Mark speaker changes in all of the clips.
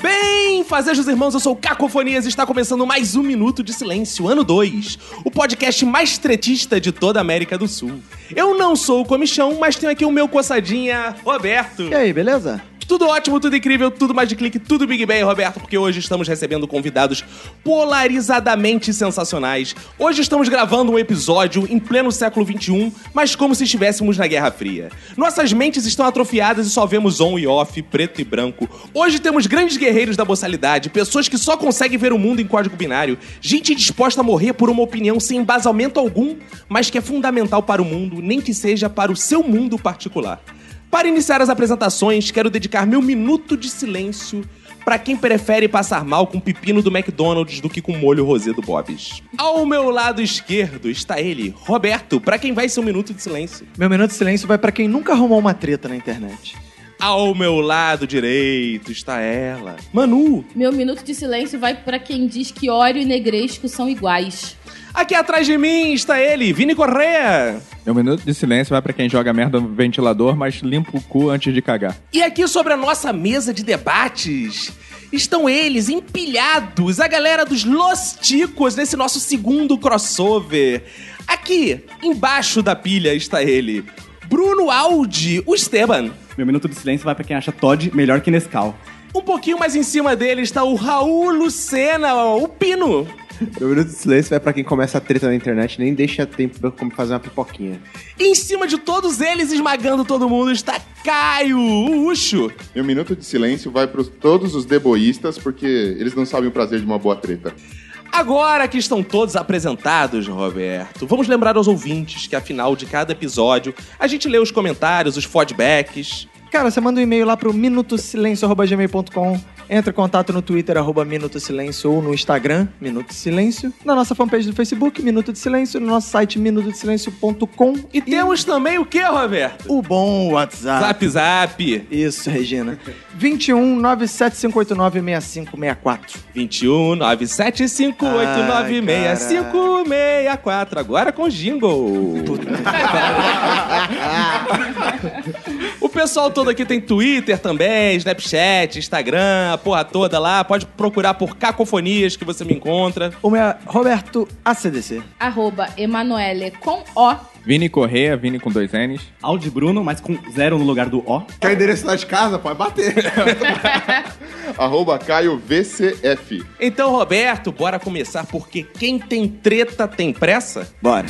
Speaker 1: Bem, fazejos irmãos, eu sou o Cacofonias e está começando mais um Minuto de Silêncio, ano 2, o podcast mais tretista de toda a América do Sul. Eu não sou o comichão, mas tenho aqui o meu coçadinha, Roberto.
Speaker 2: E aí, beleza?
Speaker 1: Tudo ótimo, tudo incrível, tudo mais de clique, tudo Big Bang, Roberto, porque hoje estamos recebendo convidados polarizadamente sensacionais. Hoje estamos gravando um episódio em pleno século XXI, mas como se estivéssemos na Guerra Fria. Nossas mentes estão atrofiadas e só vemos on e off, preto e branco. Hoje temos grandes guerreiros da boçalidade, pessoas que só conseguem ver o mundo em código binário, gente disposta a morrer por uma opinião sem embasamento algum, mas que é fundamental para o mundo, nem que seja para o seu mundo particular. Para iniciar as apresentações, quero dedicar meu minuto de silêncio para quem prefere passar mal com pepino do McDonald's do que com molho rosé do Bob's. Ao meu lado esquerdo está ele, Roberto, para quem vai ser um minuto de silêncio.
Speaker 2: Meu minuto de silêncio vai pra quem nunca arrumou uma treta na internet.
Speaker 1: Ao meu lado direito está ela, Manu.
Speaker 3: Meu minuto de silêncio vai pra quem diz que óleo e negresco são iguais.
Speaker 1: Aqui atrás de mim está ele, Vini Correa.
Speaker 4: Meu minuto de silêncio vai pra quem joga merda no ventilador, mas limpa o cu antes de cagar.
Speaker 1: E aqui sobre a nossa mesa de debates estão eles, empilhados, a galera dos Los Ticos nesse nosso segundo crossover. Aqui, embaixo da pilha, está ele, Bruno Aldi, o Esteban.
Speaker 5: Meu minuto de silêncio vai pra quem acha Todd melhor que Nescau.
Speaker 1: Um pouquinho mais em cima dele está o Raul Lucena, o Pino.
Speaker 6: Meu minuto de silêncio vai pra quem começa a treta na internet nem deixa tempo pra como fazer uma pipoquinha.
Speaker 1: E em cima de todos eles, esmagando todo mundo, está Caio, o Ucho.
Speaker 7: Meu um minuto de silêncio vai para todos os deboístas, porque eles não sabem o prazer de uma boa treta.
Speaker 1: Agora que estão todos apresentados, Roberto, vamos lembrar aos ouvintes que, afinal de cada episódio, a gente lê os comentários, os feedbacks.
Speaker 2: Cara, você manda um e-mail lá pro minutosilencio.gmail.com, entra em contato no Twitter, arroba Minuto Silêncio, ou no Instagram, Minuto Silêncio, na nossa fanpage do Facebook, Minuto de Silêncio, no nosso site, minutodesilêncio.com
Speaker 1: E temos também o que, Roberto?
Speaker 2: o bom
Speaker 5: Ah.
Speaker 2: WhatsApp.
Speaker 1: Zap Zap
Speaker 2: Isso, Regina. 21 97589 6564.
Speaker 1: 21 975896564. Agora com jingle. o pessoal todo aqui tem Twitter também, Snapchat, Instagram, a porra toda lá. Pode procurar por Cacofonias que você me encontra.
Speaker 2: O meu é Roberto ACDC.
Speaker 3: Arroba Emanuele com O.
Speaker 4: Vini Correia, Vini com dois N's.
Speaker 5: Audi Bruno, mas com zero no lugar do O.
Speaker 6: Quer endereço lá de casa? Pode bater.
Speaker 7: Arroba Caio VCF.
Speaker 1: Então, Roberto, bora começar porque quem tem treta tem pressa?
Speaker 2: Bora.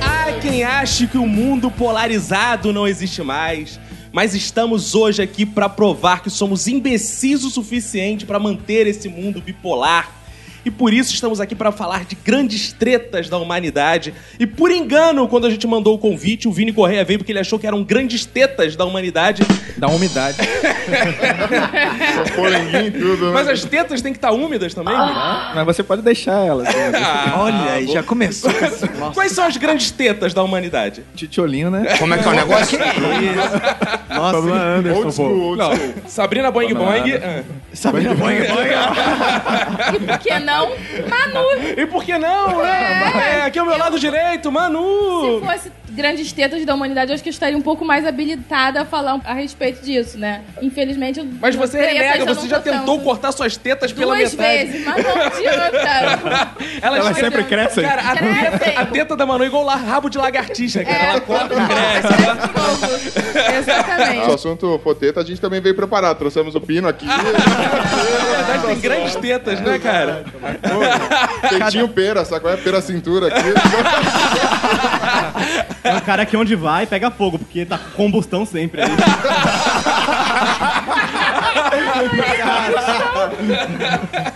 Speaker 1: Há quem ache que o mundo polarizado não existe mais, mas estamos hoje aqui para provar que somos imbecis o suficiente para manter esse mundo bipolar. E por isso estamos aqui para falar de grandes tretas da humanidade. E por engano, quando a gente mandou o convite, o Vini Correia veio porque ele achou que eram grandes tetas da humanidade.
Speaker 4: Dá umidade.
Speaker 7: Polenguinho em tudo, né?
Speaker 1: Mas as tetas têm que estar úmidas também.
Speaker 4: Mas você pode deixar ela. Assim,
Speaker 2: Olha, aí, já começou.
Speaker 1: Quais são as grandes tetas da humanidade?
Speaker 4: Titiolina.
Speaker 6: Como é que é o negócio?
Speaker 2: Nossa,
Speaker 5: Problema
Speaker 4: é
Speaker 5: Anderson,
Speaker 7: Old school, old school.
Speaker 4: Tá
Speaker 1: Sabrina Boing Boing. Ah.
Speaker 2: Sabrina Boing Boing.
Speaker 3: E por que não? Manu!
Speaker 1: E por que não, né? É, aqui é o meu lado direito, Manu!
Speaker 3: Se fosse grandes tetas da humanidade, eu acho que eu estaria um pouco mais habilitada a falar a respeito disso, né? Infelizmente, eu
Speaker 1: Mas você
Speaker 3: teria
Speaker 1: renega,
Speaker 3: essa
Speaker 1: você já
Speaker 3: noção
Speaker 1: tentou cortar suas tetas pela
Speaker 3: duas
Speaker 1: metade.
Speaker 3: vezes, mas não adianta.
Speaker 1: Elas
Speaker 4: Elas sempre crescem?
Speaker 1: Cara, a
Speaker 3: Crescem.
Speaker 1: teta, a teta da Manu é igual lá, rabo de lagartixa, cara. Ela corta e cresce.
Speaker 3: É,
Speaker 7: Se o
Speaker 3: Exatamente.
Speaker 7: assunto for teta, a gente também veio preparado. Trouxemos o Pino aqui.
Speaker 3: É.
Speaker 1: Na verdade, tem grandes tetas, né, cara?
Speaker 7: Peitinho pera, sabe qual é? Pera cintura aqui.
Speaker 5: É um cara que onde vai pega fogo, porque tá com combustão sempre. Aí.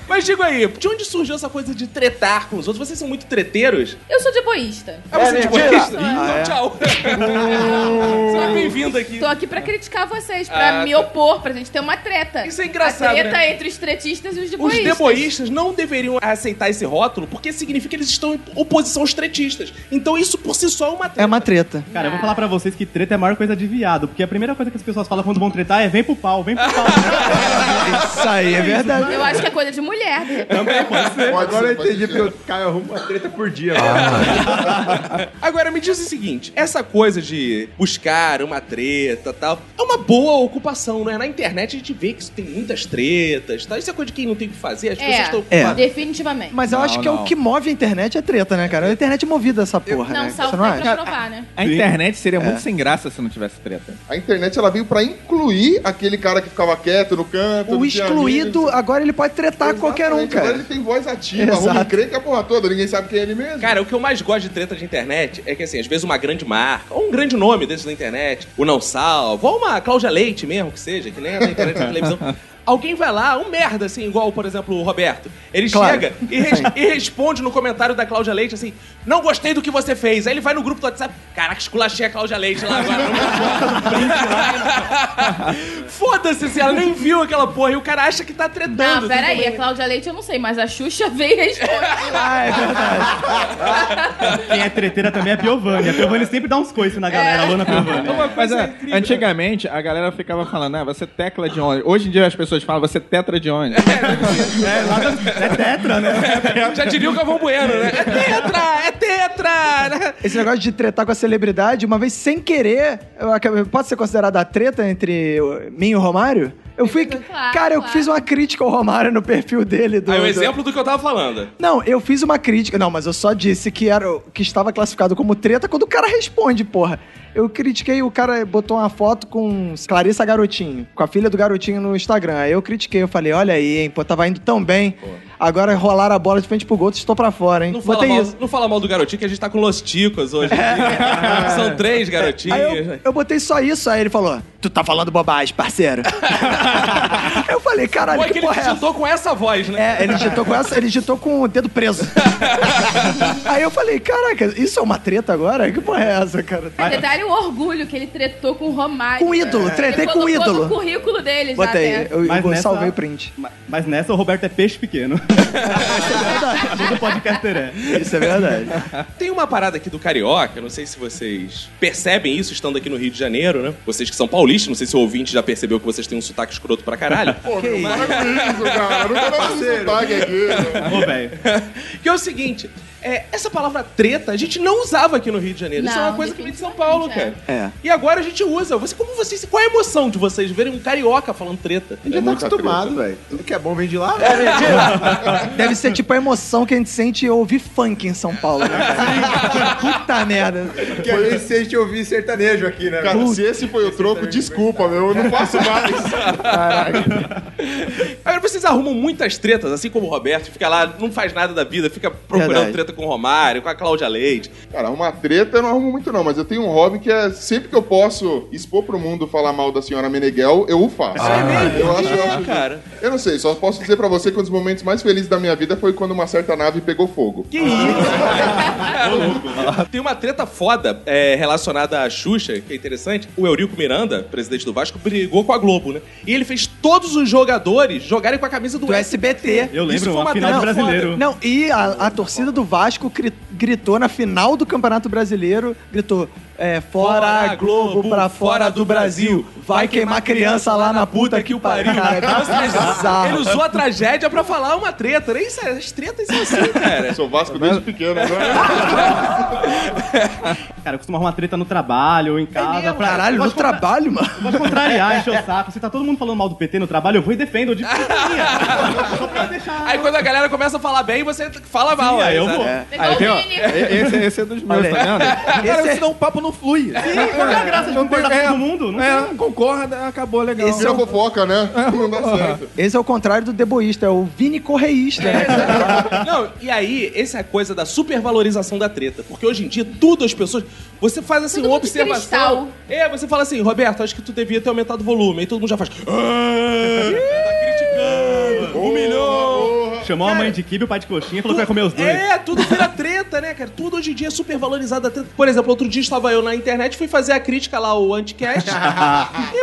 Speaker 1: Mas digo aí, de onde surgiu essa coisa de tretar com os outros? Vocês são muito treteiros?
Speaker 3: Eu sou de boísta.
Speaker 1: Ah, você é, tipo,
Speaker 3: Ah,
Speaker 1: Ih, Tchau. Seja bem-vindo aqui.
Speaker 3: Tô aqui pra criticar vocês, pra me opor, pra gente ter uma treta.
Speaker 1: Ah, tá. Isso é engraçado,
Speaker 3: A treta
Speaker 1: né?
Speaker 3: entre os tretistas e os
Speaker 1: Os
Speaker 3: deboístas.
Speaker 1: deboístas não deveriam aceitar esse rótulo, porque significa que eles estão em oposição aos tretistas. Então isso por si só é uma
Speaker 2: É
Speaker 1: treta.
Speaker 2: uma treta.
Speaker 5: Cara, eu vou falar pra vocês que treta é a maior coisa de viado, porque a primeira coisa que as pessoas falam quando vão tretar é vem pro pau, vem pro pau.
Speaker 2: Isso aí é verdade.
Speaker 3: Eu
Speaker 1: né?
Speaker 3: acho que é coisa de mulher. de repente.
Speaker 6: Agora eu
Speaker 7: pode
Speaker 6: entendi
Speaker 7: ser.
Speaker 6: porque o Caio arruma uma treta por dia.
Speaker 1: Agora me diz o seguinte, essa coisa de buscar uma treta e tal, é uma boa ocupação, né? Na internet a gente vê que isso tem muitas tretas, tá? Isso é coisa de quem não tem o que fazer, as pessoas estão
Speaker 3: É,
Speaker 1: ocupadas.
Speaker 3: definitivamente.
Speaker 2: Mas eu
Speaker 4: Não,
Speaker 2: acho que é
Speaker 4: não.
Speaker 2: o que move a internet é treta, né, cara? A internet é movida essa porra,
Speaker 3: Não,
Speaker 2: né?
Speaker 3: salvo
Speaker 2: Você não
Speaker 3: pra
Speaker 2: acha?
Speaker 3: provar, né?
Speaker 4: A internet seria muito sem graça se não tivesse treta.
Speaker 7: A internet ela veio pra incluir aquele cara que ficava quieto no canto.
Speaker 2: O
Speaker 7: não tinha
Speaker 2: excluído,
Speaker 7: amigos.
Speaker 2: agora ele pode tretar com qualquer um,
Speaker 7: Exatamente. Agora ele
Speaker 2: cara.
Speaker 7: tem voz ativa, arruma
Speaker 2: Exato.
Speaker 7: encrenca a porra toda, ninguém sabe quem é ele mesmo.
Speaker 1: Cara, o que eu mais gosto de treta de internet é que, assim, às vezes uma grande marca, ou um grande nome desses da internet, o Não Salvo, ou uma Cláudia Leite mesmo, que seja, que nem é da internet da televisão. Alguém vai lá, um merda, assim, igual, por exemplo, o Roberto. Ele
Speaker 2: Claro.
Speaker 1: chega e, res- e responde no comentário da Cláudia Leite, assim, não gostei do que você fez. Aí ele vai no grupo do WhatsApp, caraca, esculachei a Cláudia Leite lá agora. Foda-se, se ela nem viu aquela porra e o cara acha que tá tretando.
Speaker 3: Não, Ah, peraí, a Cláudia Leite eu não sei, mas a Xuxa veio e respondeu.
Speaker 2: Ah, é verdade.
Speaker 5: Quem é treteira também é a Piovani. A Piovani sempre dá uns coices na galera, a Lona Piovani.
Speaker 4: Mas é, antigamente a galera ficava falando, ah, você tecla de onde? Hoje em dia as pessoas falam, você tetra de onde?
Speaker 5: É tetra, né?
Speaker 1: Já diria o Galvão Bueno, né? É tetra, é tetra! né?
Speaker 2: Esse negócio de tretar com a celebridade, uma vez sem querer, eu acabei- pode ser considerada a treta entre o- mim e o Romário? Eu fui.
Speaker 3: Claro,
Speaker 2: cara, eu
Speaker 3: claro.
Speaker 2: fiz uma crítica ao Romário no perfil dele. Do,
Speaker 1: Aí o
Speaker 2: do-
Speaker 1: exemplo do que eu tava falando.
Speaker 2: Não, eu fiz uma crítica. Não, mas eu só disse que, era, o- que estava classificado como treta quando o cara responde, porra. Eu critiquei, o cara botou uma foto com Clarissa Garotinho, com a filha do Garotinho no Instagram. Aí eu critiquei, eu falei, olha aí, hein, pô, tava indo tão bem. Agora rolaram a bola de frente pro gol, estou pra fora, hein.
Speaker 1: Não fala,
Speaker 2: Botei
Speaker 1: mal,
Speaker 2: isso.
Speaker 1: não fala mal do garotinho, que a gente tá com Los Ticos hoje. São três garotinhos.
Speaker 2: Aí eu, eu botei só isso, aí ele falou: Tu tá falando bobagem, parceiro. eu falei, caralho,
Speaker 1: Foi
Speaker 2: que,
Speaker 1: que ele
Speaker 2: porra é essa?
Speaker 1: digitou com essa voz, né?
Speaker 2: É, ele digitou com essa, ele digitou com o dedo preso. aí eu falei, caraca, isso é uma treta agora? Que porra é essa, cara?
Speaker 3: Detalhe o orgulho que ele tretou com o Romário.
Speaker 2: Com o ídolo,
Speaker 3: é. Ele
Speaker 2: tretei com o
Speaker 3: colocou
Speaker 2: ídolo.
Speaker 3: no currículo dele já
Speaker 2: Botei,
Speaker 3: até.
Speaker 2: eu,
Speaker 5: Mas
Speaker 2: eu
Speaker 5: nessa-
Speaker 2: salvei o print.
Speaker 5: Ma- Mas nessa o Roberto é peixe pequeno. Todo podcaster é.
Speaker 2: Isso é verdade.
Speaker 1: Tem uma parada aqui do Carioca, não sei se vocês percebem isso estando aqui no Rio de Janeiro, né? Vocês que são paulistas, não sei se o ouvinte já percebeu que vocês têm um sotaque escroto pra caralho.
Speaker 7: Pô, meu, para com isso, é cara. Não tô dando esse sotaque aqui.
Speaker 5: Ô, velho.
Speaker 1: que é o seguinte, é, essa palavra treta a gente não usava aqui no Rio de Janeiro. Isso é uma
Speaker 3: Não,
Speaker 1: coisa que vem de São Paulo, cara.
Speaker 3: definitivamente,
Speaker 2: É.
Speaker 1: E agora a gente usa. Você, como vocês, qual é a emoção de vocês verem um carioca falando treta?
Speaker 6: A gente já tá
Speaker 7: muita
Speaker 6: acostumado, velho. Tudo que é bom vem de lá. É,
Speaker 2: Deve ser tipo a emoção que a gente sente ao ouvir funk em São Paulo. Né? cara? Puta merda.
Speaker 6: porque a
Speaker 5: é
Speaker 6: gente sente ouvir sertanejo aqui, né?
Speaker 7: Cara, se esse foi o troco,
Speaker 1: é
Speaker 7: desculpa, meu. Eu não faço mais.
Speaker 1: Agora vocês arrumam muitas tretas, assim como o Roberto, fica lá, não faz nada da vida, fica procurando
Speaker 2: Verdade.
Speaker 1: treta com o Romário, com a Cláudia Leite.
Speaker 7: Cara, arrumar treta eu não arrumo muito, não. Mas eu tenho um hobby que é sempre que eu posso expor pro mundo falar mal da senhora Meneghel, eu o faço.
Speaker 1: é
Speaker 7: Ah, eu acho, eu acho.
Speaker 1: cara.
Speaker 7: Eu não sei, só posso dizer pra você que um dos momentos mais felizes da minha vida foi quando uma certa nave pegou fogo.
Speaker 1: Que isso? Tem uma treta foda é, relacionada à Xuxa, que é interessante. O Eurico Miranda, presidente do Vasco, brigou com a Globo, né? E ele fez todos os jogadores jogarem com a camisa do,
Speaker 2: Do
Speaker 1: S.
Speaker 2: SBT.
Speaker 5: Eu
Speaker 1: Isso foi
Speaker 5: lembro,
Speaker 1: uma
Speaker 5: uma final do
Speaker 1: treta foda.
Speaker 5: brasileiro.
Speaker 2: Não, e a, a torcida do Vasco cri- gritou na final do Campeonato Brasileiro, gritou, é, fora a Globo, pra fora do Brasil. Vai queimar criança lá na puta que o pariu. Cara, é
Speaker 1: Ele
Speaker 2: bizarro.
Speaker 1: usou a tragédia pra falar uma treta. Nem isso, é, as tretas são assim,
Speaker 5: É.
Speaker 1: cara.
Speaker 7: Sou Vasco desde pequeno, né?
Speaker 5: Cara, eu costumo arrumar treta no trabalho ou em
Speaker 2: É
Speaker 5: casa. pra-
Speaker 2: Caralho,
Speaker 5: eu
Speaker 2: no
Speaker 5: gosto de contra-
Speaker 2: trabalho, mano.
Speaker 5: eu gosto de contrariar, encher o saco. Se tá todo mundo falando mal do PT no trabalho, eu vou e defendo. Eu digo, "Sim, só pra deixar...
Speaker 1: Aí quando a galera começa a falar bem, você fala mal.
Speaker 5: Sim, aí eu
Speaker 1: sabe?
Speaker 5: vou.
Speaker 3: Legal, Vini.
Speaker 4: Esse, esse é dos meus,
Speaker 2: Olha
Speaker 4: tá
Speaker 2: aí.
Speaker 4: vendo?
Speaker 2: é
Speaker 4: Cara, senão o papo não flui.
Speaker 5: Sim, qual que é a graça de
Speaker 4: Não tem-
Speaker 5: concordar com
Speaker 4: é,
Speaker 5: todo mundo? Não
Speaker 6: né?
Speaker 5: tem.
Speaker 4: É, concorda, acabou, legal.
Speaker 2: Esse
Speaker 7: Isso
Speaker 2: é
Speaker 7: é
Speaker 2: o,
Speaker 7: fofoca, né? Não dá certo.
Speaker 2: esse é o contrário do deboísta, é o Vini Correísta. né?
Speaker 1: Não, e aí, essa é a coisa da supervalorização da treta. Porque hoje em dia, tudo as pessoas. Você faz assim
Speaker 3: Todo
Speaker 1: uma
Speaker 3: mundo de
Speaker 1: observação.
Speaker 3: cristal.
Speaker 1: É, você fala assim, Roberto, acho que tu devia ter aumentado o volume. Aí todo mundo já faz. "Ah, tá criticando. Humilhou.
Speaker 5: Chamou a mãe de kibe, o pai de coxinha e falou que vai comer os dois.
Speaker 1: É, tudo vira treta, né, cara? Tudo hoje em dia é supervalorizado a treta. Por exemplo, outro dia estava eu na internet, fui fazer a crítica lá, o anticast. e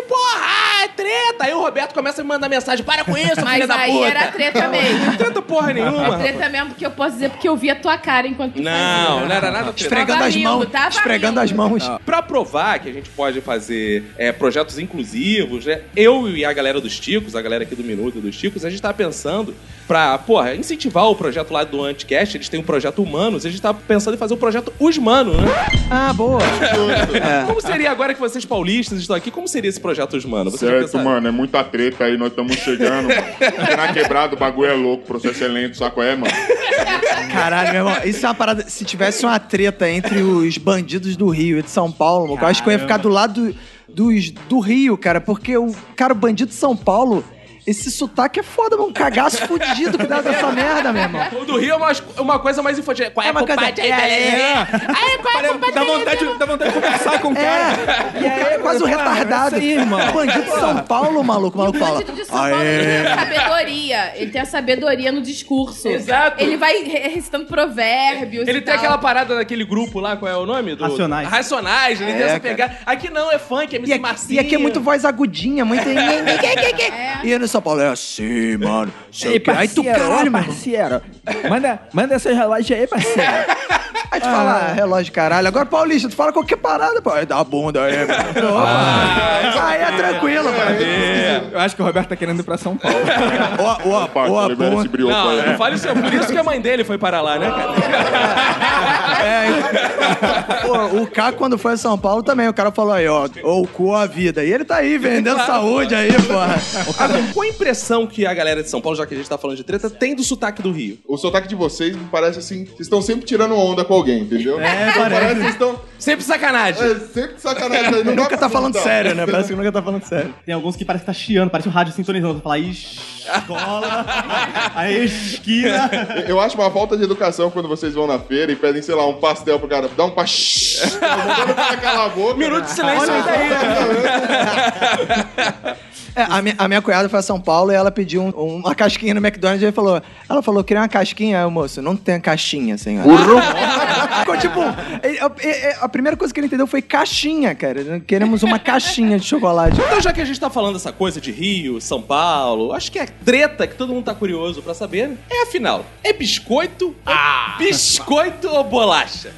Speaker 1: porra, ah, é treta. Aí o Roberto começa a me mandar mensagem: para com isso, filha
Speaker 3: Mas
Speaker 1: da
Speaker 3: aí
Speaker 1: puta.
Speaker 3: era treta
Speaker 1: Não
Speaker 3: mesmo.
Speaker 1: treta porra nenhuma. rapaz.
Speaker 3: Treta mesmo, porque eu posso dizer porque eu vi a tua cara enquanto tu
Speaker 1: Não,
Speaker 3: fazia.
Speaker 1: não era nada treta.
Speaker 2: Esfregando
Speaker 3: Tava
Speaker 2: as
Speaker 3: rindo,
Speaker 2: mãos.
Speaker 3: tava
Speaker 2: Esfregando
Speaker 3: rindo.
Speaker 2: as mãos.
Speaker 1: Ah. Pra provar que a gente pode fazer é, projetos inclusivos, né? Eu e a galera dos Ticos, a galera aqui do Minuto e dos Ticos, a gente tá pensando pra, porra, incentivar o projeto lá do Anticast, eles têm um projeto Humanos, a gente tá pensando em fazer o projeto Usmano, né?
Speaker 2: Ah, boa.
Speaker 7: É.
Speaker 1: Como seria agora que vocês paulistas estão aqui, como seria esse projeto Usmano? Vocês já
Speaker 7: Certo,
Speaker 1: pensaram?
Speaker 7: mano, é muita treta aí, nós estamos chegando. Porque na quebrada o bagulho é louco, o processo é lento, saco é, mano?
Speaker 2: Caralho, meu irmão. Isso é uma parada. Se tivesse uma treta entre os bandidos do Rio e de São Paulo, maluco, eu acho que eu ia ficar do lado dos, do Rio, cara. Porque o cara, o bandido de São Paulo, esse sotaque é foda, mano. Um cagaço fudido que dá dessa merda, meu irmão.
Speaker 1: O do Rio é uma, uma coisa mais infantil. Qual é,
Speaker 2: É uma coisa-
Speaker 1: compadre?
Speaker 2: é,
Speaker 3: Aí, qual é a culpa
Speaker 4: Dá
Speaker 3: dele?
Speaker 4: vontade, dá vontade de conversar com o cara.
Speaker 2: É, e aí, é quase um retardado. O bandido de São Paulo, maluco, o maluco
Speaker 3: O
Speaker 2: fala.
Speaker 3: bandido de São Paulo ele tem a sabedoria. Ele tem a sabedoria no discurso.
Speaker 1: Exato.
Speaker 3: Ele vai re- recitando provérbios.
Speaker 1: Ele
Speaker 3: e
Speaker 1: tem
Speaker 3: tal.
Speaker 1: aquela parada daquele grupo lá, qual é o nome? Do...
Speaker 5: Racionais.
Speaker 1: Racionais, ele tem essa pegada. Aqui não, é funk, é
Speaker 2: E
Speaker 1: MC
Speaker 2: aqui,
Speaker 1: Marcinho.
Speaker 2: e aqui é muito voz agudinha, muito.
Speaker 3: É.
Speaker 2: E eu no São Paulo é assim, mano. sei o quê. Aí tu, caralho, meu irmão.
Speaker 4: parceiro. Manda, manda seus relógios aí, parceiro.
Speaker 2: Aí tu fala, ah, relógio, caralho. Agora, Paulista, tu fala qualquer parada, pô. Aí Dá a bunda aí, mano.
Speaker 7: Ah.
Speaker 2: Opa. Aí é tranquilo, mano.
Speaker 4: Eu acho que o Roberto tá querendo ir pra São Paulo.
Speaker 2: Ó, ó,
Speaker 7: Pato,
Speaker 2: ó, a
Speaker 7: libera esse
Speaker 2: bunda.
Speaker 7: brioco
Speaker 1: Não,
Speaker 7: aí.
Speaker 1: não fale isso. é Por isso que a mãe dele foi parar lá, né, cara?
Speaker 2: É, Pô, o Caco, quando foi a São Paulo, também, o cara falou aí, ó, ou o cu a vida. E ele tá aí, vendendo saúde aí, porra.
Speaker 1: Agora, qual a impressão que a galera de São Paulo, já que a gente tá falando de treta, tem do sotaque do Rio?
Speaker 7: O sotaque de vocês me parece assim, vocês estão sempre tirando onda com alguém, entendeu? É, parece. que vocês estão
Speaker 1: Sempre sacanagem.
Speaker 7: é, sempre de sacanagem. Não dá
Speaker 2: Nunca
Speaker 7: pra
Speaker 2: tá falando
Speaker 7: contar.
Speaker 2: sério, né? Parece que nunca tá falando sério.
Speaker 5: Tem alguns que parece que tá chiando, parece o rádio sintonizando. Você fala, ixi, escola, aí esquina.
Speaker 7: Eu acho uma falta de educação quando vocês vão na feira e pedem, sei lá, um pastel pro cara. Dá um pash. Quando o cara cala a boca.
Speaker 1: Minuto de silêncio ainda aí.
Speaker 2: É, a, minha, a minha cunhada foi a São Paulo e ela pediu um- uma casquinha no McDonald's e ele falou, ela falou, queria uma casquinha, Aí o moço, não tem caixinha, senhora. Burro! Ficou tipo, ele- ele- ele- a primeira coisa que ele entendeu foi caixinha, cara. Queremos uma caixinha de chocolate.
Speaker 1: Então, já que a gente tá falando essa coisa de Rio, São Paulo, acho que é treta que todo mundo tá curioso pra saber. É afinal, é biscoito? É biscoito ou bolacha?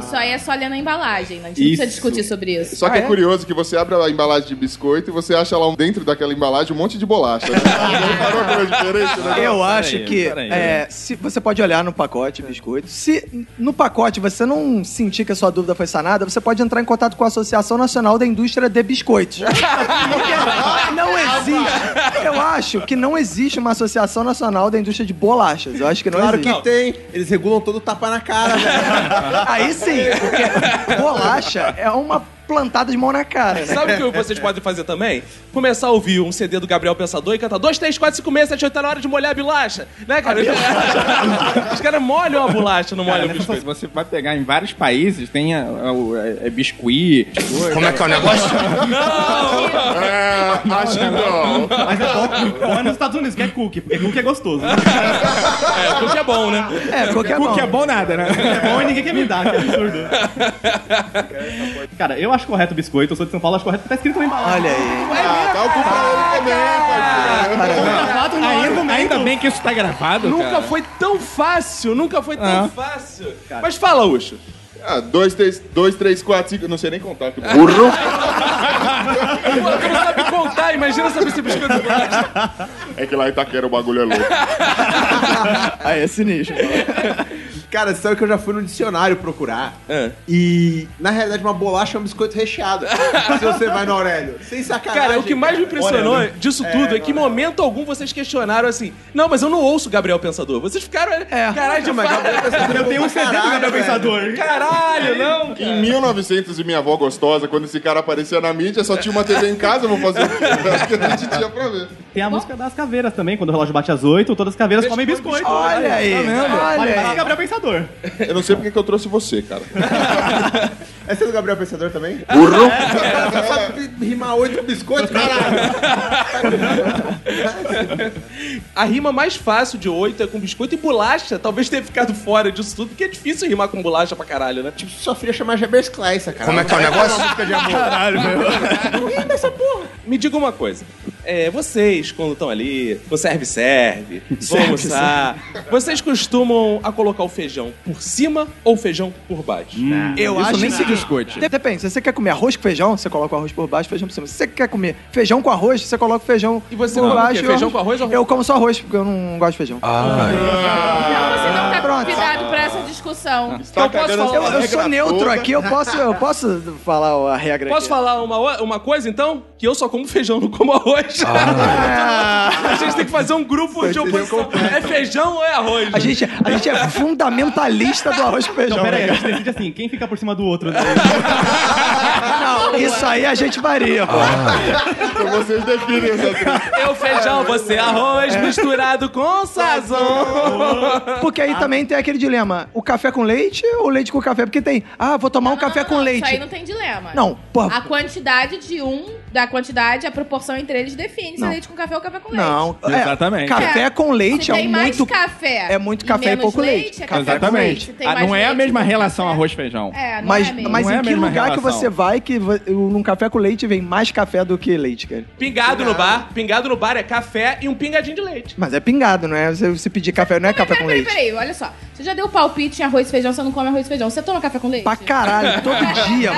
Speaker 3: Isso aí é só ler na embalagem. né? A gente não precisa discutir sobre isso.
Speaker 7: Só que é curioso que você abre a embalagem de biscoito e você acha lá dentro daquela embalagem um monte de bolacha. Né? Parou uma coisa diferente, né?
Speaker 2: Eu acho
Speaker 4: peraí,
Speaker 2: que
Speaker 4: peraí.
Speaker 2: é, se você pode olhar no pacote biscoito. Se no pacote você não sentir que a sua dúvida foi sanada, você pode entrar em contato com a Associação Nacional da Indústria de Biscoitos. Porque não existe. Eu acho que não existe uma Associação Nacional da Indústria de Bolachas. Eu acho que não
Speaker 4: Assim,
Speaker 6: Claro que tem.
Speaker 2: existe.
Speaker 6: Eles regulam todo o tapa na cara, velho.
Speaker 2: Aí sim, porque bolacha é uma plantada de mão na cara, né?
Speaker 1: Sabe o que vocês podem fazer também? Começar a ouvir um CD do Gabriel Pensador e cantar 2, 3, 4, 5, 6, 7, 8, tá na hora de molhar a bilacha. Né, cara? Os caras molham a bolacha, não molham o
Speaker 4: Olha, se
Speaker 1: biscoito.
Speaker 4: É, você vai pegar em vários países, tem a, a- o- é, é biscuit. tipo,
Speaker 6: Como é que é o negócio?
Speaker 7: É, acho que não.
Speaker 5: Mas é bom. Bom é nos Estados Unidos, que é cookie, porque cookie é gostoso. Né?
Speaker 1: É, porque é bom, né?
Speaker 2: É, qualquer
Speaker 4: O
Speaker 2: mão.
Speaker 4: que é bom nada, né?
Speaker 5: É bom e ninguém quer me dar, que absurdo. Cara, eu acho correto o biscoito, eu sou de São Paulo, acho correto, porque tá escrito na embalagem.
Speaker 2: Olha aí.
Speaker 7: Ah, dá o cu pra ele também, parceiro.
Speaker 5: Quatro Tá no
Speaker 4: Ainda,
Speaker 5: argumento.
Speaker 4: ainda bem que isso tá gravado.
Speaker 1: Nunca
Speaker 4: cara.
Speaker 1: foi tão fácil, nunca foi tão
Speaker 4: Ah.
Speaker 1: fácil. Mas fala, Ucho.
Speaker 7: Ah, dois, três, dois, três, quatro, cinco. Não sei nem contar. Que burro.
Speaker 6: Burro.
Speaker 1: Pô, tu não sabe contar, imagina saber se biscoito
Speaker 7: É que lá em Itaquera o bagulho é louco.
Speaker 4: Aí é sinistro.
Speaker 6: Cara, você sabe que eu já fui no dicionário procurar.
Speaker 1: É.
Speaker 6: E, na realidade, uma bolacha é um biscoito recheado. se você vai no Aurélio. Sem sacanagem.
Speaker 1: Cara, o que mais me impressionou disso tudo é, que em momento algum vocês questionaram assim: Não, mas eu não ouço Gabriel Pensador. Vocês ficaram. É, caralho, de
Speaker 6: Eu tenho um CD do Gabriel Pensador.
Speaker 1: Caralho, não!
Speaker 7: Em 1900 e minha avó gostosa, quando esse cara aparecia na mídia, só tinha uma TV em casa, vou fazer o quê? Acho que a gente tinha pra ver.
Speaker 5: Tem a música das caveiras também, quando o relógio bate às oito, todas as caveiras comem biscoito.
Speaker 2: Olha aí,
Speaker 5: Olha
Speaker 2: olha
Speaker 5: aí,
Speaker 2: aí.
Speaker 5: Gabriel Pensador.
Speaker 7: Eu não sei porque que eu trouxe você, cara.
Speaker 6: Essa é do Gabriel Pensador também? Burro. Você sabe rimar oito biscoitos, caralho.
Speaker 1: A rima mais fácil de oito é com biscoito e bolacha. Talvez tenha ficado fora disso tudo, porque é difícil rimar com bolacha pra caralho, né?
Speaker 6: Tipo, só queria chamar Jabers Kleiss, cara.
Speaker 8: Como é que é o negócio?
Speaker 1: Me diga uma coisa. É, vocês, quando estão ali, no serve-serve, vão almoçar, vocês costumam a colocar o feijão por cima ou o feijão por baixo?
Speaker 2: Eu
Speaker 4: Isso
Speaker 2: acho
Speaker 4: nem
Speaker 2: que...
Speaker 4: se discute.
Speaker 2: De- Depende, se você quer comer arroz com feijão, você coloca o arroz por baixo, feijão por cima. Se você quer comer feijão com arroz, você coloca o feijão
Speaker 1: E você
Speaker 2: por
Speaker 1: come o quê?
Speaker 2: baixo. e o
Speaker 1: Feijão com arroz ou-
Speaker 2: Eu como só arroz, porque eu não gosto de feijão.
Speaker 3: Então você não tá
Speaker 2: Ah, Pronto. Ah.
Speaker 3: convidado pra essa discussão.
Speaker 1: Então,
Speaker 7: Está
Speaker 1: eu posso
Speaker 2: Tá
Speaker 7: cagando
Speaker 1: falar-
Speaker 7: essa
Speaker 2: eu
Speaker 7: regra
Speaker 2: sou neutro
Speaker 7: toda.
Speaker 2: aqui, eu posso, eu posso falar a regra
Speaker 1: Posso
Speaker 2: aqui.
Speaker 1: falar uma, o- uma coisa, então? Que eu só como feijão, não como arroz.
Speaker 2: Ah.
Speaker 1: a gente tem que fazer um grupo de oposição. É feijão ou é arroz?
Speaker 2: A gente, a gente é fundamentalista do arroz com feijão.
Speaker 5: Então, pera aí, a
Speaker 2: né?
Speaker 5: gente decide assim, quem fica por cima do outro? Né?
Speaker 2: Não, isso aí a gente varia, pô.
Speaker 7: Então vocês definem essa treta.
Speaker 1: Eu
Speaker 4: É.
Speaker 1: feijão, você arroz, misturado com sazon.
Speaker 2: Porque aí também tem aquele dilema: o café com leite ou leite com café? Porque tem, ah, vou tomar um café com leite.
Speaker 3: Isso aí não tem dilema.
Speaker 2: Não, porra.
Speaker 3: A quantidade de um, da quantidade, a proporção entre eles define se é
Speaker 2: Não.
Speaker 3: leite com café ou café com leite.
Speaker 2: Não, é,
Speaker 4: Exatamente.
Speaker 2: Café com leite
Speaker 3: Se
Speaker 2: é
Speaker 3: tem
Speaker 2: um
Speaker 3: mais
Speaker 2: muito
Speaker 3: café.
Speaker 2: é muito café e
Speaker 3: menos
Speaker 2: pouco leite.
Speaker 3: É café
Speaker 4: Exatamente.
Speaker 3: Com leite. Se tem
Speaker 4: Ah,
Speaker 3: mais
Speaker 4: não é a
Speaker 3: leite,
Speaker 4: mesma
Speaker 3: menos
Speaker 4: relação
Speaker 3: café.
Speaker 4: arroz-feijão.
Speaker 3: É, não
Speaker 2: Mas,
Speaker 3: é a mesma.
Speaker 2: mas
Speaker 4: Não é
Speaker 2: em
Speaker 4: a
Speaker 2: que
Speaker 4: mesma
Speaker 2: lugar que
Speaker 4: relação.
Speaker 2: você vai que vo- num café com leite vem mais café do que leite, cara?
Speaker 1: Pingado
Speaker 4: É.
Speaker 1: no bar. Pingado no bar é café e um pingadinho de leite.
Speaker 2: Mas é pingado, não é? Você, você pedir café, não é café com
Speaker 3: Peraí,
Speaker 2: leite.
Speaker 3: peraí, olha só. Você já deu palpite em arroz e feijão, você não come arroz e feijão. Você toma café com leite?
Speaker 2: Pra caralho, todo dia,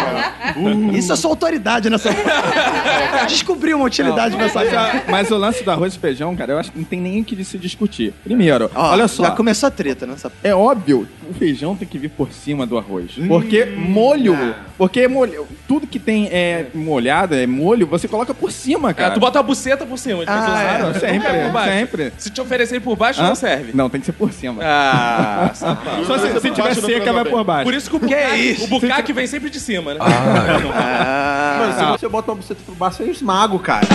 Speaker 6: Uh.
Speaker 2: mano. Isso é só autoridade nessa. Descobri uma utilidade nessa.
Speaker 4: Mas, a- mas o lance do arroz e feijão, cara, eu acho que não tem nem o que se discutir. Primeiro,
Speaker 2: Ó,
Speaker 4: olha só.
Speaker 2: Já começou a treta nessa.
Speaker 4: É óbvio, o feijão tem que vir por cima do arroz. Porque molho, porque molho, tudo que tem é molhado, é molho, você coloca por cima,
Speaker 1: É,
Speaker 4: cara.
Speaker 1: tu bota a buceta por cima. de
Speaker 2: Ah,
Speaker 1: pessoas.
Speaker 2: é.
Speaker 1: Não
Speaker 4: Sempre,
Speaker 1: por baixo.
Speaker 4: sempre.
Speaker 1: Se te oferecerem por baixo,
Speaker 4: Hã?
Speaker 1: não serve.
Speaker 4: Não, tem que ser por cima.
Speaker 1: Ah,
Speaker 4: Só se, se
Speaker 7: Por
Speaker 4: tiver
Speaker 7: baixo não
Speaker 4: seca,
Speaker 7: fica
Speaker 4: vai
Speaker 7: bem.
Speaker 4: por baixo.
Speaker 1: por isso que o bucaque,
Speaker 2: isso?
Speaker 1: o bucaque vem sempre de cima, né?
Speaker 4: Ah.
Speaker 6: Mano, se você bota uma buceta por baixo, eu esmago, cara.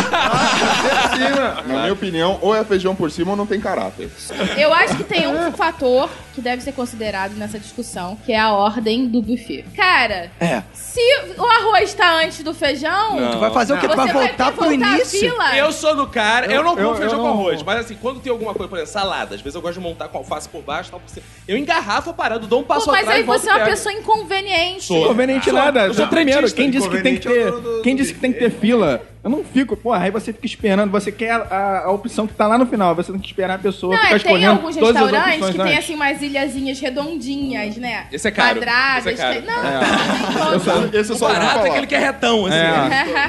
Speaker 7: Na minha opinião, ou é feijão por cima ou não tem caráter.
Speaker 3: Eu acho que tem um fator que deve ser considerado nessa discussão, que é a ordem do buffet. Cara,
Speaker 2: É.
Speaker 3: se o arroz tá antes do feijão,
Speaker 2: Tu vai fazer o quê?
Speaker 3: você
Speaker 2: Tu vai
Speaker 3: ter que
Speaker 2: voltar pro
Speaker 3: à
Speaker 2: início?
Speaker 3: fila.
Speaker 1: Eu sou do cara, eu, não como
Speaker 4: eu- eu
Speaker 1: feijão com
Speaker 4: não-
Speaker 1: arroz, mas assim, quando tem alguma coisa, por exemplo, salada, às vezes eu gosto de montar com alface por baixo, tal, por cima. Eu engarrafo a parada, dou um passo
Speaker 3: Pô, mas
Speaker 1: atrás
Speaker 3: aí
Speaker 1: e volto
Speaker 3: você é uma
Speaker 1: e pego.
Speaker 3: pessoa inconveniente.
Speaker 1: Sou.
Speaker 4: Inconveniente nada.
Speaker 1: eu sou
Speaker 4: primeiro,
Speaker 1: tretista.
Speaker 4: quem disse que tem que ter,
Speaker 6: Inconveniente é o do-
Speaker 4: quem
Speaker 6: do
Speaker 4: disse que tem que ter fila? Eu não fico, porra, aí você fica esperando, você quer a, a- a opção que tá lá no final, você tem que esperar a pessoa
Speaker 3: Não,
Speaker 4: ficar
Speaker 3: é, tem
Speaker 4: escolhendo
Speaker 3: alguns
Speaker 4: todas as
Speaker 3: restaurantes
Speaker 4: opções
Speaker 3: que tem
Speaker 4: antes.
Speaker 3: assim umas ilhazinhas redondinhas, né?
Speaker 1: Esse é caro.
Speaker 3: Quadradas.
Speaker 1: Esse é caro.
Speaker 3: que- Não, não, tem todo.
Speaker 7: Esse eu
Speaker 1: O
Speaker 7: só ouvi
Speaker 1: barato é
Speaker 7: falar.
Speaker 1: aquele que é retão, assim. né?
Speaker 4: É,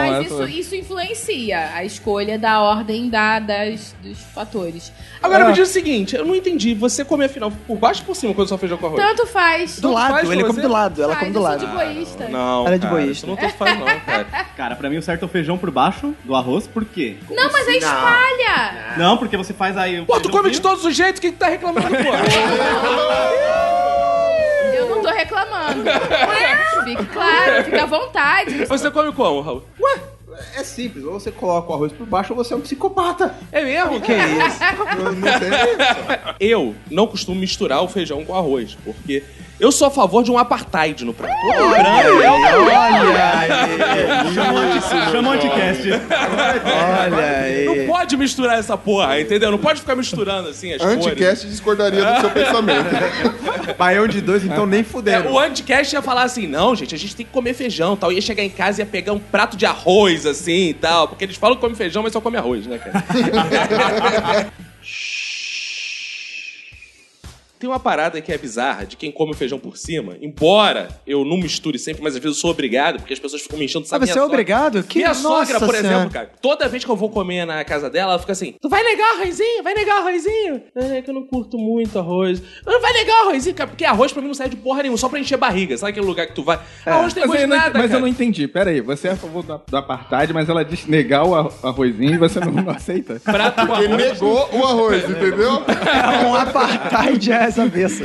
Speaker 1: é-
Speaker 3: Mas
Speaker 4: essa-
Speaker 3: isso, isso influencia a escolha da ordem da, das, dos fatores.
Speaker 1: Agora
Speaker 2: Ah.
Speaker 4: É.
Speaker 1: me diz o seguinte, eu não entendi, você come afinal por baixo ou por cima quando só feijão com arroz?
Speaker 3: Tanto faz.
Speaker 2: Do
Speaker 1: faz
Speaker 2: lado, ele
Speaker 1: você?
Speaker 2: come do lado, ela
Speaker 3: faz,
Speaker 2: come do
Speaker 3: eu sou
Speaker 2: lado.
Speaker 3: de boísta.
Speaker 1: Não,
Speaker 2: Ela é de
Speaker 1: cara,
Speaker 2: boísta.
Speaker 1: isso não tô falando não, cara.
Speaker 5: Cara, pra mim o certo é o feijão por baixo do arroz, por quê?
Speaker 3: Não, mas é aí espalha!
Speaker 5: Não, porque você faz aí... o
Speaker 1: Pô, tu come de
Speaker 5: feijãozinho-
Speaker 1: todos os jeitos, quem que tá reclamando, pô?
Speaker 3: Eu não tô reclamando. Fique claro, fica à vontade.
Speaker 1: Você come como, Raul?
Speaker 6: É simples, ou você coloca o arroz por baixo, ou você é um psicopata.
Speaker 1: É mesmo?
Speaker 2: Que isso?
Speaker 6: Não, não tem-
Speaker 1: Eu não costumo misturar o feijão com arroz, porque eu sou a favor de um apartheid no prato.
Speaker 2: Olha aí,
Speaker 5: Chama o anticast.
Speaker 2: olha
Speaker 1: Não
Speaker 2: aí.
Speaker 1: pode misturar essa porra, entendeu? Não pode ficar misturando assim as cores.
Speaker 7: Anticast discordaria do seu pensamento.
Speaker 6: Baião de dois, então nem
Speaker 1: É,
Speaker 6: fuderam.
Speaker 1: o anticast ia falar assim, não, gente, a gente tem que comer feijão e tal. Ia chegar em casa e ia pegar um prato de arroz, assim, e tal. Porque eles falam que come feijão, mas só come arroz, né, cara? Tem uma parada que é bizarra de quem come o feijão por cima, embora eu não misture sempre, mas às vezes eu sou obrigado, porque as pessoas ficam me enchendo de
Speaker 2: Ah,
Speaker 1: saber.
Speaker 2: você é obrigado? Que
Speaker 1: minha
Speaker 2: nossa
Speaker 1: sogra, por
Speaker 2: senhora.
Speaker 1: exemplo, cara, toda vez que eu vou comer na casa dela, ela fica assim: Tu vai negar arrozinho? Vai negar arrozinho? É que eu não curto muito arroz. Não vai negar arrozinho, cara, porque arroz pra mim não sai de porra nenhuma, só pra encher barriga. Sabe aquele lugar que tu vai? Arroz tem
Speaker 4: É,
Speaker 1: gosto
Speaker 4: mas
Speaker 1: de
Speaker 4: eu não,
Speaker 1: nada,
Speaker 4: mas eu
Speaker 1: cara.
Speaker 4: não entendi. Pera aí, você é a favor da, da apartheid, mas ela diz negar o arro- arrozinho e você não, não aceita?
Speaker 1: Prato com
Speaker 7: Porque
Speaker 1: arroz.
Speaker 7: negou o arroz, entendeu?
Speaker 2: Um apartheid é essa besta.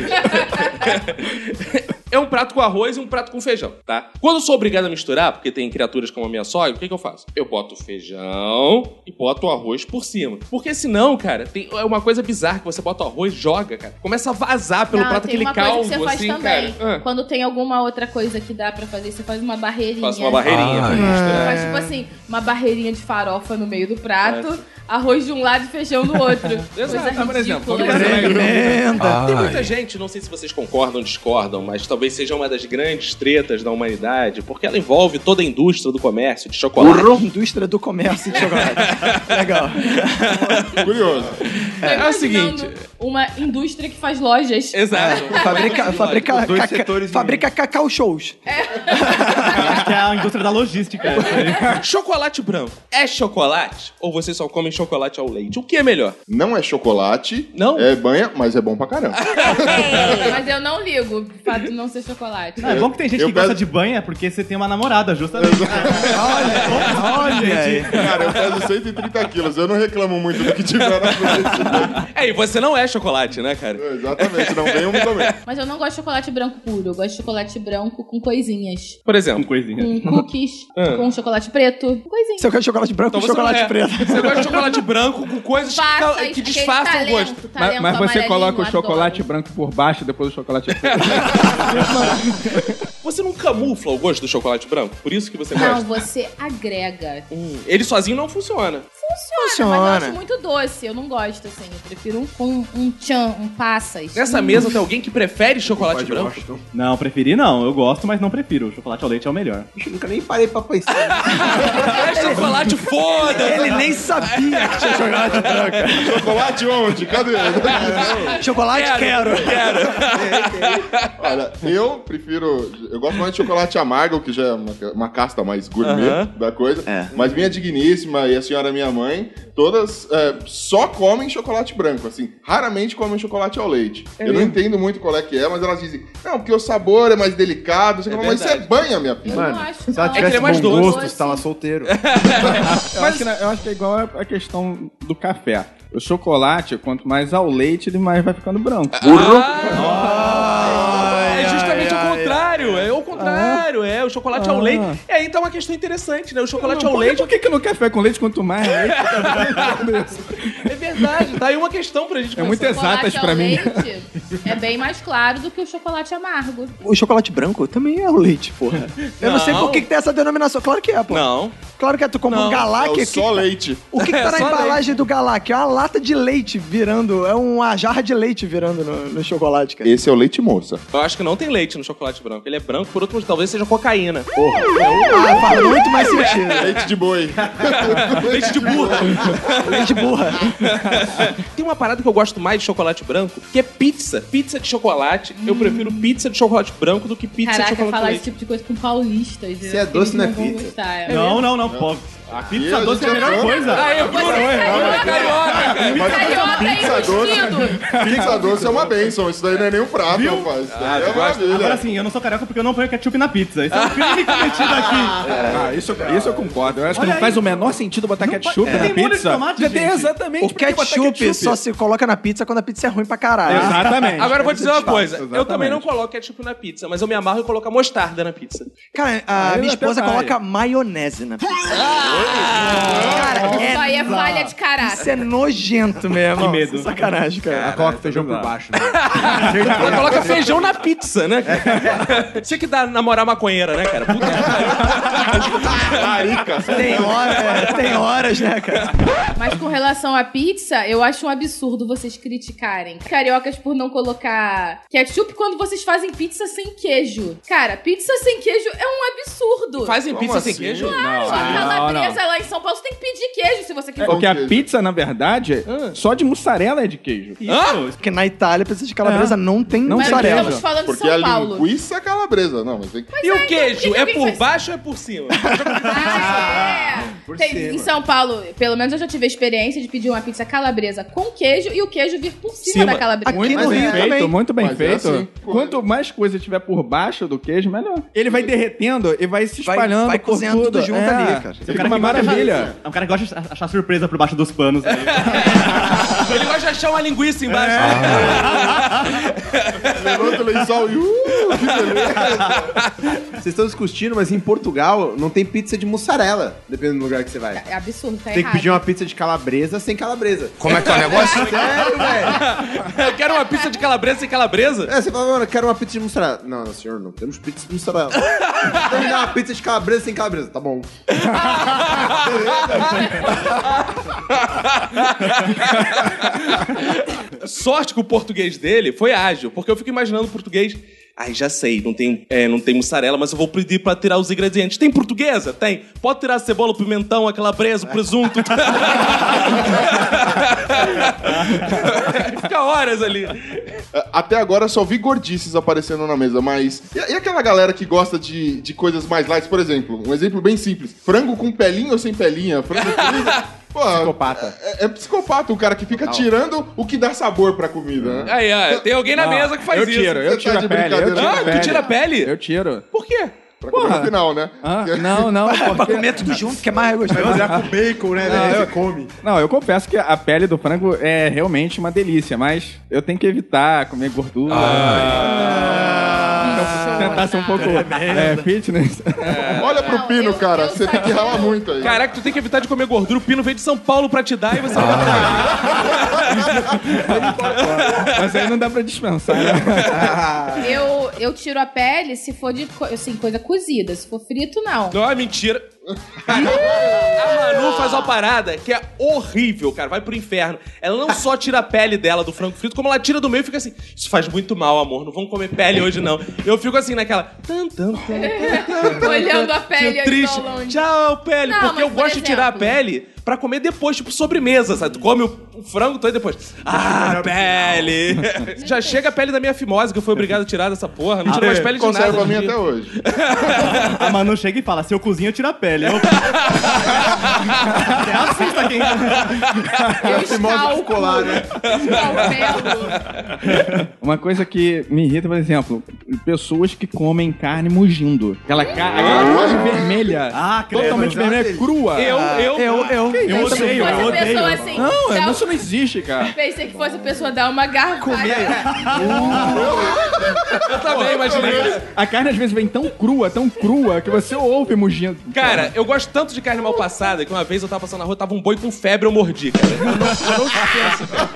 Speaker 1: É um prato com arroz e um prato com feijão, tá? Quando eu sou obrigado a misturar, porque tem criaturas como a minha sogra, o que, que eu faço? Eu boto feijão e boto o arroz por cima. Porque senão, cara, tem, é uma coisa bizarra que você bota o arroz, joga, cara. Começa a vazar pelo
Speaker 3: Não,
Speaker 1: prato
Speaker 3: tem
Speaker 1: aquele
Speaker 3: uma
Speaker 1: caldo,
Speaker 3: coisa que você faz
Speaker 1: assim,
Speaker 3: também.
Speaker 1: cara. Ah,
Speaker 3: Quando tem alguma outra coisa que dá pra fazer, você faz uma barreirinha.
Speaker 1: faço uma barreirinha é. pra misturar.
Speaker 3: Faz tipo assim, uma barreirinha de farofa no meio do prato,
Speaker 1: É.
Speaker 3: arroz de um lado e feijão do outro. coisa
Speaker 1: tá,
Speaker 4: Ah, por exemplo,
Speaker 3: ridícula.
Speaker 4: quando você vai-
Speaker 1: Tem muita gente, não sei se vocês concordam ou discordam, mas talvez seja uma das grandes tretas da humanidade, porque ela envolve toda a indústria do comércio, de chocolate.
Speaker 2: Indústria do comércio de chocolate. Legal.
Speaker 7: Curioso.
Speaker 1: É, é o
Speaker 3: Imaginando
Speaker 1: seguinte.
Speaker 3: Uma indústria que faz lojas.
Speaker 1: Exato.
Speaker 2: Fabrica, fabrica,
Speaker 6: Os dois
Speaker 2: caca-
Speaker 6: setores
Speaker 2: fabrica cacau shows.
Speaker 1: É.
Speaker 5: Acho que é a indústria da logística.
Speaker 1: Chocolate branco é chocolate? Ou vocês só comem chocolate ao leite? O que é melhor?
Speaker 7: Não é chocolate.
Speaker 1: Não?
Speaker 7: É banha, mas é bom pra caramba.
Speaker 3: É, Mas eu não ligo o fato de não ser chocolate.
Speaker 5: Ah, é bom que tem gente
Speaker 7: Eu
Speaker 5: que gosta
Speaker 7: peço-
Speaker 5: de banha porque você tem uma namorada, justamente. olha, gente.
Speaker 7: Cara, eu peso 130 quilos. Eu não reclamo muito do que tiver na frente.
Speaker 1: É, e você não é chocolate, né, cara?
Speaker 7: Exatamente, não venham me comer.
Speaker 3: Mas eu não gosto de chocolate branco puro, eu gosto de chocolate branco com coisinhas.
Speaker 1: Por
Speaker 4: Uma
Speaker 1: exemplo.
Speaker 4: coisinha.
Speaker 3: Com cookies, com chocolate preto, com coisinhas.
Speaker 2: Você gosta de chocolate branco
Speaker 1: então você
Speaker 2: ou
Speaker 1: não
Speaker 2: chocolate
Speaker 1: é.
Speaker 2: preto?
Speaker 1: Você gosta de chocolate branco com coisas que,
Speaker 3: Disfarça
Speaker 1: cal- que
Speaker 3: aquele
Speaker 1: disfarçam
Speaker 3: talento,
Speaker 1: o gosto.
Speaker 4: Mas,
Speaker 3: talento
Speaker 4: mas você
Speaker 3: amarelinho,
Speaker 4: coloca o
Speaker 3: adoro.
Speaker 4: chocolate branco por baixo depois o chocolate é preto.
Speaker 1: Você não camufla o gosto do chocolate branco? Por isso que você gosta?
Speaker 3: Não, você agrega.
Speaker 1: Hum, Ele sozinho não funciona.
Speaker 3: Funciona, mas eu acho muito doce. Eu não gosto, assim. Eu prefiro um com um tchan, um passas.
Speaker 1: Nessa
Speaker 3: Hum.
Speaker 1: mesa tem alguém que prefere chocolate
Speaker 6: Faz
Speaker 1: branco?
Speaker 6: Washington.
Speaker 5: Não, preferi não. Eu gosto, mas não prefiro. O chocolate ao leite é o melhor.
Speaker 6: Puxa, nunca nem parei pra pensar.
Speaker 1: É chocolate, foda!
Speaker 2: Ele nem sabia que tinha chocolate branco.
Speaker 7: Chocolate onde? Cadê?
Speaker 2: Chocolate quero.
Speaker 7: Olha, eu prefiro. Eu gosto mais de chocolate amargo, que já é uma, uma casta mais gourmet
Speaker 1: Aham.
Speaker 7: da coisa.
Speaker 2: É.
Speaker 7: Mas minha digníssima e a senhora minha mãe, todas é, só comem chocolate branco, assim. Raramente comem chocolate ao leite. eu não entendo muito qual é que é, mas elas dizem, não, porque o sabor é mais delicado. Você fala, mas isso é banha, minha filha.
Speaker 3: Eu
Speaker 6: Mano,
Speaker 3: não acho.
Speaker 6: Se ela
Speaker 3: não.
Speaker 1: que ele
Speaker 6: tivesse
Speaker 1: é mais
Speaker 6: bom
Speaker 1: doce.
Speaker 6: gosto, estava solteiro.
Speaker 4: Eu, acho que, na- eu acho que é igual a a questão do café. O chocolate, quanto mais ao leite, ele mais vai ficando branco.
Speaker 1: é justamente o contrário, é o contrário, é o chocolate
Speaker 2: Ah.
Speaker 1: ao leite. É aí tá uma questão interessante, né? O chocolate ao leite
Speaker 4: Por que, que no café com leite, quanto mais leite,
Speaker 1: é verdade, tá aí uma questão pra gente
Speaker 4: É muito
Speaker 1: pensar.
Speaker 4: exatas
Speaker 3: Chocolate
Speaker 4: pra
Speaker 3: ao
Speaker 4: mim.
Speaker 3: leite é bem mais claro do que o chocolate amargo.
Speaker 2: O chocolate branco também é o leite, porra. Eu não, sei
Speaker 1: Não.
Speaker 2: por que, que tem essa denominação. Claro que é, pô.
Speaker 1: Não.
Speaker 2: Claro que é. Tu compra
Speaker 1: Não,
Speaker 2: um
Speaker 7: É
Speaker 2: galac.
Speaker 7: o
Speaker 2: que-
Speaker 7: só leite.
Speaker 2: O que, que
Speaker 1: É,
Speaker 2: tá na
Speaker 1: só
Speaker 2: embalagem do galac? É uma lata de leite virando. É uma jarra de leite virando no, no chocolate, cara.
Speaker 7: Esse é o leite moça.
Speaker 1: Eu acho que não tem leite no chocolate branco. Ele é branco, por outro motivo, talvez seja cocaína.
Speaker 2: Ah, faz muito
Speaker 3: É.
Speaker 2: mais sentido.
Speaker 7: Leite de boi.
Speaker 1: leite de burra.
Speaker 2: Leite burra.
Speaker 1: Tem uma parada que eu gosto mais de chocolate branco, que é pizza. Pizza de chocolate. Eu prefiro pizza de chocolate branco do que pizza de
Speaker 3: Caraca,
Speaker 1: chocolate
Speaker 3: falar
Speaker 1: leite.
Speaker 3: esse tipo de coisa com paulistas.
Speaker 6: Se é doce, não é pizza.
Speaker 5: Não, não, não. Pô, a pizza
Speaker 7: a
Speaker 5: doce é a
Speaker 7: gente é
Speaker 5: melhor
Speaker 7: fã.
Speaker 5: coisa.
Speaker 1: Aí, Bruno, é carioca, cara.
Speaker 7: Mas
Speaker 3: Carioca é
Speaker 7: pizza doce,
Speaker 3: investido.
Speaker 7: pizza doce é uma bênção. Isso daí não é nem um prato, rapaz. Isso daí é
Speaker 5: Ah, Agora
Speaker 7: maravilha.
Speaker 5: sim, eu não sou carioca porque eu não ponho ketchup na pizza. Isso é um crime cometido aqui.
Speaker 4: Ah, isso, isso eu concordo. Eu acho
Speaker 5: Olha
Speaker 4: que não
Speaker 5: aí.
Speaker 4: faz o menor sentido botar ketchup
Speaker 5: Tem
Speaker 4: na
Speaker 5: molho de
Speaker 4: pizza.
Speaker 5: tomate,
Speaker 4: Já tem
Speaker 5: gente.
Speaker 4: exatamente
Speaker 2: O
Speaker 4: por
Speaker 1: é
Speaker 4: que botar
Speaker 2: ketchup só se coloca na pizza quando a pizza é ruim pra caralho.
Speaker 4: Exatamente.
Speaker 1: Agora eu vou dizer uma coisa. Eu
Speaker 4: Exatamente.
Speaker 1: também não coloco ketchup na pizza, mas eu me amarro e coloco a mostarda na pizza.
Speaker 2: Cara, a
Speaker 4: Aí
Speaker 2: minha
Speaker 4: até
Speaker 2: esposa
Speaker 4: vai.
Speaker 2: coloca maionese na pizza. cara,
Speaker 3: Isso
Speaker 2: é,
Speaker 3: Ah, aí é falha de
Speaker 2: isso
Speaker 3: caráter.
Speaker 2: é nojento mesmo. Que
Speaker 5: medo.
Speaker 2: Sacanagem, cara.
Speaker 6: Coloca feijão por baixo. né?
Speaker 1: Ela coloca feijão na pizza, né? cara? Tinha que dar namorar maconheira, né, cara? Puta que pariu.
Speaker 7: Larica.
Speaker 2: Tem, hora, é, tem horas, né, cara?
Speaker 3: Mas com relação à pizza, eu acho um absurdo vocês criticarem cariocas por não colocar ketchup quando vocês fazem pizza sem queijo. Cara, pizza sem queijo é um absurdo.
Speaker 1: Fazem
Speaker 7: Como
Speaker 1: pizza sem
Speaker 7: assim?
Speaker 1: queijo?
Speaker 3: Claro, a
Speaker 4: Ah, não,
Speaker 2: é
Speaker 3: calabresa lá em São Paulo, você tem que pedir de queijo, se você quiser.
Speaker 7: Pão
Speaker 4: Porque a
Speaker 7: queijo.
Speaker 4: pizza, na verdade, é
Speaker 2: Ah.
Speaker 4: só de mussarela é de queijo.
Speaker 5: Isso.
Speaker 2: Porque na Itália, pizza de calabresa não tem
Speaker 4: Não
Speaker 3: Mas
Speaker 4: tem
Speaker 2: mussarela.
Speaker 3: estamos falando de
Speaker 7: Porque
Speaker 3: São
Speaker 7: a
Speaker 3: Paulo.
Speaker 7: linguiça é calabresa. Não, mas tem que.
Speaker 1: E o queijo?
Speaker 3: então, que
Speaker 1: É
Speaker 3: alguém
Speaker 1: por
Speaker 3: faz-
Speaker 1: baixo ou é por cima?
Speaker 3: Ah, é. Tem- em São Paulo, pelo menos eu já tive a experiência de pedir uma pizza calabresa com queijo e o queijo vir por cima,
Speaker 1: Cima.
Speaker 3: da calabresa.
Speaker 2: Aqui no
Speaker 4: bem
Speaker 2: Rio
Speaker 4: feito,
Speaker 2: também.
Speaker 4: muito bem
Speaker 7: Mas é
Speaker 4: feito.
Speaker 7: assim.
Speaker 4: Quanto mais coisa tiver por baixo do queijo, melhor. Ele vai derretendo e vai se espalhando
Speaker 2: vai
Speaker 4: por
Speaker 2: cozinhando tudo junto ali, cara.
Speaker 4: Fica uma maravilha.
Speaker 5: É um cara que gosta de achar surpresa por baixo dos panos. né? Aí.
Speaker 6: É.
Speaker 1: Ele gosta de achar uma linguiça embaixo.
Speaker 8: Ah,
Speaker 7: Levanta o lençol e. Uh, que beleza.
Speaker 6: Vocês estão discutindo, mas em Portugal não tem pizza de mussarela, dependendo do lugar que você vai.
Speaker 3: É absurdo, tá
Speaker 6: Tem que
Speaker 3: errado.
Speaker 6: pedir uma pizza de calabresa sem calabresa.
Speaker 8: Como é que é o negócio?
Speaker 6: Sério, velho?
Speaker 1: Eu quero uma pizza de calabresa sem calabresa.
Speaker 6: É, você fala, mano, eu quero uma pizza de mussarela. Não, não, senhor, não temos pizza de mussarela. Então me dá uma pizza de calabresa sem calabresa. Tá bom.
Speaker 1: Sorte que o português dele foi ágil, porque eu fico imaginando o português. Ai, já sei, não tem, é, não tem mussarela, mas eu vou pedir pra tirar os ingredientes. Tem portuguesa? Tem. Pode tirar a cebola, o pimentão, a calabresa, o presunto. Fica horas ali.
Speaker 7: É, Até agora só vi gordices aparecendo na mesa, mas. E, e aquela galera que gosta de, de coisas mais light, por exemplo, um exemplo bem simples: frango com pelinha ou sem pelinha? Frango com. Pô,
Speaker 4: Psicopata.
Speaker 7: É, é psicopata o cara que fica tirando o que dá sabor pra comida,
Speaker 5: É.
Speaker 7: né?
Speaker 1: Aí, ó, tem alguém na
Speaker 4: Não,
Speaker 1: mesa que faz
Speaker 4: eu
Speaker 1: isso.
Speaker 4: Tiro, eu
Speaker 7: Você
Speaker 4: tiro
Speaker 7: tá
Speaker 4: a
Speaker 7: de
Speaker 4: pele, eu
Speaker 7: brincadeira.
Speaker 4: tiro
Speaker 1: Ah,
Speaker 4: a pele.
Speaker 1: tu tira a pele?
Speaker 4: Eu tiro.
Speaker 1: Por quê?
Speaker 7: Pra comer no final, né?
Speaker 4: Ah, não, não.
Speaker 1: tá.
Speaker 2: Pra comer tudo junto, que é mais gostoso.
Speaker 6: Tirar com bacon, né?
Speaker 4: velho?
Speaker 6: Você come.
Speaker 4: Não, eu confesso que a pele do frango é realmente uma delícia, mas eu tenho que evitar comer gordura.
Speaker 1: Ah.
Speaker 4: Então, Tentar ser um pouco é, fitness.
Speaker 7: Olha pro
Speaker 3: Não,
Speaker 7: pino,
Speaker 3: eu-
Speaker 7: cara.
Speaker 3: eu
Speaker 7: Você tem que
Speaker 3: sabia.
Speaker 7: ralar muito aí.
Speaker 1: Caraca, tu tem que evitar de comer gordura. O Pino veio de São Paulo pra te dar e você não vai pra lá.
Speaker 4: Mas aí não dá pra dispensar, né?
Speaker 6: Ah.
Speaker 3: Eu, eu tiro a pele se for de co- assim, coisa cozida. Se for frito, não.
Speaker 1: Não, é mentira. a Manu faz uma parada que é horrível, cara. Vai pro inferno. Ela não só tira a pele dela do frango frito, como ela tira do meio e fica assim: Isso faz muito mal, amor. Não vamos comer pele hoje, não. Eu fico assim naquela. Tan, tan, tan,
Speaker 3: Olhando a
Speaker 1: Tio
Speaker 3: pele aí
Speaker 1: triste.
Speaker 3: tão longe.
Speaker 1: Tchau, pele.
Speaker 3: Não,
Speaker 1: porque
Speaker 3: mas,
Speaker 1: eu
Speaker 3: por
Speaker 1: gosto de tirar a
Speaker 3: exemplo-
Speaker 1: pele pra comer depois, tipo sobremesa, sabe? Tu come o, o frango todo e depois. Ah, pele. Já chega a pele da minha fimose que eu fui obrigado a tirar dessa porra. Não tira mais pele de
Speaker 7: Conserva
Speaker 1: nada.
Speaker 7: a minha até hoje.
Speaker 5: A Manu chega e fala: se eu cozinho, eu tiro a pele. Eu... Até assusta
Speaker 6: Tá
Speaker 5: quem.
Speaker 3: Eu escalco.
Speaker 6: colar, né?
Speaker 3: Escalpelo.
Speaker 4: Uma coisa que me irrita, por exemplo, pessoas que comem carne mugindo. Aquela, ca...
Speaker 1: Ah!
Speaker 4: aquela carne vermelha.
Speaker 5: Ah, credo.
Speaker 4: totalmente
Speaker 5: Exato.
Speaker 4: vermelha, crua.
Speaker 1: Eu, Ah, eu,
Speaker 2: Eu, eu.
Speaker 5: Eu
Speaker 3: Se
Speaker 5: odeio,
Speaker 3: fosse
Speaker 5: eu
Speaker 3: a
Speaker 5: odeio.
Speaker 3: pessoa assim.
Speaker 4: Não, é,
Speaker 3: dar-
Speaker 4: isso não existe, cara.
Speaker 3: Pensei que fosse a pessoa dar uma garfada.
Speaker 1: eu também imaginei.
Speaker 4: A carne às vezes vem tão crua, tão crua, que você ouve mugindo.
Speaker 1: Cara, eu gosto tanto de carne mal passada que uma vez eu tava passando na rua, tava um boi com febre, eu mordi, cara. Eu não, eu não dispenso, cara.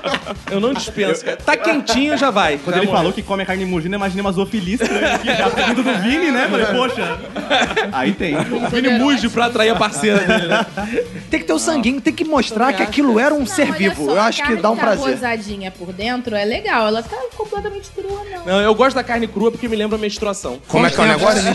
Speaker 1: Eu não dispenso, cara. Tá quentinho, já vai.
Speaker 5: Quando ele falou que come a carne mugina, eu imaginei uma zoofilia estranha aqui, já pedindo do Vini, né? Falei, poxa. Aí tem.
Speaker 1: Vini muge pra atrair a parceira dele, né?
Speaker 2: Tem que ter o sanguinho, tem que mostrar que aquilo era um ser
Speaker 3: olha
Speaker 2: vivo.
Speaker 3: só,
Speaker 2: eu
Speaker 3: a
Speaker 2: acho que
Speaker 3: carne
Speaker 2: dá um
Speaker 3: tá
Speaker 2: prazer.
Speaker 3: rosadinha por dentro é legal. Ela tá completamente crua, não.
Speaker 1: Não, eu gosto da carne crua porque me lembra a menstruação.
Speaker 8: Como é que é o negócio?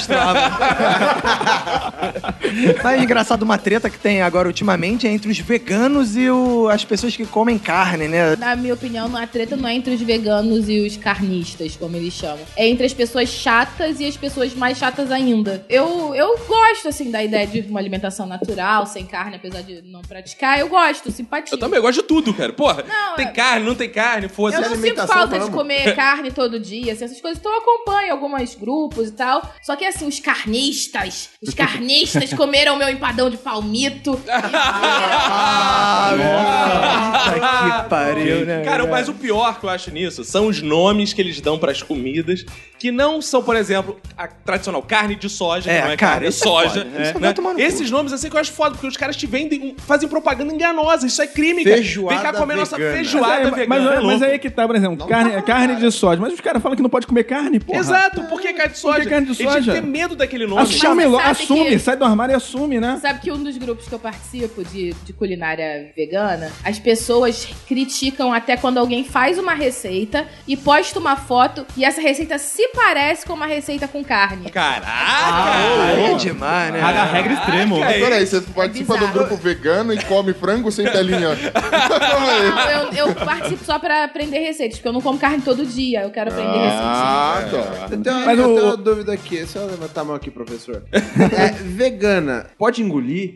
Speaker 2: Mas é engraçado uma treta que tem agora ultimamente é entre os veganos e o- as pessoas que comem carne, né?
Speaker 3: Na minha opinião, a treta não é entre os veganos e os carnistas, como eles chamam. É entre as pessoas chatas e as pessoas mais chatas ainda. Eu, eu gosto, assim, da ideia de uma alimentação natural, sem carne, apesar de não praticar. Eu gosto, simpatia.
Speaker 1: Eu também gosto de tudo, cara. Porra,
Speaker 3: Não,
Speaker 1: tem
Speaker 3: é-
Speaker 1: carne, não tem carne, foda-se.
Speaker 3: Eu não sinto
Speaker 6: alimentação,
Speaker 3: falta de
Speaker 6: vamos.
Speaker 3: comer carne todo dia, assim, essas coisas. Então eu acompanho alguns grupos e tal. Só que assim, os carnistas, os carnistas comeram meu empadão de palmito.
Speaker 2: Nossa, que pariu, né?
Speaker 1: Cara, mas o pior que eu acho nisso são os nomes que eles dão pras comidas, que não são, por exemplo, a tradicional carne de soja,
Speaker 2: É,
Speaker 1: que não é
Speaker 2: cara,
Speaker 1: carne, é
Speaker 2: isso é
Speaker 1: soja.
Speaker 2: foda. Isso
Speaker 1: né?
Speaker 2: vai tomar no cu.
Speaker 1: Esses nomes assim que eu acho foda, porque os caras te vendem, um, fazem propaganda enganosa, isso é crime, cara. Vem cá
Speaker 6: Feijoada
Speaker 1: comer nossa
Speaker 6: vegana.
Speaker 4: Mas,
Speaker 1: feijoada
Speaker 4: aí- mas,
Speaker 1: vegana. é
Speaker 4: aí- mas aí que tá, por exemplo, carne, carne de soja. Mas os caras falam que não pode comer carne, porra.
Speaker 1: Exato, por que carne de soja?
Speaker 4: que carne de
Speaker 1: Eles
Speaker 4: soja?
Speaker 1: têm que ter medo daquele nome.
Speaker 4: Assume,
Speaker 3: Mas
Speaker 4: lo-
Speaker 3: sabe
Speaker 4: assume,
Speaker 3: que-
Speaker 4: sai do armário e assume, né?
Speaker 3: Sabe que um dos grupos que eu participo de, de culinária vegana, as pessoas criticam até quando alguém faz uma receita e posta uma foto e essa receita se parece com uma receita com carne.
Speaker 1: Caraca!
Speaker 2: Aí é demais, né?
Speaker 4: Ah,
Speaker 5: Caga regra extremo.
Speaker 1: É
Speaker 7: Peraí, você participa
Speaker 3: bizarro.
Speaker 7: do grupo vegano e come frango sem telinha. Então é
Speaker 3: Não, eu, Então, eu participo só pra aprender receitas, porque eu não como carne todo dia, eu quero aprender receitas.
Speaker 7: ah, tá.
Speaker 6: Eu tenho, uma-
Speaker 4: Mas
Speaker 6: eu
Speaker 4: o-
Speaker 6: tenho uma dúvida aqui, só levantar a mão aqui, professor. É, vegana, pode engolir?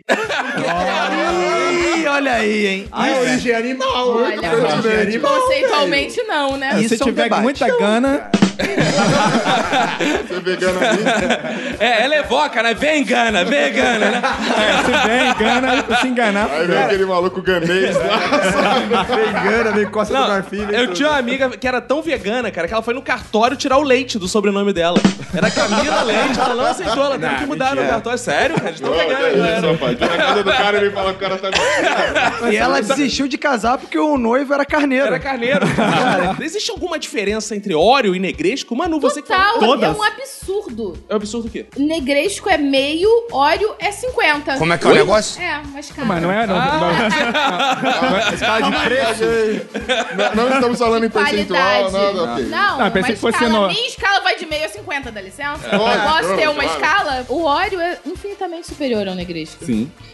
Speaker 2: Ih, olha aí, hein?
Speaker 6: é origem animal.
Speaker 3: Olha, conceitualmente não, né?
Speaker 4: Se
Speaker 2: Isso é um
Speaker 4: tiver
Speaker 2: debate.
Speaker 4: muita gana,
Speaker 7: Você é vegano ali?
Speaker 1: É, ela evoca, né? Vengana, vegana, né?
Speaker 4: se vem gana, se enganar.
Speaker 7: Aí vem aquele maluco ganês lá.
Speaker 6: Vegana, vem costa do
Speaker 1: Não,
Speaker 6: marfim. vem
Speaker 1: eu
Speaker 6: tudo.
Speaker 1: tinha uma amiga que era tão vegana, cara, que ela foi no cartório tirar o leite do sobrenome dela. Era Camila Leite, ela não aceitou, ela teve que mudar no cartório. Sério, cara, de tão
Speaker 7: Olha
Speaker 1: vegana
Speaker 7: aí,
Speaker 1: ela era.
Speaker 7: rapaz. Tá na casa do cara e vem falar que o cara tá mentindo.
Speaker 2: E ela desistiu de casar Tá, porque o noivo era carneiro.
Speaker 1: Era carneiro. Cara, existe alguma diferença entre óleo e negresco? Manu, você que
Speaker 3: Total,
Speaker 1: falou-
Speaker 3: é
Speaker 5: Todas.
Speaker 3: um absurdo.
Speaker 1: É um absurdo o quê?
Speaker 3: Negresco é meio, óleo é 50.
Speaker 8: Como é que é o negócio?
Speaker 3: É, mas cara.
Speaker 4: Mas não é, não.
Speaker 1: Ah.
Speaker 7: Não, não estamos falando em percentual,
Speaker 3: Qualidade.
Speaker 7: nada. ok.
Speaker 3: Não,
Speaker 4: Ah, pensei
Speaker 3: uma
Speaker 4: que fosse
Speaker 3: escala,
Speaker 4: no-
Speaker 3: minha escala vai de meio a 50, dá licença? Eu
Speaker 7: Olha,
Speaker 3: posso ter uma
Speaker 7: claro.
Speaker 3: escala? O óleo é infinitamente superior ao negresco.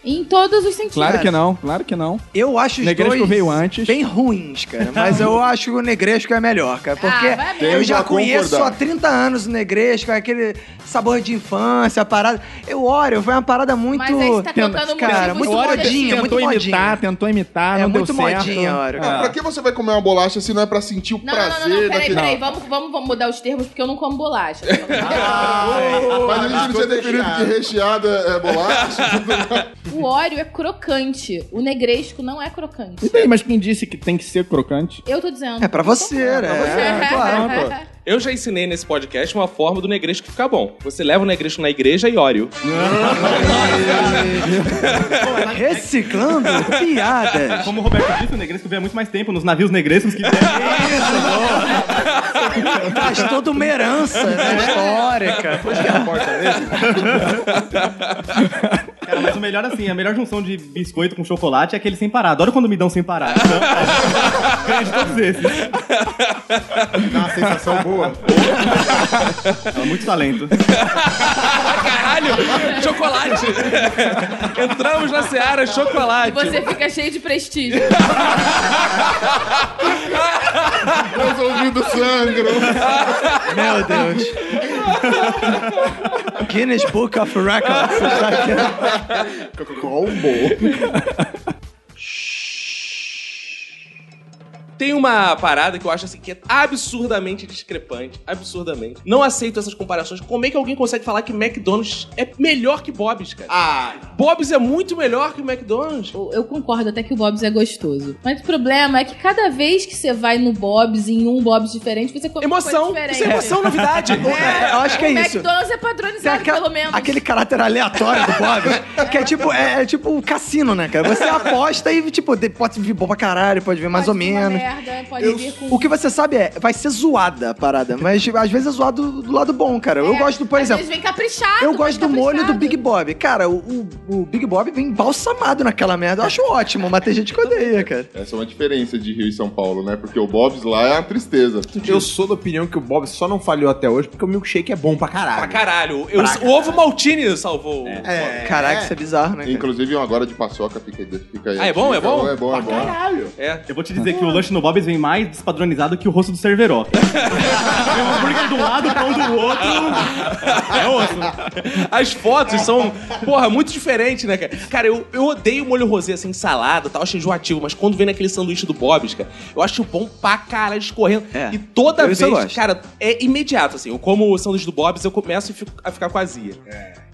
Speaker 3: Em todos os sentidos.
Speaker 4: Claro que não, claro que não.
Speaker 2: Eu acho os
Speaker 4: Negresco
Speaker 2: dois
Speaker 4: veio antes.
Speaker 2: bem ruins, cara. Mas eu acho que o Negresco é melhor, cara. Porque
Speaker 3: Ah, vai mesmo.
Speaker 2: eu
Speaker 7: Temos
Speaker 2: já
Speaker 7: a
Speaker 2: conheço
Speaker 7: concordar.
Speaker 2: há 30 anos o Negresco, aquele sabor de infância, a parada. Eu óleo, foi uma parada muito.
Speaker 3: Mas aí você tá colocando
Speaker 2: cara,
Speaker 3: muito
Speaker 2: muito
Speaker 3: Oreo
Speaker 2: modinha,
Speaker 4: tentou
Speaker 2: muito
Speaker 4: imitar,
Speaker 2: modinha.
Speaker 4: tentou
Speaker 3: tá
Speaker 4: imitar,
Speaker 2: É
Speaker 4: não
Speaker 2: muito
Speaker 4: deu certo.
Speaker 2: modinha, Oreo,
Speaker 3: Ah.
Speaker 2: cara.
Speaker 7: Ah, Pra que você vai comer uma bolacha se não é pra sentir o
Speaker 3: Não, não, não,
Speaker 7: prazer
Speaker 3: não, não, Ah. peraí,
Speaker 7: daquele...
Speaker 3: peraí, vamos, vamos, vamos mudar os termos, porque eu não como bolacha.
Speaker 7: Mas a gente não tinha definido que recheada é bolacha.
Speaker 3: o óleo é crocante, o negresco não é crocante.
Speaker 4: E daí, mas quem disse que tem que ser crocante?
Speaker 3: Eu tô dizendo.
Speaker 2: É pra você, né? É, claro.
Speaker 1: Eu já ensinei nesse podcast uma forma do negresco ficar bom. Você leva o negresco na igreja e óleo.
Speaker 2: Reciclando piadas.
Speaker 5: Como o Roberto disse, o negresco vivia muito mais tempo nos navios negrescos que
Speaker 2: Traz toda uma herança né, histórica.
Speaker 5: Cara, mas o melhor assim, a melhor junção de biscoito com chocolate é aquele sem parar. Adoro quando me dão sem parar. Então, ganho de todos esses.
Speaker 6: Dá uma sensação boa.
Speaker 5: É muito talento.
Speaker 1: Caralho! Chocolate! Entramos na Seara Chocolate.
Speaker 3: é, Você fica cheio de prestígio.
Speaker 7: Meus ouvidos sangram.
Speaker 2: Meu Deus. Guinness Book of Records.
Speaker 7: Combo.
Speaker 1: Tem uma parada que eu acho assim que é absurdamente discrepante. Absurdamente. Não aceito essas comparações. Como é que alguém consegue falar que McDonald's é melhor que Bob's, cara?
Speaker 7: Ah,
Speaker 1: Bob's é muito melhor que o McDonald's.
Speaker 3: Eu eu concordo até que o Bob's é gostoso. Mas o problema é que cada vez que você vai no Bob's, em um Bob's diferente, você come
Speaker 1: Emoção.
Speaker 3: coisa
Speaker 1: Isso é
Speaker 3: diferente.
Speaker 1: emoção, novidade.
Speaker 2: É, eu acho que é
Speaker 3: o
Speaker 2: isso.
Speaker 3: McDonald's é
Speaker 2: Tem
Speaker 3: padronizado,
Speaker 2: aquela-
Speaker 3: pelo menos.
Speaker 2: Aquele caráter aleatório do Bob, que é tipo, é, é tipo um cassino, né, cara? Você aposta e, tipo, de- pode vir bom pra caralho, pode vir mais
Speaker 3: Pode
Speaker 2: ou
Speaker 3: ser uma
Speaker 2: menos.
Speaker 3: merda, pode vir com...
Speaker 2: né? O que você sabe é, vai ser zoada a parada, mas tipo, às vezes é zoado do lado bom, cara. Eu
Speaker 3: É,
Speaker 2: gosto, por
Speaker 3: às
Speaker 2: exemplo,
Speaker 3: vezes vem caprichado.
Speaker 2: eu
Speaker 3: vem
Speaker 2: gosto do molho do
Speaker 3: caprichado.
Speaker 2: Big Bob. Cara, o, o- o Big Bob vem embalsamado naquela merda. Eu acho ótimo, mas tem gente que odeia, cara.
Speaker 7: Essa é uma diferença de Rio e São Paulo, né? Porque o Bob's lá é uma tristeza.
Speaker 6: Eu sou da opinião que o Bob só não falhou até hoje porque o milkshake é bom pra
Speaker 1: Pra
Speaker 6: caralho.
Speaker 1: caralho. Eu- o ovo maltine salvou.
Speaker 2: Caraca, isso é bizarro, né? cara?
Speaker 7: Inclusive, um agora de paçoca fica, aí- fica aí.
Speaker 1: Ah, é bom? É bom?
Speaker 7: É bom, é bom.
Speaker 1: É.
Speaker 5: Eu vou te dizer que o lanche no Bob's vem mais despadronizado que o rosto do Cerveró. Tem um hambúrguer de um lado, pão do outro. É osso.
Speaker 1: As fotos são, porra, muito diferentes, né, cara? Cara, eu, eu odeio molho rosé, assim, salada, tal, acho enjoativo, mas quando vem naquele sanduíche do Bob's, cara, eu acho bom pra caralho, escorrendo.
Speaker 2: É.
Speaker 1: E toda
Speaker 2: Eu-
Speaker 1: vez,
Speaker 2: isso eu gosto.
Speaker 1: cara, é imediato, assim, eu como o sanduíche do Bob's, eu começo e fico- a ficar com azia.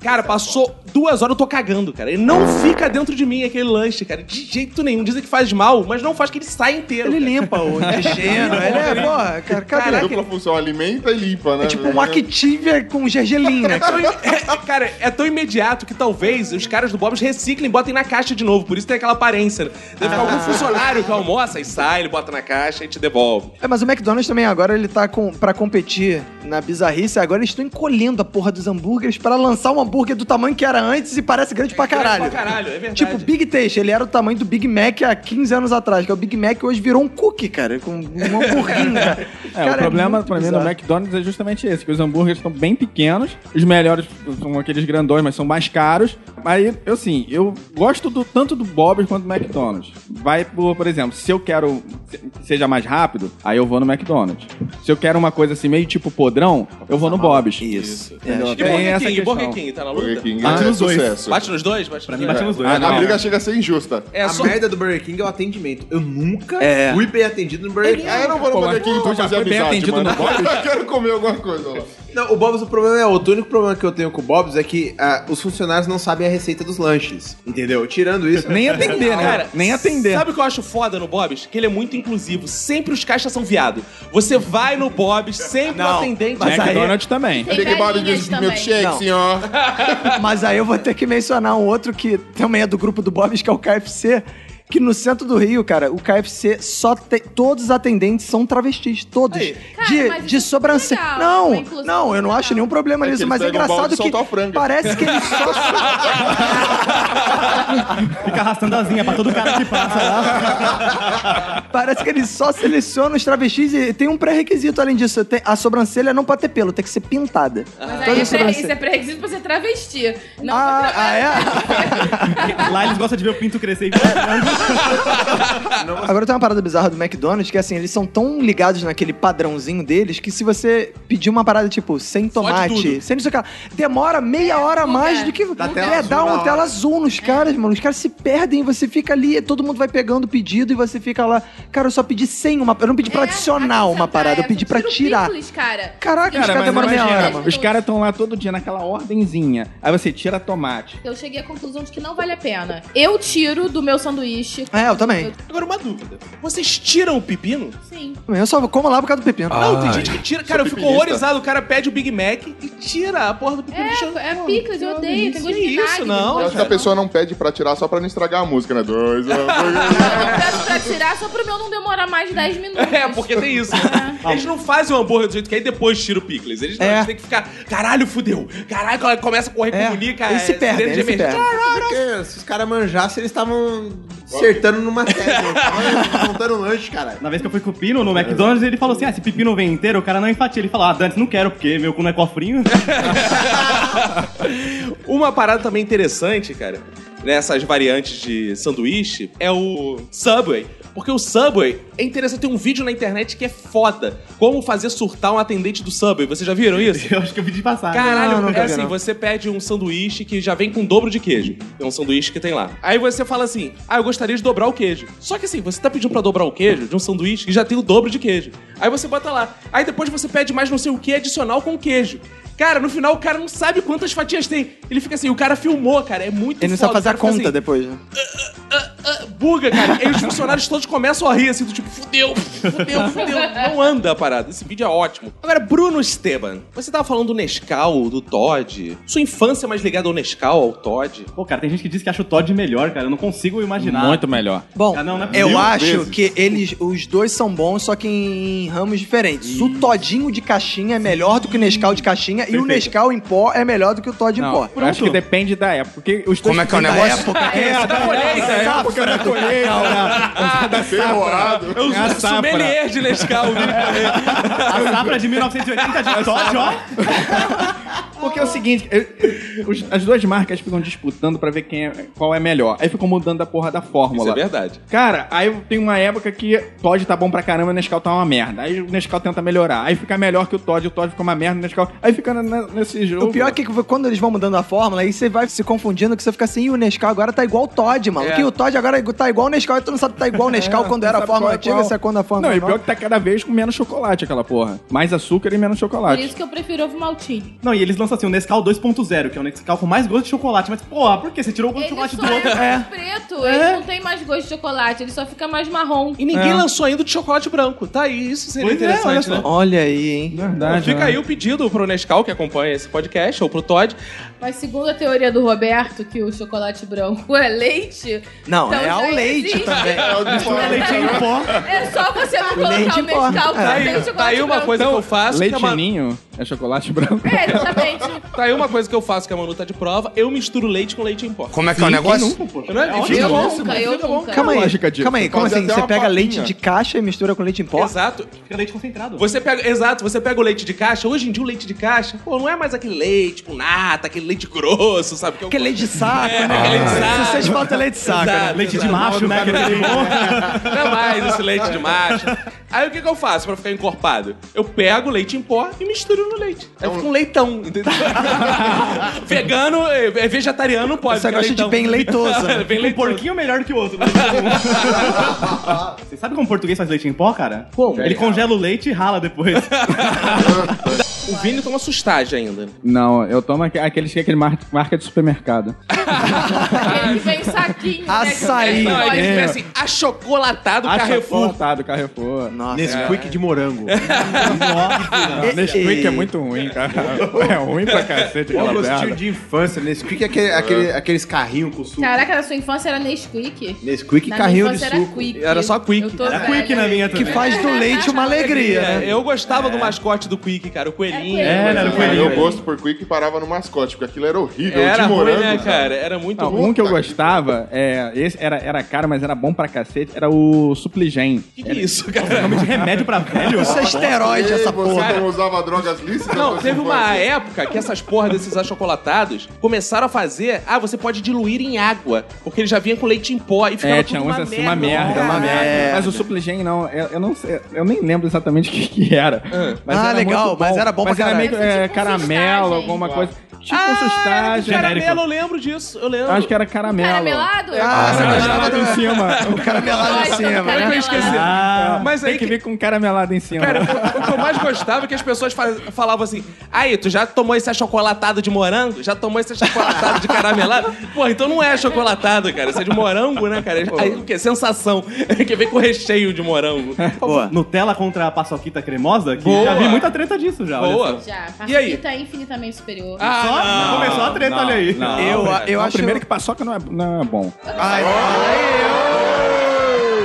Speaker 1: Cara, passou duas horas, eu tô cagando, cara. Ele não fica dentro de mim aquele lanche, cara, de jeito nenhum. Dizem que faz mal, mas não faz que ele sai inteiro.
Speaker 2: Ele
Speaker 1: cara.
Speaker 2: limpa o intestino, ele é, porra, cara, cadê?
Speaker 1: Caraca,
Speaker 7: Dupla função, alimenta e limpa, né?
Speaker 2: É tipo um Activia com gergelim, né? cara?
Speaker 1: É, cara, é tão imediato que talvez os caras do Bob's reciclem e botem na caixa de novo. Por isso tem aquela aparência. né? Deve ficar algum funcionário que almoça e sai, ele bota na caixa e te devolve.
Speaker 2: É, mas o McDonald's também agora ele tá com, pra competir na bizarrice. Agora eles estão encolhendo a porra dos hambúrgueres pra lançar um hambúrguer do tamanho que era antes e parece grande pra caralho.
Speaker 1: pra caralho, é verdade.
Speaker 2: Tipo, Big Taste, ele era o tamanho do Big Mac há 15 anos atrás, que é o Big Mac hoje virou um cookie, cara, com um hambúrguer, cara.
Speaker 4: É, o problema pra mim do McDonald's é justamente esse, que os hambúrgueres são bem pequenos, os melhores são aqueles grandões, mas são mais caros. Aí, eu assim, eu gosto do, tanto do Bob's quanto do McDonald's. Vai por, por exemplo, se eu quero se- que seja mais rápido, aí eu vou no McDonald's. Se eu quero uma coisa assim, meio tipo podrão, eu vou no Bob's.
Speaker 2: Isso. É,
Speaker 1: E
Speaker 4: Tem
Speaker 1: Burger
Speaker 4: essa
Speaker 1: King,
Speaker 4: questão.
Speaker 1: Burger King, tá na luta?
Speaker 7: Burger King
Speaker 4: Ah,
Speaker 7: é
Speaker 4: nos dois.
Speaker 7: sucesso.
Speaker 1: Bate nos dois? Bate pra
Speaker 5: mim, bate nos dois.
Speaker 7: A, a
Speaker 4: É, não.
Speaker 7: briga chega a ser injusta.
Speaker 1: É,
Speaker 6: a
Speaker 1: só...
Speaker 6: merda do Burger King é o atendimento. Eu nunca
Speaker 2: É.
Speaker 6: fui bem atendido no Burger King.
Speaker 7: Ah, eu
Speaker 2: um
Speaker 7: não vou no
Speaker 4: Pô,
Speaker 7: Burger
Speaker 4: mas
Speaker 7: King
Speaker 4: tu
Speaker 7: pra
Speaker 4: já
Speaker 7: fazer
Speaker 4: foi bem
Speaker 7: amizade,
Speaker 4: atendido
Speaker 7: mano.
Speaker 4: no Bob's?
Speaker 7: Eu quero comer alguma coisa lá.
Speaker 6: Não, o Bob's, o problema é outro. O único problema que eu tenho com o Bob's é que ah, os funcionários não sabem a receita dos lanches. Entendeu? Tirando isso.
Speaker 4: Nem atender, né?
Speaker 1: Cara,
Speaker 4: Nem atender.
Speaker 1: Sabe o que eu acho foda no Bob's? Que ele é muito inclusivo. Sempre os caixas são viado. Você vai no Bob's, sempre o atendente
Speaker 2: mas aí-
Speaker 4: McDonald's também.
Speaker 3: Tem
Speaker 7: Big Bob
Speaker 3: velhinhas
Speaker 7: diz
Speaker 3: também.
Speaker 7: milkshake, assim,
Speaker 2: Não.
Speaker 7: senhor.
Speaker 2: Mas aí eu vou ter que mencionar um outro que também é do grupo do Bob's, que é o KFC. Que no centro do Rio, cara, o KFC só tem. Todos os atendentes são travestis, todos.
Speaker 3: Cara,
Speaker 2: de
Speaker 3: mas isso
Speaker 2: de
Speaker 3: é
Speaker 2: sobrancelha.
Speaker 3: legal, né, uma
Speaker 2: Não,
Speaker 3: inclusão
Speaker 2: não, eu não
Speaker 3: legal.
Speaker 2: acho nenhum problema
Speaker 7: É que
Speaker 2: nisso,
Speaker 7: eles
Speaker 2: mas é
Speaker 7: pegam o
Speaker 2: engraçado
Speaker 7: balde e soltam a
Speaker 2: que.
Speaker 7: franga.
Speaker 2: Parece que eles só.
Speaker 5: Fica arrastando asinha pra todo cara que passa lá.
Speaker 2: Parece que eles só selecionam os travestis e tem um pré-requisito além disso. Tem- a sobrancelha não pode ter pelo, tem que ser pintada.
Speaker 3: Mas
Speaker 2: Todas
Speaker 3: aí
Speaker 2: as
Speaker 3: isso é,
Speaker 2: sobrancelhas.
Speaker 3: isso é pré-requisito pra ser travesti. Não pra
Speaker 2: Ah, ah,
Speaker 3: trabalhar.
Speaker 2: é?
Speaker 5: Lá eles gostam de ver o pinto crescer e
Speaker 2: Agora tem uma parada bizarra do McDonald's que assim, eles são tão ligados naquele padrãozinho deles que se você pedir uma parada tipo sem tomate,
Speaker 1: tudo.
Speaker 2: sem não sei o que, lá, demora
Speaker 3: É,
Speaker 2: meia hora a mais do que.
Speaker 6: Dá tela
Speaker 2: é,
Speaker 6: azul
Speaker 2: dá
Speaker 6: na
Speaker 2: uma
Speaker 6: hora.
Speaker 2: tela azul nos caras, mano. Os caras se perdem, você fica ali, todo mundo vai pegando o pedido e você fica lá. Cara, eu só pedi sem uma. Eu não pedi pra
Speaker 3: É,
Speaker 2: adicionar
Speaker 3: aqui,
Speaker 2: uma
Speaker 3: cara,
Speaker 2: parada, eu pedi pra
Speaker 3: tira o
Speaker 2: tirar.
Speaker 3: picles, cara.
Speaker 2: Caraca, os
Speaker 4: Cara,
Speaker 2: caras
Speaker 4: mas
Speaker 2: demoram meia hora,
Speaker 4: imagina,
Speaker 2: mano.
Speaker 4: os caras estão lá todo dia naquela ordenzinha. Aí você tira tomate.
Speaker 3: Eu cheguei à conclusão de que não vale a pena. Eu tiro do meu sanduíche.
Speaker 2: É, eu também.
Speaker 1: Agora, uma dúvida. Vocês tiram o pepino?
Speaker 3: Sim.
Speaker 2: Eu só como lá por causa do pepino.
Speaker 6: Ah,
Speaker 1: Não, tem
Speaker 9: Ai.
Speaker 1: gente que tira. Cara, eu fico
Speaker 7: pepinista.
Speaker 1: horrorizado. O cara pede o Big Mac e tira a porra do pepino do chão.
Speaker 3: É, é
Speaker 1: Pô,
Speaker 3: picles, eu odeio. Tem
Speaker 1: isso,
Speaker 3: gosto de
Speaker 1: isso,
Speaker 3: vinagre.
Speaker 1: não.
Speaker 7: Eu
Speaker 3: gosto
Speaker 7: acho que a
Speaker 3: de-
Speaker 7: pessoa não pede pra tirar só pra não estragar a música, né? Dois hambúrgueres.
Speaker 3: Eu peço pra tirar só pro meu não demorar mais de 10 minutos.
Speaker 1: É, porque tem isso. né? Eles não fazem o hambúrguer do jeito que é e depois tiram o picles. Eles, não,
Speaker 2: É.
Speaker 1: eles têm que ficar, caralho, fudeu. Caralho, ela começa a correr,
Speaker 2: É.
Speaker 1: comunica.
Speaker 2: Eles se
Speaker 1: é,
Speaker 2: perdem,
Speaker 1: sirene de
Speaker 2: eles se
Speaker 1: emergência.
Speaker 2: perdem.
Speaker 6: Porque se os caras manjassem, eles estavam acertando numa tecla. Eles tavam montando um lanche, caralho.
Speaker 5: Na vez que eu fui com o Pino no McDonald's, ele falou assim: ah, esse pepino vem inteiro, o cara não enfatia. Ele falou: ah, Dantes, não quero, porque meu cu não é cofrinho.
Speaker 1: Uma parada também interessante, cara, nessas variantes de sanduíche, é o Subway. Porque o Subway, é interessante, tem um vídeo na internet que é foda. Como fazer surtar um atendente do Subway. Vocês já viram isso?
Speaker 5: eu acho que eu vi de passar.
Speaker 1: Caralho,
Speaker 2: Não, não
Speaker 1: é
Speaker 2: quero,
Speaker 1: assim,
Speaker 2: não.
Speaker 1: você pede um sanduíche que já vem com o dobro de queijo. É um sanduíche que tem lá. Aí você fala assim, ah, eu gostaria de dobrar o queijo. Só que assim, você tá pedindo pra dobrar o queijo de um sanduíche que já tem o dobro de queijo. Aí você bota lá. Aí depois você pede mais não sei o que adicional com queijo. Cara, no final o cara não sabe quantas fatias tem. Ele fica assim, o cara filmou, cara, é muito
Speaker 2: Ele não
Speaker 1: foda.
Speaker 2: sabe fazer
Speaker 1: O
Speaker 2: a
Speaker 1: cara fica
Speaker 2: conta
Speaker 1: assim,
Speaker 2: depois, né?
Speaker 1: ah, buga, cara. E os funcionários todos começam a rir, assim, do tipo, fudeu, fudeu, fudeu. Não anda a parada. Esse vídeo é ótimo. Agora, Bruno Esteban, você tava falando do Nescau, do Todd. Sua infância é mais ligada ao Nescau, ao Todd?
Speaker 5: Pô, cara, tem gente que diz que acha o Todd melhor, cara. Eu não consigo imaginar.
Speaker 4: Muito melhor.
Speaker 2: Bom,
Speaker 5: Ah, não, não é possível.
Speaker 2: eu acho
Speaker 7: vezes.
Speaker 2: que eles, os dois são bons, só que em ramos diferentes. O todinho de caixinha é melhor do que o Nescau de caixinha e o Nescau em pó é melhor do que o Todd em pó.
Speaker 4: Não, eu acho que depende da época. Porque os dois
Speaker 2: é o negócio?
Speaker 4: É, da colheita, é a época da
Speaker 2: né?
Speaker 4: colheita. Da
Speaker 7: Ferroado.
Speaker 4: Eu
Speaker 1: É o sommelier de Nescau, né?
Speaker 5: A safra de 1980 de Todd, ó.
Speaker 4: Porque é o seguinte, eu- eu- os- as duas marcas ficam disputando pra ver quem é- qual é melhor. Aí ficam mudando a porra da
Speaker 1: Isso é
Speaker 4: fórmula.
Speaker 1: verdade.
Speaker 4: Cara, aí tem uma época que Todd tá bom pra caramba e o Nescau tá uma merda. Aí o Nescau tenta melhorar. Aí fica melhor que o Todd, o Todd fica uma merda, o Nescau... Aí fica na- na- nesse jogo.
Speaker 2: O pior é que quando eles vão mudando a fórmula, aí você vai se confundindo que você fica assim, e o Nescau agora tá igual o Todd, mano.
Speaker 1: É.
Speaker 2: Que o Todd agora tá igual o Nescau, e tu não sabe que tá igual o Nescau quando
Speaker 4: não
Speaker 2: era a
Speaker 4: sabe
Speaker 2: fórmula
Speaker 4: qual é
Speaker 2: antiga,
Speaker 4: qual.
Speaker 2: se é quando a fórmula
Speaker 4: Não, e o pior é
Speaker 2: nova.
Speaker 4: que tá cada vez com menos chocolate aquela porra. Mais açúcar e menos
Speaker 3: Por
Speaker 4: chocolate.
Speaker 3: isso que eu prefiro ovo maltinho.
Speaker 5: Não, e eles lançam assim o Nescau 2.0, que é o Nescau com mais gosto de chocolate. Mas, porra, por que você tirou o gosto
Speaker 3: Ele
Speaker 5: de chocolate do
Speaker 3: só
Speaker 5: outro?
Speaker 3: é, preto, ele
Speaker 2: É?
Speaker 3: não tem mais gosto de chocolate, ele só fica mais marrom.
Speaker 1: E ninguém lançou ainda de chocolate branco. Tá aí, isso seria
Speaker 5: Pois é, olha
Speaker 1: interessante,
Speaker 5: só.
Speaker 1: né?
Speaker 2: Olha aí, hein?
Speaker 4: Verdade.
Speaker 1: Fica
Speaker 4: né?
Speaker 1: aí o pedido pro Nescau, que acompanha esse podcast, ou pro Todd.
Speaker 3: Mas segundo a teoria do Roberto, que o chocolate branco é leite,
Speaker 2: Não,
Speaker 3: Então
Speaker 2: é
Speaker 3: já
Speaker 2: ao leite
Speaker 3: existe.
Speaker 2: também.
Speaker 7: É o de
Speaker 5: É leite em pó.
Speaker 3: é só você não colocar
Speaker 2: Leite
Speaker 3: o Nescau
Speaker 2: em pó.
Speaker 3: que
Speaker 2: É.
Speaker 3: tem
Speaker 1: Tá
Speaker 3: chocolate
Speaker 1: aí uma
Speaker 3: branco.
Speaker 1: coisa que eu faço, que é uma...
Speaker 4: Leitinho? É chocolate branco.
Speaker 3: É, exatamente.
Speaker 1: Tá aí uma coisa que eu faço que a Manu tá de prova, eu misturo leite com leite em pó.
Speaker 8: Como é que é o negócio?
Speaker 1: Não é? E fica
Speaker 3: eu
Speaker 1: bom.
Speaker 3: nunca, eu nunca.
Speaker 2: Calma aí,
Speaker 4: lógica disso.
Speaker 2: calma aí, como
Speaker 7: Fazer
Speaker 2: assim?
Speaker 7: até
Speaker 2: Você
Speaker 7: uma
Speaker 2: pega
Speaker 7: papinha.
Speaker 2: leite de caixa e mistura com leite em pó?
Speaker 1: Exato.
Speaker 5: Fica leite concentrado.
Speaker 1: Você pega, exato, você pega o leite de caixa. Hoje em dia o leite de caixa, pô, não é mais aquele leite com nata, aquele leite grosso, sabe? Que eu-
Speaker 2: Aquele leite de saco,
Speaker 1: É,
Speaker 2: né?
Speaker 1: aquele leite de saco.
Speaker 2: Se vocês faltam leite de saco, né?
Speaker 1: Exato,
Speaker 5: Leite de
Speaker 1: exato.
Speaker 5: macho, né? Aquele bom.
Speaker 1: Não é mais esse leite de macho. Aí o que, que eu faço pra ficar encorpado? Eu pego o leite em pó e misturo no leite. Aí fica um leitão, entendeu? Vegano, é é vegetariano, não pode.
Speaker 2: Você
Speaker 1: porque é
Speaker 2: gosta de
Speaker 1: leitão. É
Speaker 2: bem leitoso, né?
Speaker 1: bem
Speaker 5: Um
Speaker 1: leitoso.
Speaker 5: porquinho melhor que o outro. Você sabe como o português faz leite em pó, cara? Como? Ele congela o leite e rala depois.
Speaker 1: O Vini toma sustagem ainda.
Speaker 4: Não, eu tomo aque- aqueles que é aquele mar- marca de supermercado.
Speaker 6: É
Speaker 3: É, Ele vem em saquinho,
Speaker 2: Açaí.
Speaker 3: né?
Speaker 1: Não,
Speaker 3: Não,
Speaker 1: ele
Speaker 3: é.
Speaker 1: fica assim, achocolatado Carrefour.
Speaker 4: Tá, do Carrefour.
Speaker 2: Nossa,
Speaker 6: Nesquik de morango.
Speaker 4: Nesquik é muito ruim, cara. É ruim pra cacete aquela
Speaker 6: Gostinho
Speaker 4: merda.
Speaker 6: de infância. Nesquik é aquele, aquele- aqueles carrinhos com suco.
Speaker 3: Caraca, na sua infância era Nesquik?
Speaker 6: Nesquik
Speaker 3: Na
Speaker 6: carrinho de
Speaker 3: minha infância era
Speaker 6: suco.
Speaker 3: Quick.
Speaker 1: Era só Quick.
Speaker 3: Eu tô
Speaker 5: Era
Speaker 3: velha.
Speaker 5: quick na minha
Speaker 2: que
Speaker 5: também.
Speaker 2: faz do leite uma alegria, né?
Speaker 1: É, Eu gostava do mascote do Quick, cara, o coelhinho.
Speaker 3: É, coelhinho.
Speaker 5: era o
Speaker 7: Cara,
Speaker 5: coelhinho.
Speaker 7: meu gosto por Quick parava no mascote, porque aquilo era horrível.
Speaker 1: Era
Speaker 7: de
Speaker 1: ruim,
Speaker 7: morango,
Speaker 1: né, cara? Era muito
Speaker 4: Não,
Speaker 1: ruim.
Speaker 4: um que eu gostava, é, esse era, era caro, mas era bom pra cacete, era o Supligen.
Speaker 1: O que, que é isso, cara?
Speaker 5: Nome de remédio Tipo, pra velho?
Speaker 2: Isso é
Speaker 7: Ei,
Speaker 2: esteroide, essa
Speaker 7: você
Speaker 2: porra.
Speaker 7: não usava drogas lícitas?
Speaker 1: Não,
Speaker 7: na sua
Speaker 1: teve uma
Speaker 7: infância?
Speaker 1: época que essas porra desses achocolatados começaram a fazer. Ah, você pode diluir em água. Porque ele já vinha com leite em pó e ficava
Speaker 4: É,
Speaker 1: tudo
Speaker 4: tinha uns
Speaker 1: uma
Speaker 4: assim,
Speaker 1: merda.
Speaker 4: uma merda, uma
Speaker 2: É.
Speaker 4: merda. Mas o Supligen não, eu, eu não sei, eu nem lembro exatamente o que, que era. Mas
Speaker 2: Ah,
Speaker 4: era
Speaker 2: legal,
Speaker 4: muito
Speaker 2: mas era bom
Speaker 4: Mas
Speaker 2: pra
Speaker 4: era meio que,
Speaker 3: caralho.
Speaker 4: é,
Speaker 3: Tipo um
Speaker 4: caramelo,
Speaker 3: sustagem.
Speaker 4: alguma coisa. Tipo um
Speaker 1: Ah, era de
Speaker 4: sustagem.
Speaker 1: caramelo, eu lembro disso. Eu lembro.
Speaker 4: Eu Acho que era caramelo.
Speaker 3: Caramelado?
Speaker 2: Ah,
Speaker 4: Era
Speaker 2: você gostava
Speaker 4: Caramelado em
Speaker 2: do
Speaker 4: cima.
Speaker 2: o caramelado em
Speaker 3: Gosto do
Speaker 2: cima.
Speaker 1: Como
Speaker 3: caramelado.
Speaker 1: é que eu esqueci?
Speaker 4: Ah,
Speaker 1: Mas aí
Speaker 4: tem que,
Speaker 1: que-
Speaker 4: vir com caramelado em cima.
Speaker 1: Cara, o que eu mais gostava é que as pessoas fa- falavam assim: aí, tu já tomou esse achocolatado de morango? Já tomou esse achocolatado de caramelado? Pô, então não é achocolatado, cara. Isso é de morango, né, cara? Aí o quê? Sensação. que vem com recheio de morango.
Speaker 2: Boa.
Speaker 5: Nutella contra a paçoquita cremosa, que
Speaker 1: Boa.
Speaker 5: já vi muita treta disso já. olha
Speaker 1: Boa.
Speaker 5: só.
Speaker 3: Já,
Speaker 1: E aí?
Speaker 3: Paquita é infinitamente superior.
Speaker 1: Ah,
Speaker 5: Só começou a treta, olha aí.
Speaker 2: Eu, eu acho...
Speaker 4: Primeiro que paçoca não é, não é bom.
Speaker 3: Ah,
Speaker 2: Ai,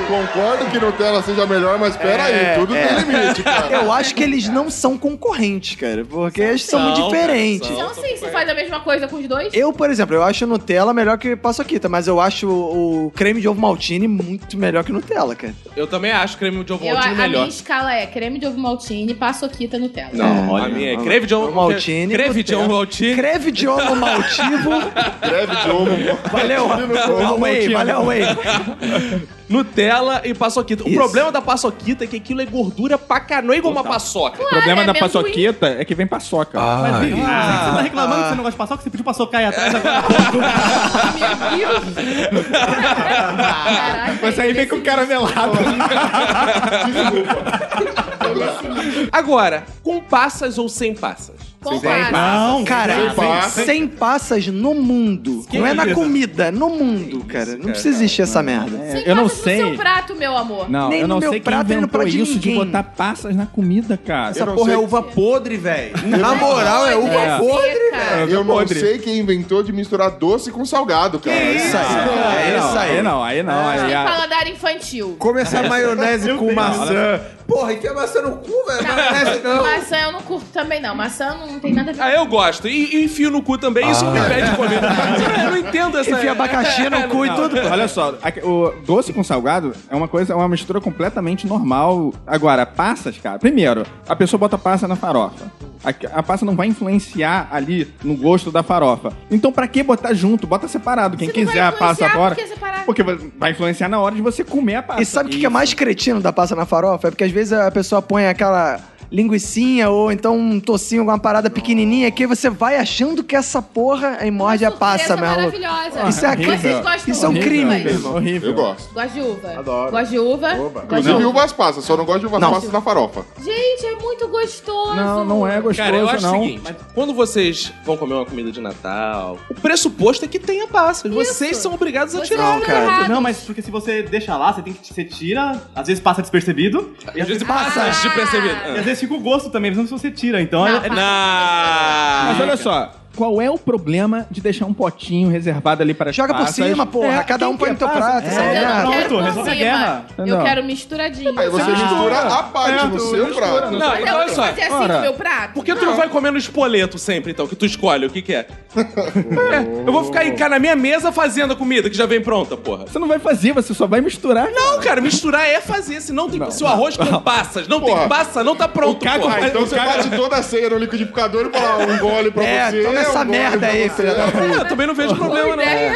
Speaker 7: Concordo que Nutella seja melhor, mas peraí,
Speaker 2: É,
Speaker 7: tudo tem limite, cara.
Speaker 2: eu acho que eles não são concorrentes, cara. Porque eles são muito
Speaker 1: Não, cara,
Speaker 2: diferentes.
Speaker 3: Então, sim, você faz a mesma coisa com os dois?
Speaker 2: Eu, por exemplo, eu acho Nutella melhor que paçoquita, mas eu acho o o creme de ovo maltine muito melhor que Nutella, cara.
Speaker 1: Eu também acho creme de ovo
Speaker 3: Eu- a,
Speaker 1: maltine
Speaker 3: a minha
Speaker 1: melhor.
Speaker 3: escala é creme de ovo maltine, paçoquita, Nutella.
Speaker 1: Não, a minha é creme de ovo
Speaker 2: Maltine.
Speaker 1: Creme de ovo
Speaker 2: Nutella.
Speaker 1: maltine.
Speaker 2: Creme de ovo maltivo.
Speaker 7: Breve de ovo.
Speaker 2: Valeu, Huawei, valeu, Huawei.
Speaker 1: Nutella e paçoquita. O
Speaker 2: Isso.
Speaker 1: problema da paçoquita é que aquilo é gordura pra caramba, igual uma paçoca.
Speaker 4: O problema da
Speaker 3: amendoim.
Speaker 4: paçoquita é que vem paçoca.
Speaker 2: Ah.
Speaker 5: Mas Vini, eu sei que você
Speaker 1: Ah.
Speaker 5: tá reclamando que você não gosta de paçoca, você pediu paçoca aí atrás agora.
Speaker 3: Meu Deus! Caraca,
Speaker 4: Mas aí vem com caramelado.
Speaker 1: Agora, com passas ou sem passas?
Speaker 3: com quase.
Speaker 5: Não,
Speaker 2: Cara,
Speaker 7: Sem passas.
Speaker 2: sem passas no mundo.
Speaker 5: Que
Speaker 2: não é na
Speaker 5: isso?
Speaker 2: comida, no mundo, cara. Não precisa existir essa merda.
Speaker 3: Sem
Speaker 4: eu não
Speaker 3: passas
Speaker 4: sei.
Speaker 3: No seu prato, meu amor.
Speaker 4: Não,
Speaker 2: Nem
Speaker 4: eu
Speaker 2: no
Speaker 4: não
Speaker 2: meu
Speaker 4: sei quem
Speaker 2: prato, nem no
Speaker 4: inventou
Speaker 2: prato de
Speaker 4: isso de
Speaker 2: ninguém.
Speaker 4: botar passas na comida, cara.
Speaker 2: Essa
Speaker 7: não
Speaker 2: porra é
Speaker 7: sei-
Speaker 2: uva podre, velho. Na
Speaker 3: Mas
Speaker 2: moral, é
Speaker 3: pode
Speaker 2: uva
Speaker 3: ser,
Speaker 2: podre,
Speaker 3: cara.
Speaker 2: velho.
Speaker 7: Eu não
Speaker 4: Podre.
Speaker 7: sei quem inventou de misturar doce com salgado, cara.
Speaker 2: Isso aí. É isso aí.
Speaker 4: Aí não, aí não. Aí,
Speaker 3: Sem
Speaker 4: a-
Speaker 3: paladar infantil.
Speaker 6: Come essa maionese com maçã. Porra, enfia maçã no cu, velho. Maionese não.
Speaker 3: Maçã eu não curto também, não. Maçã não tem nada a ver.
Speaker 1: Ah, eu gosto. E, e enfio no cu também, isso me impede de comer. eu não entendo essa... é-
Speaker 2: Enfia abacaxi no cu e tudo.
Speaker 4: Olha só, a- o doce com salgado é uma coisa, é uma mistura completamente normal. Agora, passas, cara. Primeiro, a pessoa bota passa na farofa. A, a passa não vai influenciar ali no gosto da farofa. Então, pra que botar junto? Bota separado. Quem
Speaker 3: Você não vai
Speaker 4: quiser a passa
Speaker 3: influenciar
Speaker 4: fora.
Speaker 3: porque é separado.
Speaker 4: Porque vai vai influenciar na hora de você comer a passa.
Speaker 2: E sabe o que, que é mais cretino da passa na farofa? É porque às vezes a pessoa põe aquela linguicinha ou então um tocinho, alguma parada pequenininha que aí você vai achando que essa porra aí morde a
Speaker 3: Surpresa
Speaker 2: passa, meu maluco.
Speaker 3: maravilhosa.
Speaker 2: Isso é
Speaker 3: Vocês
Speaker 4: horrível.
Speaker 3: gostam
Speaker 2: Isso é um
Speaker 3: de
Speaker 2: crime,
Speaker 3: uvas?
Speaker 2: meu
Speaker 4: horrível.
Speaker 2: irmão.
Speaker 4: horrível.
Speaker 7: Eu gosto.
Speaker 3: Gosto de uva.
Speaker 6: Adoro.
Speaker 3: Gosto de uva.
Speaker 6: Oba.
Speaker 3: Gosto de
Speaker 7: Inclusive
Speaker 3: uva.
Speaker 7: uvas passas, só não gosto de uvas
Speaker 2: Não.
Speaker 7: passas na farofa.
Speaker 3: Gente, é muito gostoso.
Speaker 4: Não, não é gostoso,
Speaker 1: Cara, eu acho
Speaker 4: não.
Speaker 1: o seguinte, quando vocês vão comer uma comida de Natal, o pressuposto é que tenha passas. Vocês são obrigados a
Speaker 3: Vocês
Speaker 1: tirar.
Speaker 2: Não,
Speaker 3: estão
Speaker 2: cara.
Speaker 3: errados.
Speaker 5: Não, mas porque se você deixa lá, você tem que você tira, às vezes passa despercebido
Speaker 1: E às vezes passas de
Speaker 3: Ah.
Speaker 1: percebido.
Speaker 5: e às vezes fica o gosto também, mesmo se você tira. Então,
Speaker 3: Não,
Speaker 5: é-
Speaker 3: passa.
Speaker 1: Não.
Speaker 4: Mas olha só, Qual é o problema de deixar um potinho reservado ali para as
Speaker 2: Joga por
Speaker 4: passas? É,
Speaker 2: cima, porra. Cada
Speaker 4: quem
Speaker 2: um põe
Speaker 4: quer
Speaker 2: no teu
Speaker 4: passa?
Speaker 2: prato,
Speaker 4: É,
Speaker 2: essa
Speaker 3: Mas eu
Speaker 2: merda.
Speaker 3: não quero
Speaker 5: Pronto,
Speaker 3: por
Speaker 5: resolve a
Speaker 3: cima.
Speaker 5: guerra.
Speaker 4: Entendeu?
Speaker 3: Eu quero misturadinho.
Speaker 7: Aí você
Speaker 3: sabe?
Speaker 7: mistura a parte
Speaker 4: Certo,
Speaker 7: do seu
Speaker 4: mistura,
Speaker 7: prato.
Speaker 1: Não,
Speaker 3: Mas eu
Speaker 1: então olha
Speaker 3: vou
Speaker 1: só.
Speaker 3: fazer assim
Speaker 4: Ora.
Speaker 3: no meu prato.
Speaker 1: Por que tu não vai comer no espoleto sempre, então? Que tu escolhe o que que é? é eu vou ficar em cá na minha mesa fazendo a comida que já vem pronta, porra.
Speaker 4: Você não vai fazer, você só vai misturar.
Speaker 1: Não, cara, misturar é fazer. Se não tem se o arroz com passas, não
Speaker 7: Porra.
Speaker 1: tem passa, não tá pronto,
Speaker 4: cara
Speaker 1: porra.
Speaker 7: Ah, então você bate toda a ceia no liquidificador e fala um gole pra
Speaker 2: É,
Speaker 7: você.
Speaker 2: toma essa
Speaker 7: um gole
Speaker 2: merda
Speaker 7: pra
Speaker 2: aí,
Speaker 7: você.
Speaker 2: filha da
Speaker 1: É, eu também não vejo problema,
Speaker 3: Né?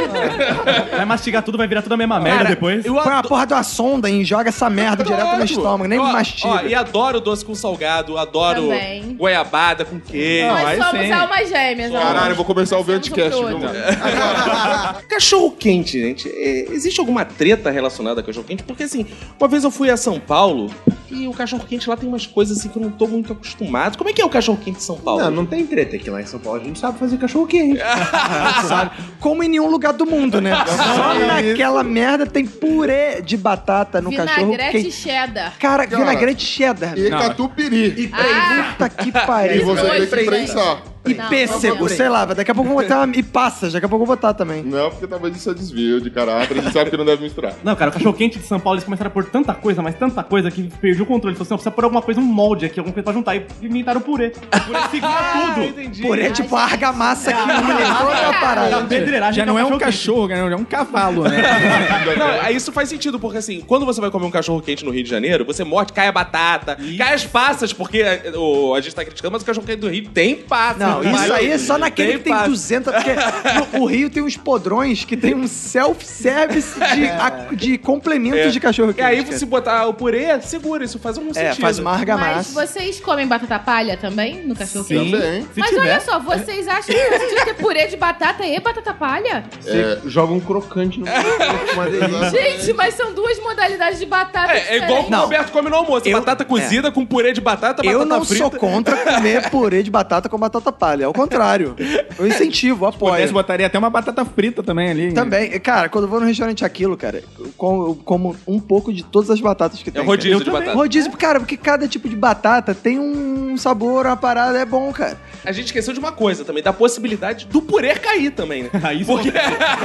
Speaker 1: não.
Speaker 5: Vai mastigar tudo, vai virar tudo a mesma merda depois.
Speaker 1: Eu
Speaker 2: Põe uma
Speaker 1: ado-
Speaker 2: porra de uma sonda e joga essa merda direto no
Speaker 1: Adoro.
Speaker 2: estômago, nem
Speaker 1: Ó, Ó, e
Speaker 2: mastiga.
Speaker 1: adoro doce com salgado, adoro
Speaker 3: Também.
Speaker 1: goiabada com queijo.
Speaker 4: Não, aí
Speaker 3: Nós somos
Speaker 4: sim.
Speaker 3: almas gêmeas.
Speaker 7: Caralho, eu vou começar
Speaker 3: é um
Speaker 7: o Verticast, viu,
Speaker 3: Somos
Speaker 7: mano?
Speaker 1: Cachorro quente, gente. é, existe alguma treta relacionada a cachorro quente? Porque assim, uma vez eu fui a São Paulo e o cachorro quente lá tem umas coisas assim que eu não tô muito acostumado. Como é que é o cachorro quente de São Paulo?
Speaker 6: Não, não tem treta aqui lá em São Paulo. A gente sabe fazer cachorro quente.
Speaker 2: Como em nenhum lugar do mundo, né? Só naquela merda tem purê de batata no um cachorro.
Speaker 3: Vinagrete
Speaker 2: quente.
Speaker 3: cheddar.
Speaker 2: Cara,
Speaker 7: Cara.
Speaker 2: vinagrete cheddar.
Speaker 7: E
Speaker 2: velho.
Speaker 7: catupiry.
Speaker 3: Ah,
Speaker 2: Puta que
Speaker 7: E
Speaker 2: pariu.
Speaker 7: você tem que
Speaker 3: Dois,
Speaker 7: prensar.
Speaker 2: E
Speaker 3: Não,
Speaker 2: pêssego,
Speaker 3: não.
Speaker 2: sei lá, daqui a pouco eu vou botar. E passas, daqui a pouco eu vou botar também.
Speaker 7: Não, porque talvez isso é desvio de caráter. A gente sabe que não deve misturar.
Speaker 5: Não, cara, o cachorro quente de São Paulo, eles começaram a pôr tanta coisa, mas tanta coisa, que perdi o controle. Falei assim, não, precisa pôr alguma coisa, um molde aqui, alguma coisa pra juntar. E inventaram o purê. O purê
Speaker 3: Ah,
Speaker 5: segura tudo.
Speaker 2: Purê
Speaker 3: Ai,
Speaker 2: tipo a argamassa que une toda a
Speaker 5: Da
Speaker 2: parada.
Speaker 5: pedreiragem
Speaker 4: Já
Speaker 5: até
Speaker 4: não é
Speaker 5: o
Speaker 4: um cachorro, cara, é um cavalo, né?
Speaker 1: Não, aí isso faz sentido, porque assim, quando você vai comer um cachorro quente no Rio de Janeiro, você morde, cai a batata, cai as passas, porque é, o- a gente tá criticando, mas o cachorro quente do Rio tem né? passas.
Speaker 2: Não,
Speaker 1: Mas-
Speaker 2: isso aí é só naquele que tem
Speaker 1: passas.
Speaker 2: 200. Porque no- o Rio tem uns podrões que tem um self-service de, a- de complementos
Speaker 1: É.
Speaker 2: de cachorro
Speaker 1: E
Speaker 2: quente.
Speaker 1: aí,
Speaker 2: cara.
Speaker 1: se botar o purê, segura, isso faz um
Speaker 2: É,
Speaker 1: sentido.
Speaker 2: faz uma
Speaker 3: Mas
Speaker 2: argamassa.
Speaker 3: vocês comem batata palha também no cachorro quente?
Speaker 7: Também.
Speaker 5: Se
Speaker 3: Mas
Speaker 5: tiver.
Speaker 3: olha só, vocês acham que precisa ter purê de batata e batata palha?
Speaker 6: Você joga um crocante no uma delícia.
Speaker 3: Gente, mas são duas modalidades de batata
Speaker 1: É, é igual que o
Speaker 2: Não.
Speaker 1: Roberto come no almoço.
Speaker 2: Eu- é.
Speaker 1: batata cozida com purê de batata, batata
Speaker 2: Eu não
Speaker 1: frita.
Speaker 2: sou contra comer purê de batata com batata palha. Ao contrário. Eu incentivo,
Speaker 1: Tipo,
Speaker 2: apoio.
Speaker 4: Pudesse, botaria até uma batata frita também ali. né?
Speaker 2: Também, cara, quando eu vou no restaurante aquilo, cara, eu como, eu como um pouco de todas as batatas que tem. cara.
Speaker 1: É um rodízio de batata.
Speaker 2: Rodízio, cara, porque cada tipo de batata tem um sabor, uma parada, é bom, cara.
Speaker 1: A gente esqueceu de uma coisa também, da possibilidade do purê cair também, né?
Speaker 5: Aí
Speaker 1: Porque...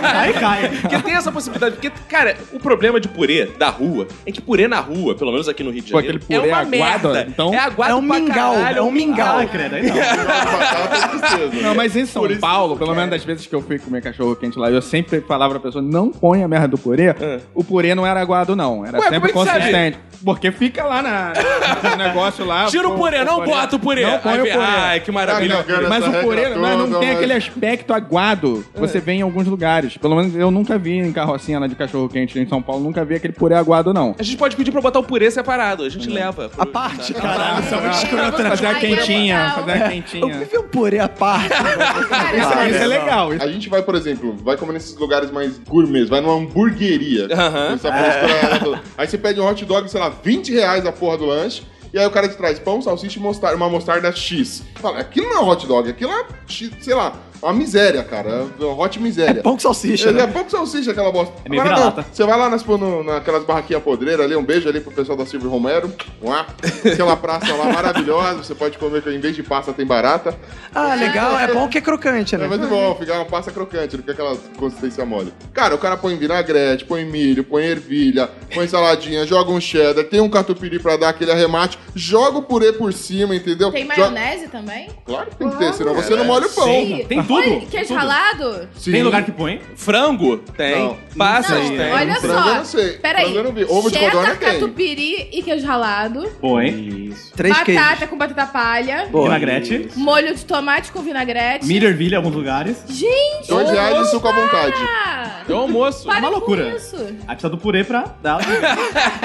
Speaker 5: Aí cai.
Speaker 1: Porque tem essa possibilidade. Porque, cara, o problema de purê da rua é que purê na rua, pelo menos aqui no Rio de
Speaker 4: Pô,
Speaker 1: Janeiro,
Speaker 4: aquele purê
Speaker 1: é uma
Speaker 4: aguado,
Speaker 1: merda.
Speaker 4: então?
Speaker 1: É aguado
Speaker 2: É um
Speaker 1: pra
Speaker 2: mingau,
Speaker 1: caralho,
Speaker 2: é um mingau.
Speaker 5: Ah, credo, aí não.
Speaker 7: Batata precisa.
Speaker 4: Não, mas em São Paulo, pelo menos das vezes que eu fui comer cachorro quente lá, eu sempre falava pra pessoa: não põe a merda do purê. O purê não era aguado, não. Era
Speaker 1: É. Ué,
Speaker 4: sempre
Speaker 1: como é que sabe?
Speaker 4: consistente. Porque fica lá na, no negócio lá.
Speaker 1: Tira o purê, não bota o purê.
Speaker 4: Não põe
Speaker 1: Ai,
Speaker 4: o purê.
Speaker 1: Ai, que maravilha.
Speaker 7: Cagando
Speaker 4: Mas
Speaker 7: essa
Speaker 4: o purê
Speaker 7: regra
Speaker 4: mas não
Speaker 7: toda,
Speaker 4: tem
Speaker 7: mas-
Speaker 4: aquele aspecto aguado.
Speaker 1: É.
Speaker 4: que Você vê em alguns lugares. Pelo menos eu nunca vi em carrocinha lá de cachorro quente em São Paulo, nunca vi aquele purê aguado, não.
Speaker 1: A gente pode pedir pra botar o purê separado, a gente leva.
Speaker 2: A parte,
Speaker 1: Tá.
Speaker 2: cara.
Speaker 4: Caralho, Fazer a
Speaker 3: Aí é
Speaker 4: quentinha,
Speaker 3: legal.
Speaker 4: fazer a
Speaker 2: Eu
Speaker 4: quentinha.
Speaker 2: vivi um purê à parte. né?
Speaker 4: Isso,
Speaker 3: Cara,
Speaker 4: isso é legal.
Speaker 7: A gente vai, por exemplo, vai comer nesses lugares mais gourmets, vai numa hamburgueria.
Speaker 1: Aham.
Speaker 7: Essa frescura toda. Aí você pede um hot dog, sei lá, 20 reais a porra do lanche. E aí o cara te traz pão, salsicha e mostarda, uma mostarda X. Fala, aquilo não é hot dog, aquilo é, X, sei lá, uma miséria, cara. é uma Hot miséria.
Speaker 2: Pão com salsicha,
Speaker 7: É, é
Speaker 2: né?
Speaker 7: pouco salsicha aquela bosta.
Speaker 5: É meio
Speaker 7: Agora não,
Speaker 5: vira-lata.
Speaker 7: Você vai lá nas, no, naquelas barraquinhas podreiras ali, um beijo ali pro pessoal da Silvio Romero. Um Uá, aquela praça lá maravilhosa, você pode comer, que em vez de passa tem barata.
Speaker 2: Ah, legal. É bom que é crocante,
Speaker 7: É
Speaker 2: né?
Speaker 7: muito bom, fica uma pasta crocante, não fica aquela consistência mole. Cara, o cara põe vinagrete, põe milho, põe ervilha, põe saladinha, joga um cheddar, tem um catupiry pra dar aquele arremate, joga o purê por cima, entendeu?
Speaker 3: Tem
Speaker 7: Jo-
Speaker 3: maionese também?
Speaker 7: Claro que tem que ter, senão você não molha o pão.
Speaker 3: Sim.
Speaker 5: Tem tudo,
Speaker 3: Olha, Queijo
Speaker 5: tudo.
Speaker 3: ralado?
Speaker 7: Sim.
Speaker 5: Tem lugar que põe?
Speaker 1: Frango? Tem.
Speaker 7: Não.
Speaker 1: Passas?
Speaker 3: não, né?
Speaker 1: tem.
Speaker 3: olha
Speaker 7: Frango eu não né? sei.
Speaker 3: só. Peraí.
Speaker 7: Frango eu não vi. Ovo de é codorna
Speaker 3: Cheddar,
Speaker 7: tem.
Speaker 3: catupiry e queijo ralado.
Speaker 5: Põe.
Speaker 2: Três
Speaker 3: batata
Speaker 2: queijos.
Speaker 3: com batata palha.
Speaker 5: Vinagrete.
Speaker 3: Molho de tomate com vinagrete.
Speaker 5: Milho ervilha em alguns lugares.
Speaker 3: Gente!
Speaker 7: Dois reais e suco à vontade.
Speaker 3: Ah,
Speaker 1: É o almoço.
Speaker 3: para
Speaker 5: um uma
Speaker 3: com
Speaker 5: loucura.
Speaker 3: isso.
Speaker 5: Aí precisa do purê pra dar.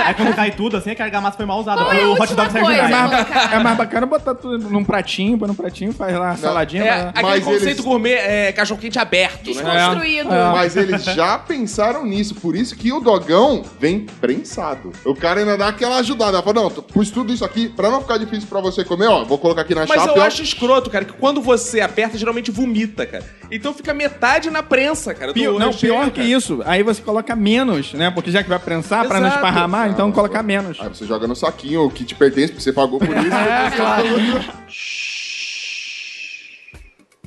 Speaker 5: Aí quando cai tudo, assim, é que a argamassa foi mal usada.
Speaker 3: Qual
Speaker 5: Foi
Speaker 3: é a
Speaker 5: o hot
Speaker 3: última
Speaker 5: dog Sérgio
Speaker 3: coisa?
Speaker 4: É
Speaker 5: Reis.
Speaker 4: mais, ba-
Speaker 3: Cara.
Speaker 4: é mais bacana botar tudo num pratinho, põe num pratinho, faz lá a saladinha.
Speaker 1: É,
Speaker 4: vai lá.
Speaker 1: aquele
Speaker 7: Mas
Speaker 1: conceito
Speaker 7: eles-
Speaker 1: gourmet é cachorro-quente aberto, né?
Speaker 3: é Desconstruído.
Speaker 7: Mas eles já pensaram nisso, por isso que o dogão vem prensado. O cara ainda dá aquela ajudada. Fala, não, tu- pus tudo isso aqui, pra não ficar difícil pra você comer, ó, vou colocar aqui na
Speaker 1: Mas
Speaker 7: chapa.
Speaker 1: eu
Speaker 7: ó.
Speaker 1: acho escroto, cara, que quando você aperta, geralmente vomita, cara. Então fica metade na prensa, cara. do
Speaker 4: Pior- não,
Speaker 1: recheio,
Speaker 4: pior que
Speaker 1: cara.
Speaker 4: isso. Aí você coloca menos, né? Porque já que vai prensar pra não
Speaker 1: Exato.
Speaker 4: esparramar, então colocar menos.
Speaker 7: Aí você joga no saquinho o que
Speaker 1: É.
Speaker 7: te pertence, porque você pagou por isso.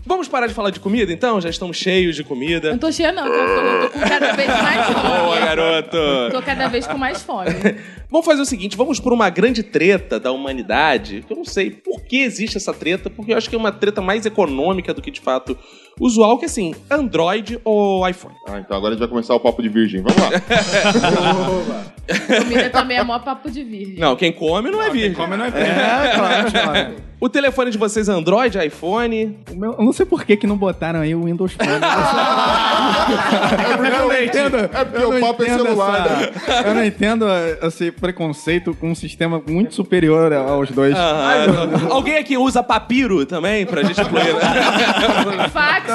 Speaker 1: Vamos parar de falar de comida, então? Já estamos cheios de
Speaker 3: Eu
Speaker 1: comida.
Speaker 3: não tô cheia, não. Tô, tô- tô com cada vez mais
Speaker 1: Boa,
Speaker 3: fome.
Speaker 1: garoto!
Speaker 3: Tô cada vez com mais fome.
Speaker 1: Vamos fazer o seguinte, vamos por uma grande treta da humanidade, que eu não sei por que existe essa treta, porque eu acho que é uma treta mais econômica do que, de fato, usual, que é assim, Android ou iPhone.
Speaker 7: Ah, então agora a gente vai começar o papo de virgem. Vamos lá.
Speaker 3: Comida também é mó papo de virgem.
Speaker 1: Não, quem come não é virgem.
Speaker 4: Como não é é, claro, claro.
Speaker 1: O telefone de vocês é Android, iPhone?
Speaker 4: O meu- eu não sei por que, que não botaram aí o Windows Phone. Eu não entendo.
Speaker 7: É porque
Speaker 4: eu
Speaker 7: o
Speaker 4: não
Speaker 7: papo é
Speaker 4: entendo
Speaker 7: celular,
Speaker 4: essa- Eu não entendo eh, esse preconceito com um sistema muito superior aos dois.
Speaker 1: Ah, alguém aqui usa papiro também pra gente incluir, né?
Speaker 3: Fax.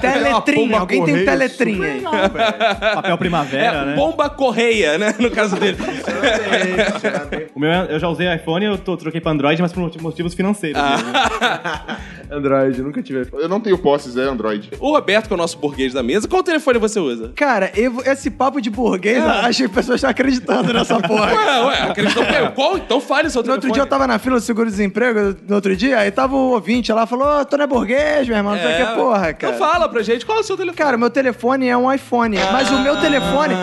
Speaker 2: Teletrim,
Speaker 6: pomba
Speaker 2: alguém tem um
Speaker 6: correio,
Speaker 2: teletrim aí.
Speaker 5: Papel primavera,
Speaker 1: É,
Speaker 5: né?
Speaker 1: bomba correia, né? No caso dele.
Speaker 5: O meu, é- eu já usei iPhone, eu tô- troquei pra Android, mas por motiv- motivos financeiros. mesmo.
Speaker 6: Android, eu nunca tive.
Speaker 7: Eu não tenho posses, é Android.
Speaker 1: O Roberto, que é o nosso burguês da mesa, qual telefone você usa?
Speaker 2: Cara, eu- esse papo de burguês,
Speaker 4: É.
Speaker 2: acho que as pessoas estão acreditando nessa porra.
Speaker 1: Ué, ué, acreditou que eu- Qual? Então fale o seu
Speaker 2: No
Speaker 1: telefone.
Speaker 2: outro dia eu tava na fila do seguro-desemprego, no outro dia, aí tava o ouvinte lá, falou, "Ô, tu não é burguês, meu irmão, não sei o que porra,
Speaker 1: Então
Speaker 2: cara.
Speaker 1: fala pra gente, qual é o seu telefone?
Speaker 2: Cara, o meu telefone é um iPhone, mas o
Speaker 1: Ah.
Speaker 2: meu telefone,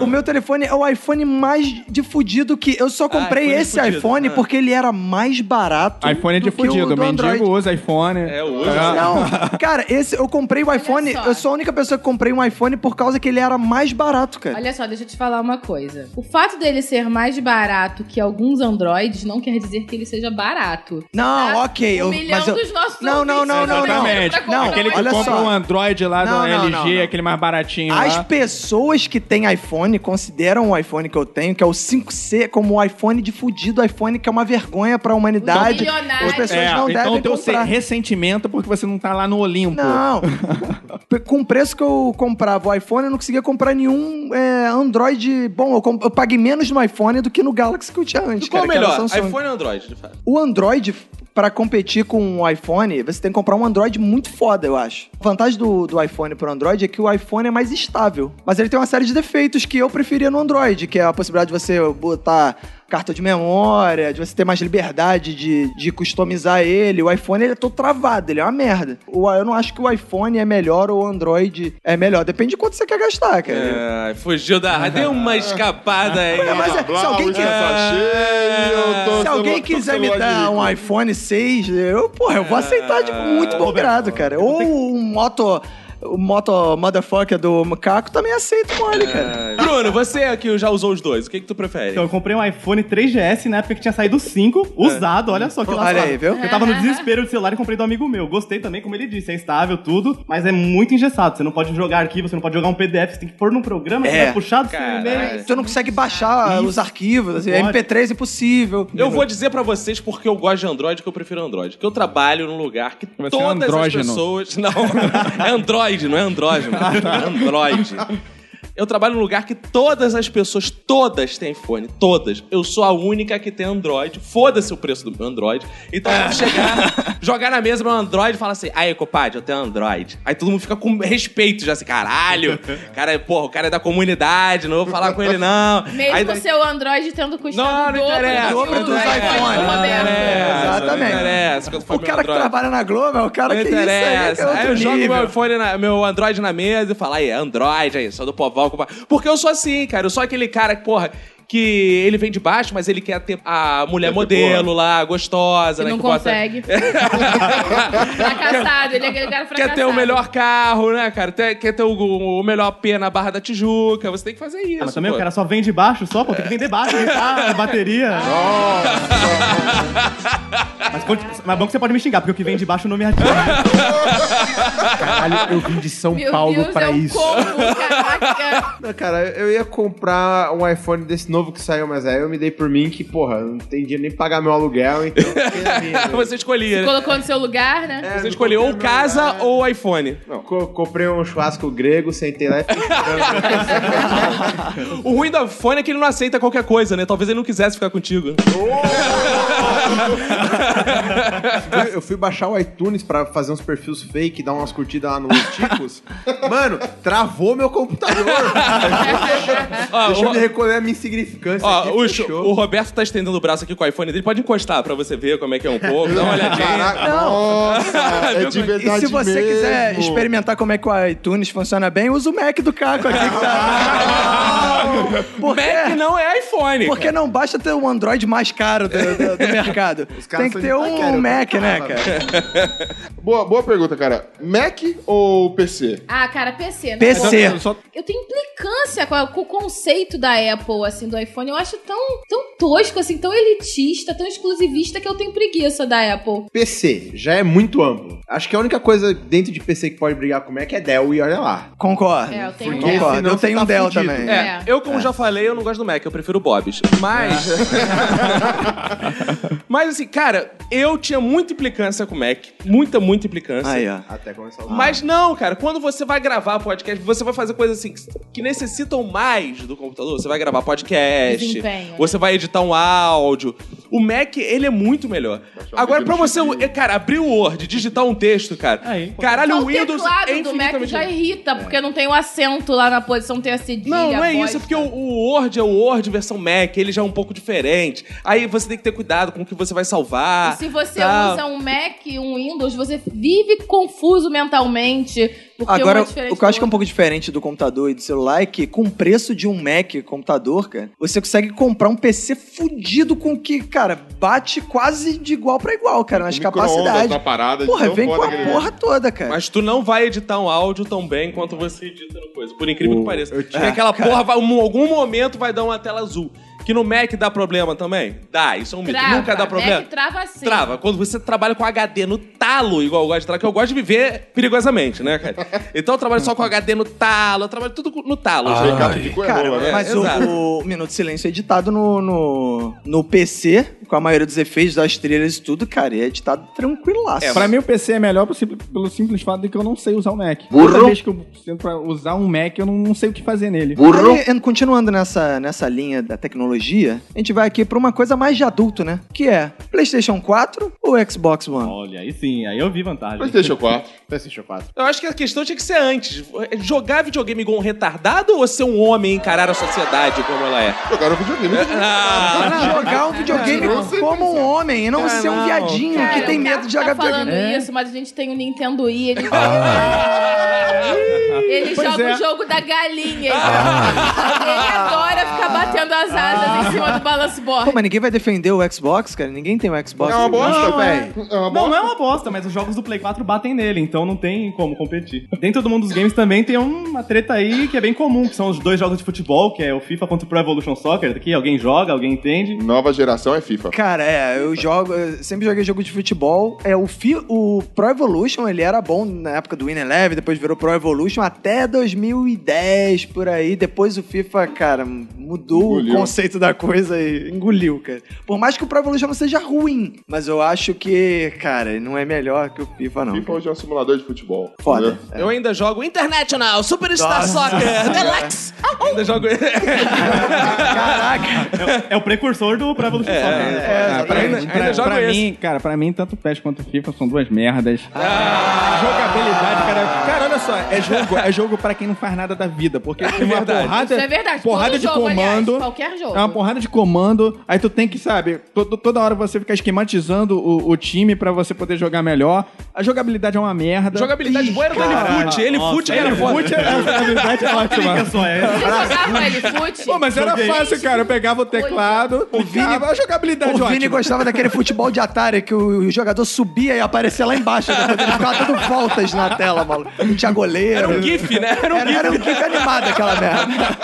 Speaker 2: o meu telefone é o iPhone mais de fudido que eu só comprei
Speaker 1: Ah, iPhone de
Speaker 2: esse
Speaker 1: fudido,
Speaker 2: iPhone
Speaker 1: ah.
Speaker 2: porque ele era mais barato.
Speaker 4: iPhone é de
Speaker 2: do que o
Speaker 4: fudido.
Speaker 2: do Android.
Speaker 4: Mendigo usa iPhone. Tá?
Speaker 1: É, hoje.
Speaker 2: Não, cara, esse eu comprei o iPhone,
Speaker 3: só.
Speaker 2: eu sou a única pessoa que comprei um iPhone por causa que ele era mais barato, cara.
Speaker 3: Olha só, deixa eu te falar uma coisa. O fato dele ser mais barato que alguns androides não quer dizer que ele seja barato.
Speaker 2: Não,
Speaker 3: Tá?
Speaker 2: ok.
Speaker 3: Um
Speaker 2: eu,
Speaker 3: milhão
Speaker 2: mas eu-
Speaker 3: dos nossos
Speaker 2: Não, não, não, não,
Speaker 3: ouvintes
Speaker 2: não.
Speaker 3: também.
Speaker 4: Exatamente.
Speaker 3: Tá comprando
Speaker 2: Não,
Speaker 4: aquele que
Speaker 2: olha
Speaker 4: compra
Speaker 2: só.
Speaker 4: um Android lá
Speaker 2: Não,
Speaker 4: da
Speaker 2: não,
Speaker 4: LG,
Speaker 2: não, não.
Speaker 4: aquele mais baratinho
Speaker 2: As
Speaker 4: lá.
Speaker 2: pessoas que têm iPhone consideram o iPhone que eu tenho, que é o 5C, como o iPhone de fudido, iPhone que é uma vergonha pra humanidade.
Speaker 3: Milionário.
Speaker 2: As pessoas
Speaker 4: É,
Speaker 2: não
Speaker 4: então
Speaker 2: devem
Speaker 4: teu
Speaker 2: comprar.
Speaker 4: ressentimento porque você não tá lá no Olimpo.
Speaker 2: Não. P- Com o preço que eu comprava o iPhone, eu não conseguia comprar nenhum é, Android bom. Eu, com- eu paguei menos no iPhone do que no Galaxy que eu tinha antes.
Speaker 1: Qual o
Speaker 2: cara, que era
Speaker 1: melhor?
Speaker 2: Samsung.
Speaker 1: iPhone ou Android, de fato?
Speaker 2: O Android, pra competir com o iPhone, você tem que comprar um Android muito foda, eu acho. A vantagem do, do iPhone pro Android é que o iPhone é mais estável. Mas ele tem uma série de defeitos que eu preferia no Android, que é a possibilidade de você botar cartão de memória, de você ter mais liberdade de, de customizar ele. O iPhone, ele é todo travado, ele é uma merda. O- eu não acho que o iPhone é melhor ou o Android é melhor. Depende de quanto você quer gastar, cara.
Speaker 1: É, fugiu da... Deu uma escapada aí.
Speaker 2: É, mas é- se alguém
Speaker 7: hoje
Speaker 2: quiser-
Speaker 7: tá cheio,
Speaker 1: É.
Speaker 7: eu tô
Speaker 2: Se alguém
Speaker 7: celu- tô com
Speaker 2: quiser me
Speaker 7: celular de
Speaker 2: dar
Speaker 7: rico.
Speaker 2: um iPhone 6, eu, porra, eu vou aceitar de muito bom grado, cara. Ou um moto. O moto motherfucker do macaco também aceito mole, cara.
Speaker 1: Bruno, você é que já usou os dois, o que que tu prefere?
Speaker 5: Então, eu comprei um iPhone 3GS na época que tinha saído o 5, usado, olha só que
Speaker 2: É. Olha
Speaker 5: lascado.
Speaker 2: aí, viu?
Speaker 5: Eu tava no desespero de celular e comprei do amigo meu. Gostei também, como ele disse, é estável, tudo, mas é muito engessado. Você não pode jogar arquivo, você não pode jogar um PDF, você tem que pôr num programa que
Speaker 2: É.
Speaker 5: vai puxar do seu
Speaker 1: Caralho.
Speaker 5: e-mail.
Speaker 2: Tu não consegue baixar
Speaker 5: Isso.
Speaker 2: os arquivos, assim,
Speaker 5: Pode.
Speaker 2: MP3 é impossível.
Speaker 1: Eu vou dizer pra vocês porque eu gosto de Android que eu prefiro Android. Que eu trabalho num lugar que
Speaker 4: Você é
Speaker 1: todas as
Speaker 4: andrógeno.
Speaker 1: pessoas. Não, é Android, não é andrógeno. É Android. Eu trabalho num lugar que todas as pessoas, todas têm iPhone, todas. Eu sou a única que tem Android. Foda-se o preço do meu Android. Então eu vou chegar, jogar na mesa meu Android e falar assim: aí, compadre, eu tenho Android. Aí todo mundo fica com respeito já assim: caralho, cara, porra, o cara é da comunidade, não vou falar com ele não.
Speaker 3: Mesmo
Speaker 1: Aí-
Speaker 3: o seu Android tendo custado
Speaker 1: não, não
Speaker 3: o dobro,
Speaker 1: interessa.
Speaker 3: do
Speaker 2: Dobro
Speaker 3: que o
Speaker 2: dos É.
Speaker 3: iPhone do
Speaker 2: iPhones,
Speaker 3: Roberto.
Speaker 2: não interessa. Exatamente.
Speaker 1: Não interessa. Quando for
Speaker 2: O
Speaker 1: meu
Speaker 2: cara que
Speaker 1: Android.
Speaker 2: trabalha na Globo é o cara
Speaker 1: Não
Speaker 2: que isso aí, é
Speaker 1: interessa. Aí
Speaker 2: outro
Speaker 1: eu jogo
Speaker 2: nível.
Speaker 1: meu iPhone, na- meu Android na mesa e falo, aí, Android, aí, só do povão. compa-". Porque eu sou assim, cara. Eu sou aquele cara que, porra, que ele vem de baixo, mas ele quer ter a
Speaker 5: é
Speaker 1: mulher
Speaker 7: Quer ter
Speaker 1: modelo lá, gostosa,
Speaker 3: Que
Speaker 1: né?
Speaker 3: não
Speaker 1: que bota-
Speaker 3: consegue. fracassado, ele é aquele cara fracassado.
Speaker 1: Quer ter o melhor carro, né, cara? Ter- Quer ter o, o melhor AP na Barra da Tijuca. Você tem que fazer isso.
Speaker 5: Ah, mas também
Speaker 1: pô.
Speaker 5: o cara só vende baixo, só, pô, tem que vender baixo, aumentar a bateria. mas, conti- mas bom que você pode me xingar, porque o é que vende baixo não me atinge.
Speaker 6: Caralho, eu vim de São
Speaker 3: Meu
Speaker 6: Paulo
Speaker 3: Deus,
Speaker 6: pra
Speaker 3: é um
Speaker 6: isso.
Speaker 3: combo, caraca.
Speaker 6: Não, cara, eu ia comprar um iPhone desse novo que saiu, mas aí eu me dei por mim que, porra, eu não tem dinheiro nem pra pagar meu aluguel, então. fiquei na minha, né?
Speaker 1: Você escolhia, né?
Speaker 3: Colocou no seu lugar, né?
Speaker 6: É,
Speaker 1: Você
Speaker 6: não
Speaker 1: escolheu ou
Speaker 6: comprei meu
Speaker 1: casa
Speaker 6: lugar.
Speaker 1: ou iPhone.
Speaker 6: Não, co- comprei um churrasco grego, sentei lá e fiquei
Speaker 1: O ruim do iPhone é que ele não aceita qualquer coisa, né? Talvez ele não quisesse ficar contigo.
Speaker 6: Eu fui- Eu fui baixar o iTunes pra fazer uns perfis fake, dar umas curtidas lá nos tipos, mano, travou meu computador.
Speaker 1: Ah,
Speaker 6: Deixa eu me recolher a minha insignificância. aqui,
Speaker 1: Ó, ah, o,
Speaker 6: fechou.
Speaker 1: o Roberto tá estendendo o braço aqui com o iPhone dele. Pode encostar pra você ver como é que é um pouco. Dá uma olhadinha.
Speaker 7: Caraca, nossa, é de
Speaker 2: E
Speaker 7: verdade
Speaker 2: se você
Speaker 7: mesmo.
Speaker 2: quiser experimentar como é que o iTunes funciona bem, usa o Mac do Caco aqui que tá. Por quê?
Speaker 1: Mac não é iPhone.
Speaker 2: Porque não basta ter um Android mais caro do, do- do
Speaker 6: caras
Speaker 2: mercado. Tem que
Speaker 6: são
Speaker 2: ter
Speaker 6: de
Speaker 2: um
Speaker 6: Itaquera,
Speaker 2: Mac,
Speaker 6: eu tô
Speaker 2: né,
Speaker 6: falando. Então,
Speaker 2: cara?
Speaker 7: Boa, boa pergunta, cara. Mac ou Tá, PC?
Speaker 3: Ah, cara, PC, né?
Speaker 2: PC.
Speaker 4: Só
Speaker 3: Eu tenho implicância com, a- com o conceito da Apple, assim, do iPhone. Eu acho tão, tão tosco, assim, tão elitista, tão exclusivista que eu tenho preguiça da Apple.
Speaker 6: PC já é muito amplo. Acho que a única coisa dentro de PC que pode brigar com o Mac é Dell e olha lá.
Speaker 2: Concordo.
Speaker 3: É, eu tenho
Speaker 6: Porque
Speaker 3: um.
Speaker 2: Concordo.
Speaker 6: senão
Speaker 2: Eu
Speaker 6: você
Speaker 2: tenho
Speaker 6: tá
Speaker 2: um Dell
Speaker 6: fudido.
Speaker 2: também.
Speaker 1: É,
Speaker 3: É.
Speaker 1: eu, como já falei, eu não gosto do Mac, eu prefiro o Bob's. Mas. mas assim, cara, eu tinha muita implicância com o Mac. Muita, muita implicância.
Speaker 2: Aí, ó.
Speaker 6: Até começar o
Speaker 1: Mas não, cara, quando você vai gravar podcast, você vai fazer coisas assim que necessitam mais do computador. Você vai gravar podcast,
Speaker 3: Desempenho, né?
Speaker 1: você vai editar um áudio. O Mac, ele é muito melhor.
Speaker 7: Baixar um
Speaker 1: Agora, pra
Speaker 7: vídeo no
Speaker 1: você,
Speaker 7: Gmail.
Speaker 1: cara, abrir o Word, digitar um texto, cara.
Speaker 5: Aí.
Speaker 1: caralho,
Speaker 3: Só
Speaker 1: o
Speaker 3: Tá o
Speaker 1: Windows é
Speaker 3: teclado do Mac
Speaker 1: infinitamente É.
Speaker 3: já irrita, porque não tem o acento lá na posição, não tem a cedilha,
Speaker 1: Não, não
Speaker 3: a
Speaker 1: é
Speaker 3: voz.
Speaker 1: isso, é porque o, o Word é o Word versão Mac, ele já é um pouco diferente. Aí você tem que ter cuidado com o que você vai salvar.
Speaker 3: E se você
Speaker 1: tal.
Speaker 3: usa um Mac, um Windows, você vive confuso mentalmente. Porque
Speaker 2: Agora,
Speaker 3: um é
Speaker 2: o que
Speaker 3: diferente
Speaker 2: eu acho que é um
Speaker 3: do outro.
Speaker 2: pouco diferente do computador e do celular é que, com o preço de um Mac computador, cara, você consegue comprar um PC fudido com que, cara, bate quase de igual pra igual, cara, nas
Speaker 7: Micro-ondas,
Speaker 2: capacidades.
Speaker 7: na parada,
Speaker 2: Porra,
Speaker 7: então
Speaker 2: vem com
Speaker 7: foda
Speaker 2: a
Speaker 7: aquele-
Speaker 6: é.
Speaker 2: porra toda, cara.
Speaker 1: Mas tu não vai editar um áudio tão bem quanto você edita no coisa. Por incrível que pareça. Porque aquela porra, vai, em algum momento, vai dar uma tela azul. Que no Mac dá problema também? Dá, isso é um mito.
Speaker 3: Trava,
Speaker 1: Nunca dá
Speaker 3: Mac
Speaker 1: problema.
Speaker 3: trava sempre.
Speaker 1: Trava. Quando você trabalha com HD no talo, igual eu gosto de trabalhar, que eu gosto de viver perigosamente, né, cara? Então eu trabalho só com HD no talo, eu trabalho tudo no talo.
Speaker 9: Ah,
Speaker 1: gente.
Speaker 7: Recado de
Speaker 2: Cara,
Speaker 7: coerrola, né?
Speaker 2: mas
Speaker 1: É, exato.
Speaker 2: o, o Minuto de Silêncio é editado no, no, no PC, com a maioria dos efeitos, das trilhas e tudo, cara, e é editado tranquilaço.
Speaker 4: Pra mim o PC é melhor por simples- pelo simples fato de que eu não sei usar o Mac.
Speaker 7: Burro.
Speaker 4: Toda vez que eu sinto pra usar um Mac, eu não, não sei o que fazer nele.
Speaker 7: Burro.
Speaker 2: Aí, and- continuando nessa, nessa linha da tecnologia, a gente vai aqui pra uma coisa mais de adulto, né? Que é PlayStation 4 ou Xbox One?
Speaker 5: Olha, aí sim, aí eu vi vantagem.
Speaker 7: Playstation 4.
Speaker 6: PlayStation 4.
Speaker 1: Eu acho que a questão tinha que ser antes. Jogar videogame igual um retardado ou ser um homem e encarar a sociedade como ela é?
Speaker 7: Jogaram videogame.
Speaker 2: é
Speaker 1: Ah,
Speaker 2: Jogar um videogame
Speaker 7: Não sei
Speaker 2: como um homem e não ser um viadinho
Speaker 3: Cara,
Speaker 2: que tem
Speaker 3: o
Speaker 2: medo
Speaker 3: Caco
Speaker 2: de jogar
Speaker 3: tá falando
Speaker 2: videogame. Ah.
Speaker 3: isso, mas a gente tem o Nintendo Wii, ele, ele
Speaker 4: Pois
Speaker 3: joga
Speaker 4: é.
Speaker 3: o jogo da galinha. Ele,
Speaker 2: Ah.
Speaker 3: ele adora ficar batendo as asas em cima do balance board.
Speaker 2: Pô, mas ninguém vai defender o Xbox, cara? Ninguém tem o Xbox.
Speaker 7: É uma bosta,
Speaker 5: Não,
Speaker 7: velho. É uma
Speaker 5: Não, não
Speaker 7: bosta.
Speaker 5: é uma bosta, mas os jogos do Play 4 batem nele, então não tem como competir. Dentro do mundo dos games também tem um, uma treta aí que é bem comum, que são os dois jogos de futebol, que é o FIFA contra o Pro Evolution Soccer, que alguém joga, alguém entende.
Speaker 7: Nova geração é FIFA.
Speaker 2: Cara, é, eu jogo, eu sempre joguei jogo de futebol. É o, fi, o Pro Evolution, ele era bom na época do Win Eleven, depois virou Pro Evolution até 2010 por aí. Depois o FIFA, cara, mudou
Speaker 7: Engoliu.
Speaker 2: o conceito da coisa e engoliu, cara. Por mais que o Pro Evolution não seja ruim, mas eu acho que, cara, não é melhor que o FIFA não.
Speaker 7: FIFA hoje é um simulador de futebol.
Speaker 2: Foda.
Speaker 7: Entendeu?
Speaker 1: Eu ainda jogo International, Superstar
Speaker 2: Nossa.
Speaker 1: Soccer, Deluxe. ainda jogo.
Speaker 2: Caraca.
Speaker 5: É o precursor do Pro Evolution Soccer. né?
Speaker 2: É,
Speaker 4: Ah, pra,
Speaker 1: ainda-
Speaker 4: mim-
Speaker 1: ainda
Speaker 4: pra-
Speaker 1: jogo
Speaker 4: pra
Speaker 1: esse.
Speaker 4: mim, cara, pra mim, tanto PES quanto FIFA são duas merdas. Ah. Jogabilidade, cara. Cara, olha só, é jogo, é jogo pra quem não faz nada da vida, porque tem uma
Speaker 1: verdade.
Speaker 3: Isso
Speaker 4: porrada,
Speaker 3: é verdade.
Speaker 4: porrada
Speaker 3: Todo
Speaker 4: de
Speaker 3: jogo, aliás,
Speaker 4: comando.
Speaker 3: qualquer jogo.
Speaker 4: É uma porrada de comando, aí tu tem que, sabe, to- to- toda hora você ficar esquematizando o, o time pra você poder jogar melhor. A jogabilidade é uma merda.
Speaker 1: Jogabilidade boa era do Elifute. Elifute era foda.
Speaker 4: Fute, a jogabilidade é
Speaker 5: Explica
Speaker 4: ótima.
Speaker 5: só, é.
Speaker 3: Você
Speaker 2: Ah.
Speaker 3: jogava L-Foot?
Speaker 4: Pô, mas era fácil, cara. Eu pegava o teclado, o a jogabilidade é
Speaker 2: O Vini
Speaker 4: ótima.
Speaker 2: gostava daquele futebol de Atari que o jogador subia e aparecia lá embaixo. Depois ele ficava dando voltas na tela, maluco. Não tinha goleiro.
Speaker 1: Era um GIF, né? Era um
Speaker 2: Era, era um gif animado aquela merda.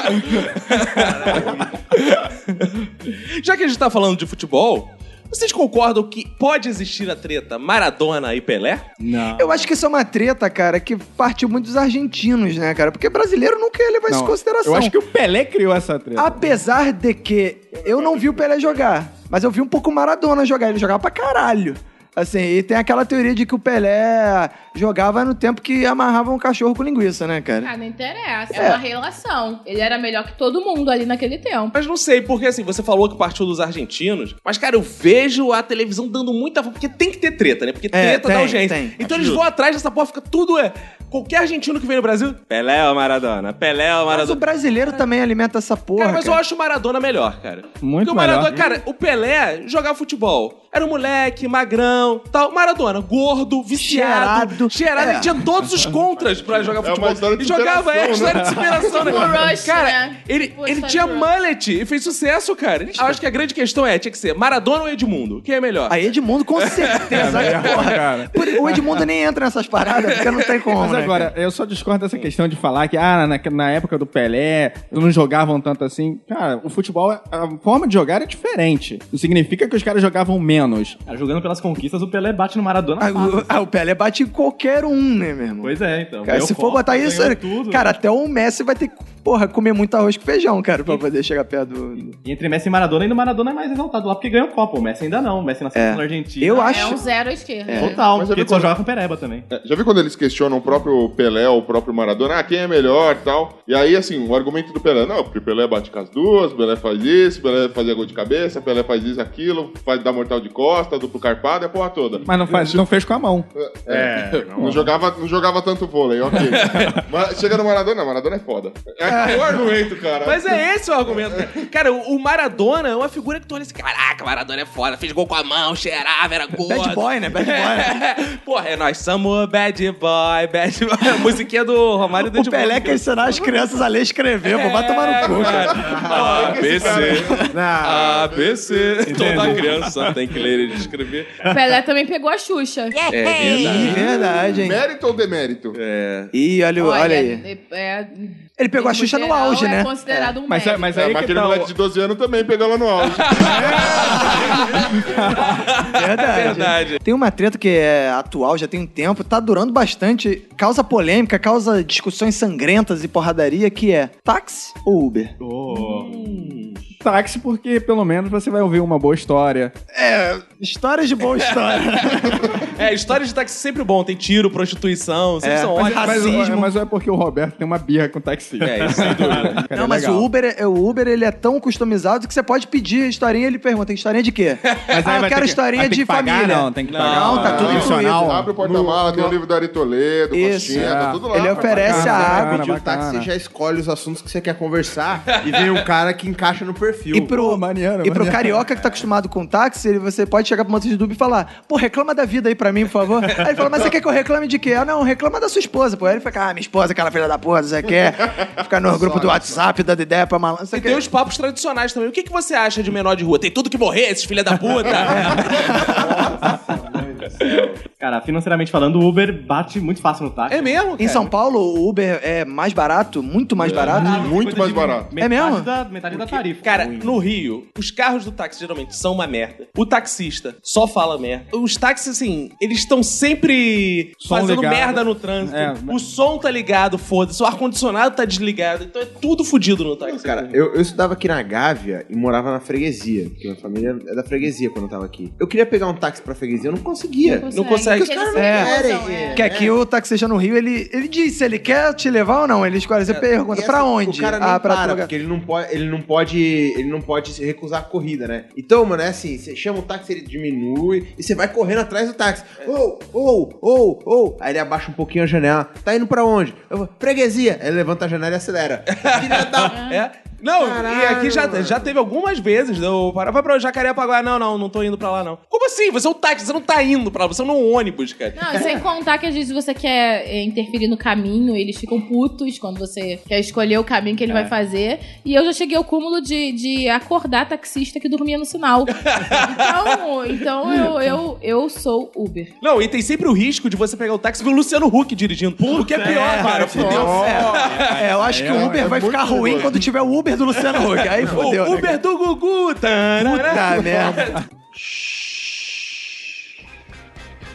Speaker 1: Já que a gente tá falando de futebol, vocês concordam que pode existir a treta Maradona e Pelé?
Speaker 2: Eu acho que isso é uma treta, cara, que partiu muito dos argentinos, né, cara? Porque brasileiro nunca ia levar isso em consideração.
Speaker 4: Eu acho que o Pelé criou essa treta.
Speaker 2: Apesar de que eu não vi o Pelé jogar, mas eu vi um pouco o Maradona jogar. Ele jogava pra caralho. Assim, e tem aquela teoria de que o Pelé jogava no tempo que amarravam um cachorro com linguiça, né, cara?
Speaker 3: Ah, não interessa. É. uma relação. Ele era melhor que todo mundo ali naquele tempo.
Speaker 1: Mas não sei, porque assim, você falou que partiu dos argentinos, mas cara, eu vejo a televisão dando muita. Porque tem que ter treta, né? Porque treta
Speaker 2: É, tem,
Speaker 1: dá audiência.
Speaker 2: tem.
Speaker 1: então eles vão atrás dessa porra, fica tudo é. Qualquer argentino que vem no Brasil. Pelé ou Maradona? Pelé ou
Speaker 2: Mas o
Speaker 1: Maradona?
Speaker 2: brasileiro também alimenta essa porra.
Speaker 1: cara, mas eu
Speaker 2: cara.
Speaker 1: acho o Maradona melhor, cara.
Speaker 4: Muito
Speaker 1: Porque o Maradona,
Speaker 4: melhor.
Speaker 1: cara, o Pelé jogava futebol. Era um moleque, magrão, tal. Maradona, gordo, viciado,
Speaker 2: Cheirado.
Speaker 1: cheirado.
Speaker 2: É.
Speaker 1: Ele tinha todos os contras pra jogar
Speaker 7: É uma
Speaker 1: futebol.
Speaker 7: história de
Speaker 1: e jogava, é,
Speaker 7: superação,
Speaker 1: história de superação, né?
Speaker 3: Tipo o Rush,
Speaker 1: cara,
Speaker 3: né?
Speaker 1: ele,
Speaker 3: Tipo a
Speaker 1: ele
Speaker 3: história
Speaker 1: tinha
Speaker 3: do Rush.
Speaker 1: mullet e fez sucesso, cara. Eu acho que a grande questão é, tinha que ser Maradona ou Edmundo? Quem é melhor?
Speaker 2: Aí Edmundo, com certeza. porra.
Speaker 4: É cara.
Speaker 2: Por- O Edmundo nem entra nessas paradas, porque não tem como,
Speaker 4: Mas
Speaker 2: né,
Speaker 4: agora,
Speaker 2: cara?
Speaker 4: É, eu só discordo dessa questão de falar que, ah, na, na época do Pelé, não jogavam tanto assim. Cara, o futebol, a forma de jogar é diferente. Não significa que os caras jogavam menos.
Speaker 5: Cara, jogando pelas conquistas, o Pelé bate no Maradona.
Speaker 2: Ah,
Speaker 5: fácil.
Speaker 2: o- ah, o Pelé bate em qualquer um, né, meu irmão?
Speaker 5: Pois é, então.
Speaker 2: Cara,
Speaker 5: Ganhou
Speaker 2: se for
Speaker 5: Copa,
Speaker 2: botar isso,
Speaker 5: ganhou tudo.
Speaker 2: cara, até o Messi vai ter que, porra, comer muito arroz com feijão, cara, pra poder chegar perto do... do-
Speaker 5: E entre Messi e Maradona, ainda o Maradona é mais exaltado lá, porque ganhou Copa. O Messi ainda não. O Messi na seleção da Argentina.
Speaker 2: Eu
Speaker 3: É
Speaker 2: acho...
Speaker 3: um zero à esquerda. né?
Speaker 5: Total,
Speaker 7: Mas eu
Speaker 5: porque
Speaker 7: vi
Speaker 5: ele só
Speaker 7: quando-
Speaker 5: joga com Pereba também.
Speaker 7: É, Já viu quando eles questionam o próprio Pelé ou o próprio Maradona? Ah, quem é melhor tal? E aí, assim, o argumento do Pelé, não, porque o Pelé bate com as duas, o Pelé faz isso, o Pelé fazia gol de cabeça, o Pelé faz isso, aquilo, faz dar mortal de costa, duplo carpado, é a porra toda.
Speaker 4: Mas não, faz, não fez com a mão.
Speaker 7: É, não, jogava, não jogava tanto vôlei, ok. Mas chega no Maradona, Maradona é foda. É o argumento, cara.
Speaker 1: Mas é esse o argumento, cara. Cara, o o Maradona é uma figura que tu olha assim, caraca, Maradona é foda, fez gol com a mão, cheirava, era gordo.
Speaker 2: Bad boy, né? Bad boy, né?
Speaker 1: Porra, é nós somos bad boy, bad boy. A musiquinha do Romário e do É,
Speaker 2: O Pelé quer ensinar as crianças a ler e escrever, pô, vai tomar no cu, cara.
Speaker 7: é
Speaker 1: ABC, é
Speaker 6: Não,
Speaker 1: ABC. Toda criança tem que ler e escrever.
Speaker 3: O Pelé também pegou a Xuxa.
Speaker 1: É verdade.
Speaker 2: Ih, verdade, hein?
Speaker 7: é Mérito ou demérito?
Speaker 2: Ih, olha, o- olha aí.
Speaker 3: é- é-
Speaker 2: Ele pegou a Xuxa no
Speaker 3: geral,
Speaker 2: auge,
Speaker 3: é
Speaker 2: né?
Speaker 3: considerado um
Speaker 4: Mas, é-
Speaker 3: mérito.
Speaker 4: mas
Speaker 7: É,
Speaker 4: aí
Speaker 7: mas
Speaker 4: que
Speaker 7: aquele
Speaker 4: tá,
Speaker 7: moleque de 12 anos também pegou ela no auge.
Speaker 2: É Verdade.
Speaker 1: Verdade.
Speaker 2: Tem uma treta que é atual, já tem um tempo, tá durando bastante, causa polêmica, causa discussões sangrentas e porradaria, que é táxi ou Uber?
Speaker 4: táxi porque pelo menos você vai ouvir uma boa história.
Speaker 2: Histórias de boa história.
Speaker 1: É, história de táxi sempre bom. Tem tiro, prostituição, sempre
Speaker 2: É,
Speaker 6: um
Speaker 1: são
Speaker 2: mas-
Speaker 1: ótimas.
Speaker 4: Mas,
Speaker 2: Racismo.
Speaker 4: mas é porque o Roberto tem uma birra com o taxista.
Speaker 1: É, isso sem dúvida.
Speaker 4: Cara, é
Speaker 2: Não, mas
Speaker 4: legal.
Speaker 2: o Uber, é- o Uber ele é tão customizado que você pode pedir a historinha ele pergunta, historinha de quê?
Speaker 4: Mas aí
Speaker 2: ah, eu
Speaker 4: vai ter
Speaker 2: quero
Speaker 4: que-
Speaker 2: historinha
Speaker 4: vai ter
Speaker 2: de
Speaker 4: que pagar,
Speaker 2: família.
Speaker 4: Não, tem que
Speaker 1: Não,
Speaker 4: pagar.
Speaker 2: tá tudo
Speaker 4: Adicional.
Speaker 7: Abre o porta-mala, tem o livro do Ari Toledo,
Speaker 2: Isso.
Speaker 7: Coxinha, tá tudo lá.
Speaker 4: é
Speaker 2: ele
Speaker 7: rapaz.
Speaker 2: oferece
Speaker 4: bacana,
Speaker 2: a
Speaker 4: bacana.
Speaker 2: água.
Speaker 6: pedir É, o táxi, você já escolhe os assuntos que você quer conversar e vem um cara que encaixa no perfil.
Speaker 2: E pro,
Speaker 4: Pô, maneiro,
Speaker 2: e pro
Speaker 4: maneiro.
Speaker 2: carioca que tá acostumado com táxi, ele- você pode chegar pro motorista de Uber e falar: pô, reclama da vida aí pra mim, por favor. Aí ele fala: mas você quer que eu reclame de quê? Ah, não, reclama da sua esposa, pô. Aí ele fica: ah, minha esposa, aquela filha da porra, você quer? Ficar no grupo
Speaker 4: né?
Speaker 2: do WhatsApp, dando ideia pra malandro. Você
Speaker 1: E tem
Speaker 2: quer?
Speaker 1: os papos tradicionais também. O que, que você acha de menor de rua? Tem tudo que morrer, esses filha da puta.
Speaker 5: Cara, financeiramente falando, o Uber bate muito fácil no táxi.
Speaker 1: é mesmo?
Speaker 2: Em São Paulo, o Uber é mais barato, muito mais barato.
Speaker 7: Muito mais barato.
Speaker 5: Metade
Speaker 2: É mesmo?
Speaker 5: Da, metade da tarifa.
Speaker 1: Cara, no Rio, os carros do táxi geralmente são uma merda. O taxista só fala merda. Os táxis, assim, eles estão sempre
Speaker 4: Som
Speaker 1: fazendo
Speaker 4: ligado.
Speaker 1: merda no trânsito.
Speaker 4: É.
Speaker 1: o som tá ligado, foda-se. O ar-condicionado tá desligado. Então é tudo fudido no táxi.
Speaker 6: Cara, eu, eu estudava aqui na Gávea e morava na freguesia, porque minha família é da freguesia quando eu tava aqui. Eu queria pegar um táxi pra freguesia, eu não conseguia.
Speaker 1: Não consegue.
Speaker 3: Porque eles se recusam, é.
Speaker 2: Que aqui o taxista no Rio, ele, ele diz se ele quer te levar ou não. Ele escolhe, você pergunta,
Speaker 6: E
Speaker 2: pra
Speaker 6: assim,
Speaker 2: onde?
Speaker 6: O cara nem
Speaker 2: ah, pra
Speaker 6: para,
Speaker 2: tal lugar.
Speaker 6: porque ele não, pode, ele não pode. Ele não pode se recusar a corrida, né? Então, mano, é assim, você chama o táxi, ele diminui e você vai correndo atrás do táxi. Ou, ou, ou, ou. Aí ele abaixa um pouquinho a janela. Tá indo pra onde? Eu vou, freguesia. Aí ele levanta a janela e acelera. Filha da.
Speaker 1: É. Não, e
Speaker 6: Caralho,
Speaker 1: aqui já,
Speaker 6: mano.
Speaker 1: já teve algumas vezes. Eu parava vai pra Jacarepaguá. Não, não, não tô indo pra lá, não. Como assim? Você é um táxi, você não tá indo pra lá. Você não é um ônibus, cara.
Speaker 3: Não, sem contar que às vezes você quer é, interferir no caminho, eles ficam putos quando você quer escolher o caminho que ele vai fazer. E eu já cheguei ao cúmulo de, de acordar taxista que dormia no sinal. então então eu, eu, eu sou Uber.
Speaker 1: Não, e tem sempre o risco de você pegar o táxi e ver o Luciano Huck dirigindo. o que é pior, cara. Fudeu.
Speaker 2: É, eu acho que o Uber vai ficar ruim quando tiver o Uber do Luciano Huck. Aí fodeu.
Speaker 1: O
Speaker 2: né,
Speaker 1: Uber do
Speaker 6: é
Speaker 1: Gugu. Tarará.
Speaker 2: cara? Puta merda.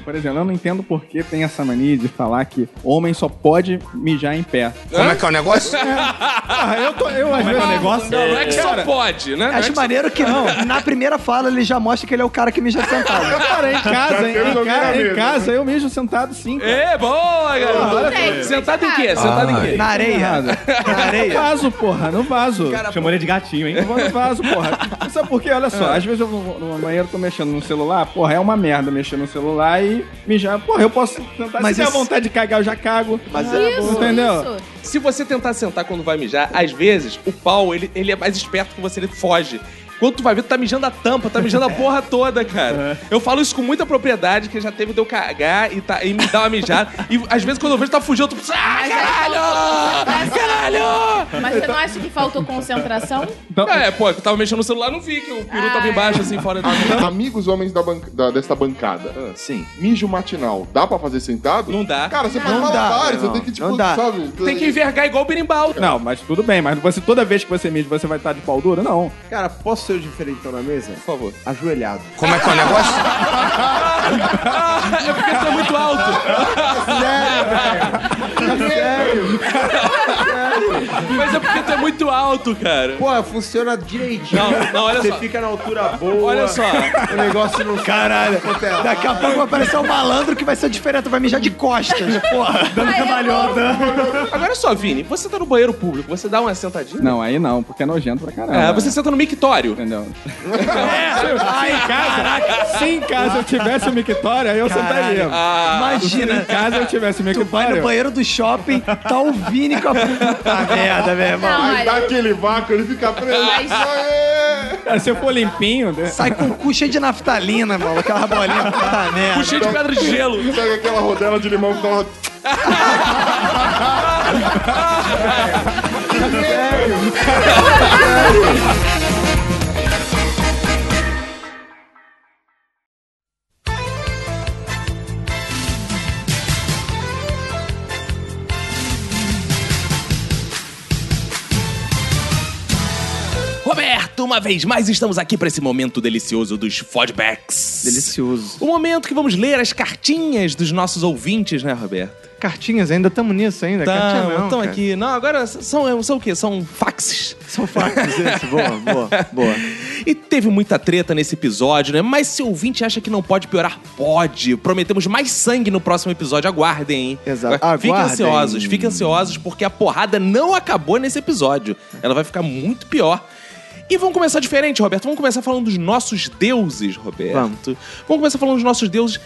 Speaker 4: Por exemplo, eu não entendo por que tem essa mania de falar que homem só pode mijar em pé.
Speaker 8: Como é que é o negócio?
Speaker 4: Ah, eu tô. Eu, às
Speaker 5: Como é que é o negócio?
Speaker 1: Não, não é que só
Speaker 4: Cara,
Speaker 1: pode, né? Não é
Speaker 2: Acho
Speaker 1: que só-
Speaker 2: maneiro que não. Na primeira fala ele já mostra que ele é o cara que mija sentado.
Speaker 4: Cara, é em casa, em,
Speaker 7: temos
Speaker 4: em
Speaker 7: alguém
Speaker 4: ca-
Speaker 7: Tá na
Speaker 4: é em
Speaker 7: mesa. né?
Speaker 4: casa, eu mijo sentado sim. cara.
Speaker 1: É, boa, garoto.
Speaker 3: Tem,
Speaker 1: Sentado em quê?
Speaker 3: tem.
Speaker 1: Sentado em quê?
Speaker 2: Na areia. Na
Speaker 4: No
Speaker 2: areia.
Speaker 4: vaso, porra, no vaso.
Speaker 5: Chamou ele de gatinho, hein?
Speaker 4: Eu vou no vaso, porra. Sabe por quê? Olha só, às vezes eu vou no banheiro, tô mexendo no celular, porra, é uma merda mexer no celular e mijar. Porra, eu posso
Speaker 2: Mas
Speaker 4: tentar. Mas se
Speaker 6: é
Speaker 4: der
Speaker 2: isso-
Speaker 4: vontade de cagar, eu já cago. Mas é
Speaker 3: Isso,
Speaker 4: entendeu?
Speaker 3: isso.
Speaker 1: Se você tentar sentar quando vai mijar, às vezes o pau, ele, ele é mais esperto que você, ele foge. Quando tu vai ver, tu tá mijando a tampa, tá mijando a porra toda, cara. Eu falo isso com muita propriedade, que já teve de eu cagar e, tá, e me dar uma mijada. E às vezes quando eu vejo, tá fugindo, tu.
Speaker 3: é
Speaker 1: Ah, caralho! Caralho!
Speaker 3: Mas você não acha que faltou concentração?
Speaker 4: Então,
Speaker 1: É, pô, eu tava mexendo no celular, não vi que o peru
Speaker 3: Ah, é.
Speaker 1: tava embaixo, assim, fora do.
Speaker 7: Amigos homens da banca- da- desta bancada.
Speaker 4: Ah.
Speaker 2: Sim.
Speaker 7: Mijo matinal, dá pra fazer sentado?
Speaker 1: Não dá.
Speaker 7: Cara, você pode
Speaker 2: Não
Speaker 7: falar
Speaker 2: dá,
Speaker 7: vários, você
Speaker 2: não.
Speaker 7: tem que, tipo,
Speaker 2: Não dá.
Speaker 7: sabe?
Speaker 1: Tem que envergar igual o berimbau.
Speaker 4: Não, mas tudo bem, mas você toda vez que você mija, você vai estar de pau duro? Não.
Speaker 6: Cara, posso ser o diferentão na mesa?
Speaker 1: Por favor.
Speaker 6: Ajoelhado.
Speaker 8: Como é que é o negócio?
Speaker 1: É porque tu é muito alto.
Speaker 6: Sério?
Speaker 1: Mas é porque tu é muito alto, cara.
Speaker 6: Pô, funciona direitinho.
Speaker 1: Não, não, olha
Speaker 6: Você
Speaker 1: só.
Speaker 6: fica na altura boa.
Speaker 1: Olha só.
Speaker 6: O negócio não Caralho.
Speaker 2: Daqui a pouco vai aparecer um malandro que vai ser diferente, vai mijar de costas, porra.
Speaker 3: Aí eu
Speaker 1: Agora só, Vini, você tá no banheiro público, você dá uma sentadinha?
Speaker 4: Não, aí não, porque é nojento pra caralho.
Speaker 1: É, você senta no mictório.
Speaker 6: É.
Speaker 4: Entendeu? se em casa, se em casa eu tivesse o mictório, aí eu sentaria.
Speaker 1: Ah,
Speaker 2: Imagina.
Speaker 4: Se em casa eu tivesse o
Speaker 2: Tu vai no
Speaker 4: mictório.
Speaker 2: banheiro do shopping, tá o Vini com a puta Tá merda, meu irmão.
Speaker 3: Não,
Speaker 7: Aí dá
Speaker 3: olha,
Speaker 2: né?
Speaker 7: aquele vácuo, ele fica preso.
Speaker 3: Mas-
Speaker 7: Aê!
Speaker 4: Cara, Se eu for limpinho, né?
Speaker 2: Sai com o cu cheio de naftalina, mano. Aquela bolinha puta Tá merda.
Speaker 1: Cheio de pedra de gelo.
Speaker 7: Pega aquela rodela de limão que dá uma...
Speaker 1: Roberto, uma vez mais estamos aqui para esse momento delicioso dos Fodbacks.
Speaker 2: Delicioso.
Speaker 1: O momento que vamos ler as cartinhas dos nossos ouvintes, né, Roberto?
Speaker 2: Cartinhas, ainda estamos nisso ainda. Cartinha não,
Speaker 1: estão
Speaker 2: cara.
Speaker 1: aqui. Não, agora são, é, são o quê? São faxes.
Speaker 2: São fatos esse. Boa, boa, boa.
Speaker 1: E teve muita treta nesse episódio, né? Mas se o ouvinte acha que não pode piorar, pode. Prometemos mais sangue no próximo episódio. Aguardem, hein?
Speaker 2: Exato.
Speaker 1: Fiquem
Speaker 2: Aguardem.
Speaker 1: ansiosos, fiquem ansiosos, porque a porrada não acabou nesse episódio. Ela vai ficar muito pior. E vamos começar diferente, Roberto. Vamos começar falando dos nossos deuses, Roberto.
Speaker 2: Vamos.
Speaker 1: Vamos começar falando dos nossos deuses.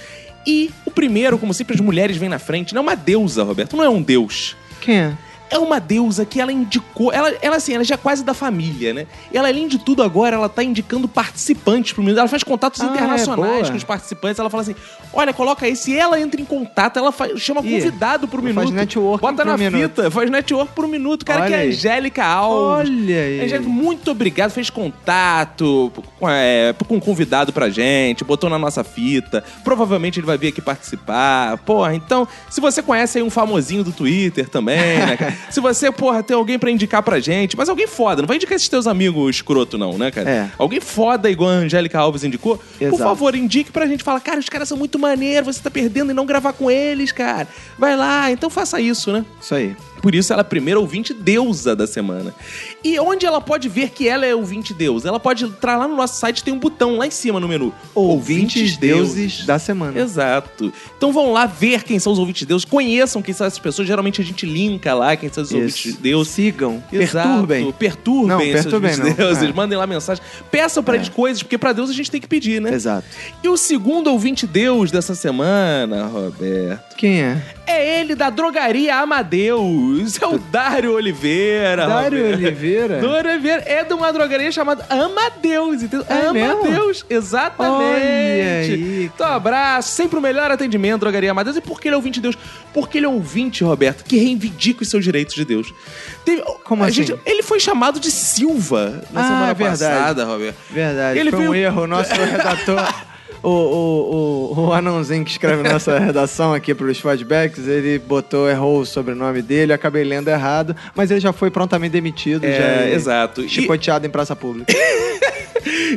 Speaker 1: E o primeiro, como sempre, as mulheres vêm na frente. Não é uma deusa, Roberto. Não é um deus
Speaker 2: Quem é?
Speaker 1: é uma deusa que ela indicou. Ela, ela assim, ela já é quase da família, né? E ela, além de tudo, agora ela tá indicando participantes pro menino. Ela faz contatos
Speaker 2: Ah, é,
Speaker 1: internacionais
Speaker 2: boa.
Speaker 1: com os participantes. Ela fala assim: olha, coloca esse. E ela entra em contato, ela fa- chama
Speaker 2: Ih,
Speaker 1: convidado pro
Speaker 2: faz
Speaker 1: minuto.
Speaker 2: networking
Speaker 1: bota
Speaker 2: pro
Speaker 1: na
Speaker 2: minuto.
Speaker 1: fita, faz network pro minuto. Cara,
Speaker 2: Olha
Speaker 1: que é a
Speaker 2: aí.
Speaker 1: Angélica Alves.
Speaker 2: Olha aí.
Speaker 1: Angélica, muito obrigado. Fez contato com, é, com um convidado pra gente, botou na nossa fita. Provavelmente ele vai vir aqui participar. Porra, então, se você conhece aí um famosinho do Twitter também, né, cara? se você, porra, tem alguém pra indicar pra gente, mas alguém foda, não vai indicar esses teus amigos escroto, não, né, cara?
Speaker 2: É.
Speaker 1: Alguém foda igual a Angélica Alves indicou, por
Speaker 2: Exato.
Speaker 1: favor, indique pra gente. Fala, cara, os caras são muito maneiros, você tá perdendo e não gravar com eles, cara. Vai lá, então faça isso, né?
Speaker 2: Isso aí.
Speaker 1: Por isso ela é a primeira ouvinte deusa da semana. E onde ela pode ver que ela é ouvinte deusa? Ela pode entrar lá no nosso site, tem um botão lá em cima no menu.
Speaker 2: Ouvintes deuses da semana.
Speaker 1: Exato. Então vão lá ver quem são os ouvintes deuses, conheçam quem são essas pessoas. Geralmente a gente linka lá quem são os ouvintes
Speaker 2: Isso.
Speaker 1: deuses.
Speaker 2: Sigam.
Speaker 1: Exato.
Speaker 2: Perturbem.
Speaker 1: Perturbem
Speaker 2: Não,
Speaker 1: esses
Speaker 2: perturbem
Speaker 1: ouvintes
Speaker 2: não.
Speaker 1: deuses.
Speaker 2: É.
Speaker 1: Mandem lá mensagem. Peçam pra eles coisas, porque pra Deus a gente tem que pedir, né?
Speaker 2: Exato.
Speaker 1: E o segundo ouvinte deus dessa semana, Roberto.
Speaker 2: Quem é?
Speaker 1: É ele da drogaria Amadeus. É o Dário Oliveira.
Speaker 2: Dário
Speaker 1: Roberto.
Speaker 2: Oliveira.
Speaker 1: Dário Oliveira é de uma drogaria chamada Amadeus, entendeu?
Speaker 2: É mesmo?
Speaker 1: Amadeus, exatamente.
Speaker 2: Olha aí,
Speaker 1: Então, abraço, sempre o melhor atendimento, drogaria Amadeus. E por que ele é ouvinte de Deus? Porque ele é ouvinte, Roberto, que reivindica os seus direitos de Deus. Teve-
Speaker 2: Como
Speaker 1: a
Speaker 2: assim?
Speaker 1: gente- ele foi chamado de Silva na
Speaker 2: Ah,
Speaker 1: semana
Speaker 2: é verdade.
Speaker 1: passada, Roberto.
Speaker 2: Verdade.
Speaker 1: Ele
Speaker 2: Foi um
Speaker 1: veio-
Speaker 2: erro. O nosso redator. O, o, o, o anãozinho que escreve nossa redação aqui para os feedbacks, ele botou, errou o sobrenome dele, eu acabei lendo errado, mas ele já foi prontamente demitido,
Speaker 1: É,
Speaker 2: já
Speaker 1: exato. E-
Speaker 2: chicoteado em praça pública.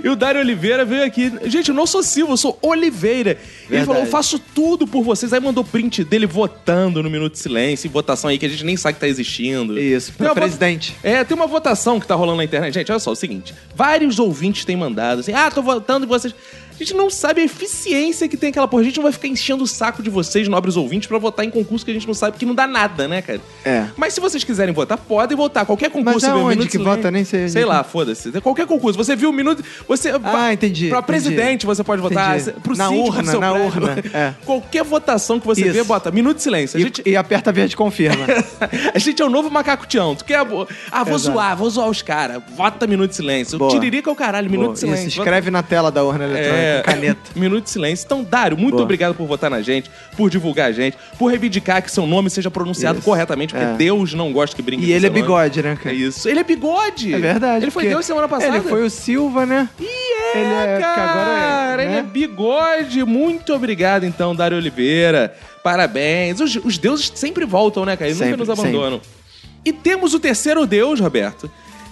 Speaker 1: E o Dário Oliveira veio aqui. Gente, eu não sou Silva, eu sou Oliveira. Ele falou, eu faço tudo por vocês. Aí mandou print dele votando no Minuto de Silêncio, e votação aí que a gente nem sabe que tá existindo.
Speaker 2: Isso,
Speaker 1: Tem
Speaker 2: pra
Speaker 1: uma vota-
Speaker 2: presidente.
Speaker 1: É, tem uma votação que tá rolando na internet. Gente, olha só, é o seguinte. Vários ouvintes têm mandado assim, ah, tô votando e vocês... A gente não sabe a eficiência que tem aquela porra. A gente não vai ficar enchendo o saco de vocês, nobres ouvintes, pra votar em concurso que a gente não sabe, que não dá nada, né, cara?
Speaker 2: É.
Speaker 1: Mas se vocês quiserem votar, podem votar. Qualquer concurso...
Speaker 2: Mas
Speaker 1: você vê
Speaker 2: aonde
Speaker 1: Minuto de
Speaker 2: que
Speaker 1: Silêncio-
Speaker 2: vota? Nem sei onde
Speaker 1: Sei
Speaker 2: que-
Speaker 1: lá, foda-se. Qualquer concurso. Você viu o minuto... Você, pra-
Speaker 2: entendi,
Speaker 1: Pra
Speaker 2: entendi.
Speaker 1: presidente você pode votar.
Speaker 2: Entendi.
Speaker 1: Pro
Speaker 2: Na
Speaker 1: síndico do
Speaker 2: urna,
Speaker 1: seu
Speaker 2: na
Speaker 1: prédio.
Speaker 2: urna, é.
Speaker 1: Qualquer votação que você
Speaker 2: Isso.
Speaker 1: vê, bota Minuto de Silêncio. A
Speaker 2: E,
Speaker 1: gente,
Speaker 2: e aperta verde confirma.
Speaker 1: a gente é o novo macaco tião. Tu quer. bo- Ah, vou zoar, vou zoar os caras. Vota minuto de silêncio.
Speaker 2: Boa.
Speaker 1: Tiririca é o caralho, minuto
Speaker 2: Pô,
Speaker 1: de
Speaker 2: isso,
Speaker 1: silêncio.
Speaker 2: escreve na tela da urna
Speaker 1: Vota-
Speaker 2: eletrônica, com caneta.
Speaker 1: Minuto de silêncio. Então, Dário, muito
Speaker 2: Boa.
Speaker 1: obrigado por votar na gente, por divulgar a gente, por reivindicar que seu nome seja pronunciado
Speaker 2: Isso.
Speaker 1: corretamente, porque
Speaker 2: É.
Speaker 1: Deus não gosta que brinque
Speaker 2: E
Speaker 1: com
Speaker 2: ele
Speaker 1: seu
Speaker 2: é
Speaker 1: nome.
Speaker 2: bigode, né,
Speaker 1: É
Speaker 2: cara?
Speaker 1: isso. Ele é bigode.
Speaker 2: É verdade.
Speaker 1: Ele foi
Speaker 2: porque
Speaker 1: Deus semana passada.
Speaker 2: Ele foi o Silva, né?
Speaker 1: E é,
Speaker 2: Ele é- que
Speaker 1: cara,
Speaker 2: agora é,
Speaker 1: ele
Speaker 2: né?
Speaker 1: é bigode. Muito obrigado, então, Dário Oliveira. Parabéns. Os, os deuses sempre voltam, né, cara? Eles nunca
Speaker 2: Sempre,
Speaker 1: nos abandonam. E temos o terceiro deus, Roberto.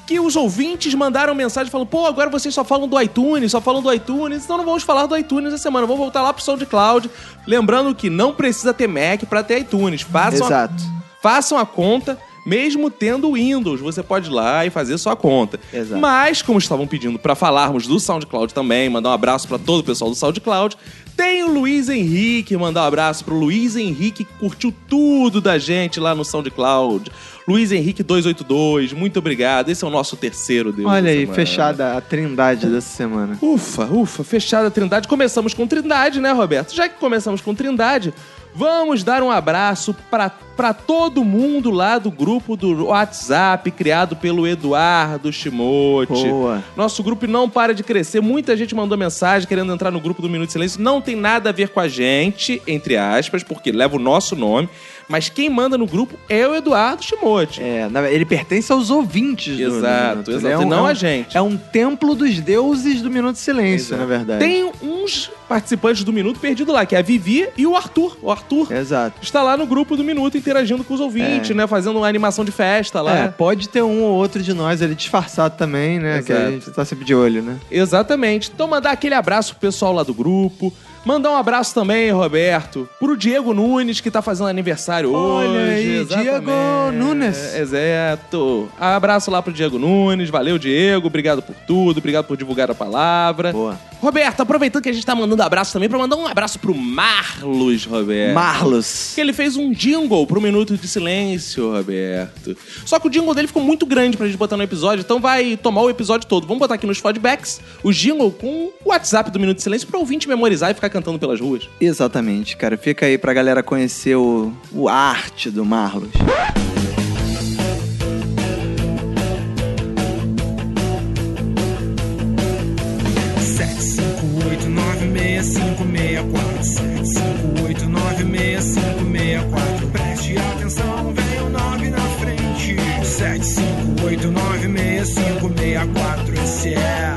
Speaker 1: Que os ouvintes mandaram mensagem falando: pô, agora vocês só falam do iTunes, só falam do iTunes, então não vamos falar do iTunes essa semana, vamos voltar lá pro SoundCloud. Lembrando que não precisa ter Mac pra ter iTunes. Façam a
Speaker 2: Exato.
Speaker 1: Façam a conta, mesmo tendo Windows, você pode ir lá e fazer sua conta.
Speaker 2: Exato.
Speaker 1: Mas, como estavam pedindo pra falarmos do SoundCloud também, mandar um abraço pra todo o pessoal do SoundCloud, tem o Luiz Henrique, mandar um abraço pro Luiz Henrique, que curtiu tudo da gente lá no SoundCloud. Luiz Henrique 282, muito obrigado. Esse é o nosso terceiro Deus.
Speaker 2: Olha
Speaker 1: da
Speaker 2: aí,
Speaker 1: semana.
Speaker 2: fechada a trindade dessa semana.
Speaker 1: Ufa, ufa, fechada a Trindade. Começamos com Trindade, né, Roberto? Já que começamos com Trindade, vamos dar um abraço pra, pra todo mundo lá do grupo do WhatsApp, criado pelo Eduardo Shimote.
Speaker 2: Boa.
Speaker 1: Nosso grupo não para de crescer. Muita gente mandou mensagem querendo entrar no grupo do Minuto de Silêncio. Não tem nada a ver com a gente, entre aspas, porque leva o nosso nome. Mas quem manda no grupo é o Eduardo Shimote.
Speaker 2: É, na- ele pertence aos ouvintes do
Speaker 1: Exato,
Speaker 2: Minuto.
Speaker 1: exato.
Speaker 2: Ele
Speaker 1: E não
Speaker 2: é um,
Speaker 1: a gente.
Speaker 2: É um templo dos deuses do Minuto de Silêncio, na verdade.
Speaker 1: Tem uns participantes do Minuto Perdido lá, que é a Vivi e o Arthur. O Arthur
Speaker 2: Exato.
Speaker 1: está lá no grupo do Minuto interagindo com os ouvintes, né? Fazendo uma animação de festa lá.
Speaker 2: É, pode ter um ou outro de nós ali disfarçado também, né? Que a
Speaker 1: Exato.
Speaker 2: gente tá sempre de olho, né?
Speaker 1: Exatamente. Então mandar aquele abraço pro pessoal lá do grupo. Mandar um abraço também, Roberto, pro Diego Nunes, que tá fazendo aniversário
Speaker 2: Olha
Speaker 1: hoje.
Speaker 2: aí,
Speaker 1: Exatamente.
Speaker 2: Diego Nunes.
Speaker 1: É, Exato. Abraço lá pro Diego Nunes. Valeu, Diego. Obrigado por tudo. Obrigado por divulgar a palavra.
Speaker 2: Boa.
Speaker 1: Roberto, aproveitando que a gente tá mandando abraço também, pra mandar um abraço pro Marlos,
Speaker 2: É.
Speaker 1: Roberto.
Speaker 2: Marlos.
Speaker 1: Que ele fez um jingle pro Minuto de Silêncio, Roberto. Só que o jingle dele ficou muito grande pra gente botar no episódio, então vai tomar o episódio todo. Vamos botar aqui nos feedbacks o jingle com o WhatsApp do Minuto de Silêncio pra ouvinte memorizar e ficar cantando pelas ruas.
Speaker 2: Exatamente, cara. Fica aí pra galera conhecer o, o arte do Marlos. é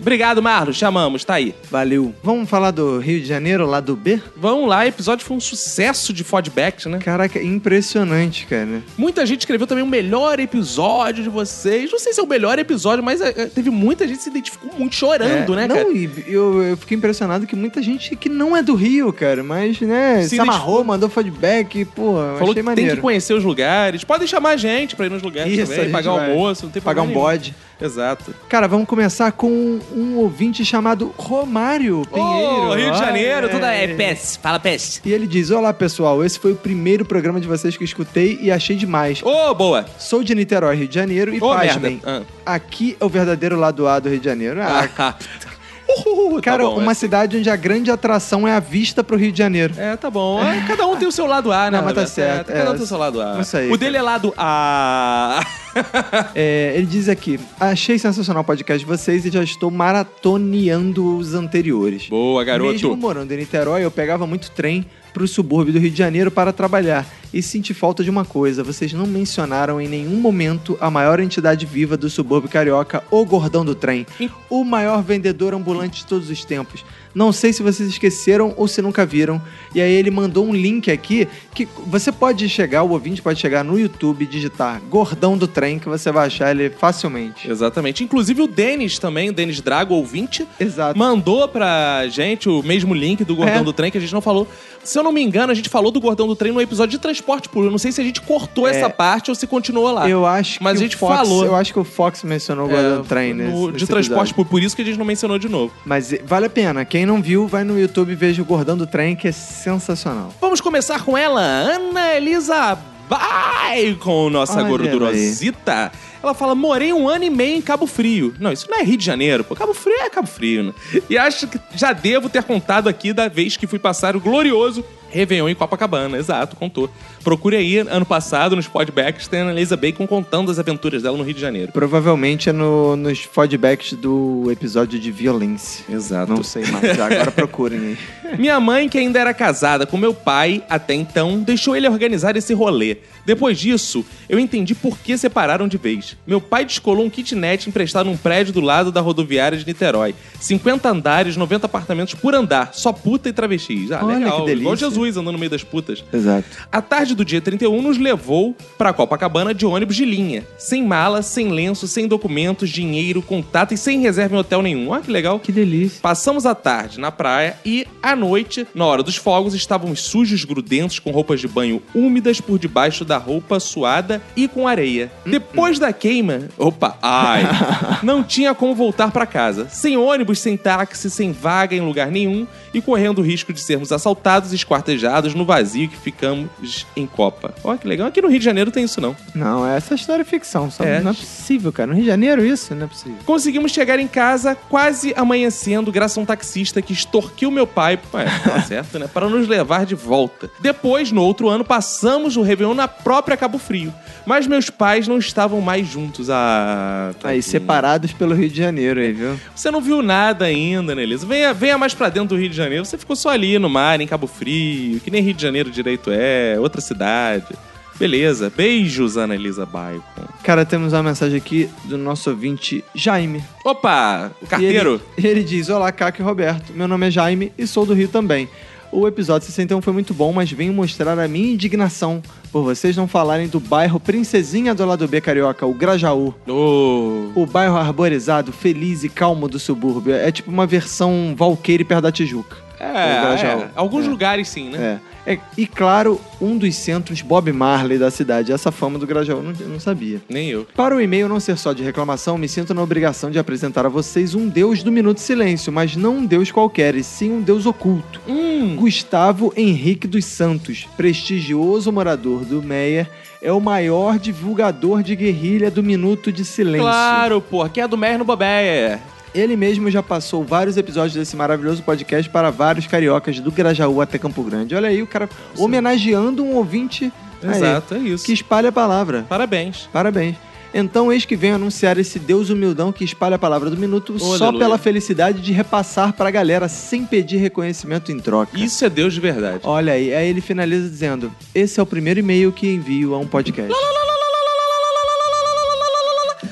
Speaker 1: Obrigado, Marlos. Chamamos, tá aí.
Speaker 2: Valeu. Vamos falar do Rio de Janeiro, lá do B?
Speaker 1: Vamos lá, o episódio foi um sucesso de feedbacks, né?
Speaker 2: Caraca, impressionante, cara.
Speaker 1: Muita gente escreveu também o melhor episódio de vocês. Não sei se é o melhor episódio, mas eh, teve muita gente que se identificou muito chorando,
Speaker 2: É,
Speaker 1: né,
Speaker 2: não,
Speaker 1: cara?
Speaker 2: e eu, eu fiquei impressionado que muita gente que não é do Rio, cara, mas, né,
Speaker 1: Se
Speaker 2: se, amarrou, mandou feedback, pô,
Speaker 1: Falou
Speaker 2: achei
Speaker 1: que
Speaker 2: maneiro.
Speaker 1: tem que conhecer os lugares. Podem chamar a gente pra ir nos lugares
Speaker 2: Isso, a
Speaker 1: também,
Speaker 2: gente
Speaker 1: pagar
Speaker 2: vai.
Speaker 1: almoço, não tem
Speaker 2: Pagar um
Speaker 1: problema nenhum.
Speaker 2: bode.
Speaker 1: Exato.
Speaker 2: Cara, vamos começar com um ouvinte chamado Romário Pinheiro.
Speaker 1: Ô, Rio de
Speaker 2: Olha
Speaker 1: Janeiro,
Speaker 2: aí.
Speaker 1: tudo é PES. Fala PES.
Speaker 2: E ele diz: Olá pessoal, esse foi o primeiro programa de vocês que eu escutei e achei demais.
Speaker 1: Ô, boa.
Speaker 2: Sou de Niterói, Rio de Janeiro, e
Speaker 1: Ô,
Speaker 2: pasmem,
Speaker 1: merda.
Speaker 2: aqui é o verdadeiro lado A do Rio de Janeiro. Ah,
Speaker 1: Ah. Uhul,
Speaker 2: Cara,
Speaker 1: tá bom,
Speaker 2: uma
Speaker 1: é.
Speaker 2: cidade onde a grande atração é a vista pro Rio de Janeiro.
Speaker 1: É, tá bom. É, Cada um tem o seu lado A, né?
Speaker 2: Não, mas tá
Speaker 1: Roberto?
Speaker 2: certo,
Speaker 1: É, cada um
Speaker 2: é.
Speaker 1: tem o seu lado A.
Speaker 2: Isso aí,
Speaker 1: o dele é lado A.
Speaker 2: É, ele diz aqui: achei sensacional o podcast de vocês e já estou maratoneando os anteriores.
Speaker 1: Boa, garoto.
Speaker 2: Mesmo morando em Niterói, eu pegava muito trem pro subúrbio do Rio de Janeiro para trabalhar. E senti falta de uma coisa: vocês não mencionaram em nenhum momento a maior entidade viva do subúrbio carioca, o Gordão do Trem. O maior vendedor ambulante de todos os tempos. Não sei se vocês esqueceram ou se nunca viram. E aí ele mandou um link aqui que você pode chegar, o ouvinte pode chegar no YouTube e digitar Gordão do Trem, que você vai achar ele facilmente.
Speaker 1: Exatamente. Inclusive o Denis também, o Denis Drago, ouvinte,
Speaker 2: Exato.
Speaker 1: mandou pra gente o mesmo link do Gordão
Speaker 2: É.
Speaker 1: do Trem que a gente não falou. Se eu não me engano, a gente falou do Gordão do Trem no episódio de transporte público. Eu não sei se a gente cortou essa parte ou se continuou lá.
Speaker 2: É. Eu acho
Speaker 1: Ah, Mas
Speaker 2: que
Speaker 1: a gente
Speaker 2: o Fox,
Speaker 1: falou.
Speaker 2: Eu acho que o Fox mencionou o
Speaker 1: É,
Speaker 2: Gordão do Trem
Speaker 1: no-
Speaker 2: nesse,
Speaker 1: de
Speaker 2: né, nesse
Speaker 1: transporte
Speaker 2: episódio.
Speaker 1: público, por isso que a gente não mencionou de novo.
Speaker 2: Mas eh, vale a pena. Quem não viu, vai no YouTube e veja o Gordão do Trem, que é sensacional.
Speaker 1: Vamos começar com ela, Ana Elisa Baicon, nossa
Speaker 2: Olha
Speaker 1: gordurosita. Ela fala, morei um ano e meio em Cabo Frio. Não, isso não é Rio de Janeiro, pô. Cabo Frio é Cabo Frio, né? E acho que já devo ter contado aqui da vez que fui passar o glorioso Réveillon em Copacabana. Exato, contou. Procure aí, ano passado, nos podbacks, tem a Ana Elisa Bacon contando as aventuras dela no Rio de Janeiro.
Speaker 2: Provavelmente é no, nos feedbacks do episódio de violência.
Speaker 1: Exato.
Speaker 2: Não sei mais. já Agora procurem aí.
Speaker 1: Minha mãe, que ainda era casada com meu pai até então, deixou ele organizar esse rolê. Depois disso, eu entendi por que separaram de vez. Meu pai descolou um kitnet emprestado num prédio do lado da rodoviária de Niterói. 50 andares, 90 apartamentos por andar, só puta e travestis. Ah,
Speaker 2: Olha
Speaker 1: legal.
Speaker 2: que delícia.
Speaker 1: Igual Jesus andando no meio das putas.
Speaker 2: Exato.
Speaker 1: A tarde do dia 31 nos levou pra Copacabana de ônibus de linha. Sem mala, sem lenço, sem documentos, dinheiro, contato e sem reserva em hotel nenhum. Olha que legal.
Speaker 2: Que delícia.
Speaker 1: Passamos a tarde na praia e, à noite, na hora dos fogos, estávamos sujos, grudentos, com roupas de banho úmidas por debaixo da roupa suada e com areia.
Speaker 2: Hum,
Speaker 1: Depois da queima, opa, ai, não tinha como voltar pra casa. Sem ônibus, sem táxi, sem vaga em lugar nenhum e correndo o risco de sermos assaltados e esquartejados no vazio que ficamos em Copa. Olha que legal, aqui no Rio de Janeiro tem isso não.
Speaker 2: Não, essa história é ficção, sabe?
Speaker 1: É.
Speaker 2: Não é possível, cara. No Rio de Janeiro, isso? Não é possível.
Speaker 1: Conseguimos chegar em casa quase amanhecendo, graças a um taxista que extorquiu meu pai, ué, tá certo, né? Para nos levar de volta. Depois, no outro ano, passamos o Réveillon na própria Cabo Frio. Mas meus pais não estavam mais juntos. Ah.
Speaker 2: Aí,
Speaker 1: tadinho.
Speaker 2: separados pelo Rio de Janeiro aí, viu?
Speaker 1: Você não viu nada ainda, né, Elisa? Venha, venha mais pra dentro do Rio de Janeiro. Você ficou só ali no mar, em Cabo Frio, que nem Rio de Janeiro direito é, outra cidade. Beleza. Beijos, Ana Elisa Baicon.
Speaker 2: Cara, temos uma mensagem aqui do nosso ouvinte Jaime.
Speaker 1: Opa! O carteiro.
Speaker 2: E ele, ele diz: Olá, Caco e Roberto. Meu nome é Jaime e sou do Rio também. O episódio 61 foi muito bom, mas venho mostrar a minha indignação por vocês não falarem do bairro Princesinha do lado B carioca, o Grajaú.
Speaker 1: Ô.
Speaker 2: O bairro arborizado, feliz e calmo do subúrbio. É tipo uma versão Valqueire perto da Tijuca.
Speaker 1: É,
Speaker 2: O Grajaú.
Speaker 1: é, alguns
Speaker 2: É.
Speaker 1: lugares sim, né?
Speaker 2: É. É, E claro, um dos centros Bob Marley da cidade. Essa fama do Grajaú eu não, eu não sabia.
Speaker 1: Nem eu.
Speaker 2: Para o e-mail não ser só de reclamação, me sinto na obrigação de apresentar a vocês um deus do Minuto de Silêncio, mas não um deus qualquer, e sim um deus oculto.
Speaker 1: Hum.
Speaker 2: Gustavo Henrique dos Santos, prestigioso morador do Meyer, é o maior divulgador de guerrilha do Minuto de Silêncio.
Speaker 1: Claro, porra, que é do Merno Bobéia.
Speaker 2: Ele mesmo já passou vários episódios desse maravilhoso podcast para vários cariocas do Grajaú até Campo Grande. Olha aí o cara homenageando um ouvinte aí,
Speaker 1: Exato, é isso.
Speaker 2: que espalha a palavra.
Speaker 1: Parabéns.
Speaker 2: Parabéns. Então, eis que vem anunciar esse Deus humildão que espalha a palavra do minuto só
Speaker 1: Oh, aleluia.
Speaker 2: pela felicidade de repassar pra galera sem pedir reconhecimento em troca.
Speaker 1: Isso é Deus de verdade.
Speaker 2: Olha aí, aí ele finaliza dizendo: Esse é o primeiro e-mail que envio a um podcast.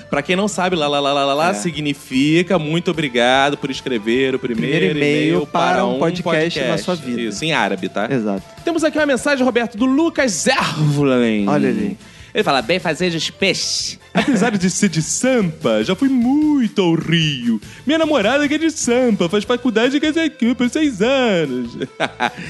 Speaker 1: Pra quem não sabe, lá, lá, lá, lá, lá, lá, significa muito obrigado por escrever o primeiro,
Speaker 2: Primeiro e-mail para um podcast na sua vida.
Speaker 1: Isso, em árabe, tá?
Speaker 2: Exato.
Speaker 1: Temos aqui uma mensagem, Roberto, do Lucas Zervlen.
Speaker 2: Olha ele.
Speaker 1: Ele fala, bem fazejos peixe. Apesar de ser de Sampa, já fui muito ao Rio. Minha namorada que é de Sampa, faz faculdade em Cazacú por seis anos.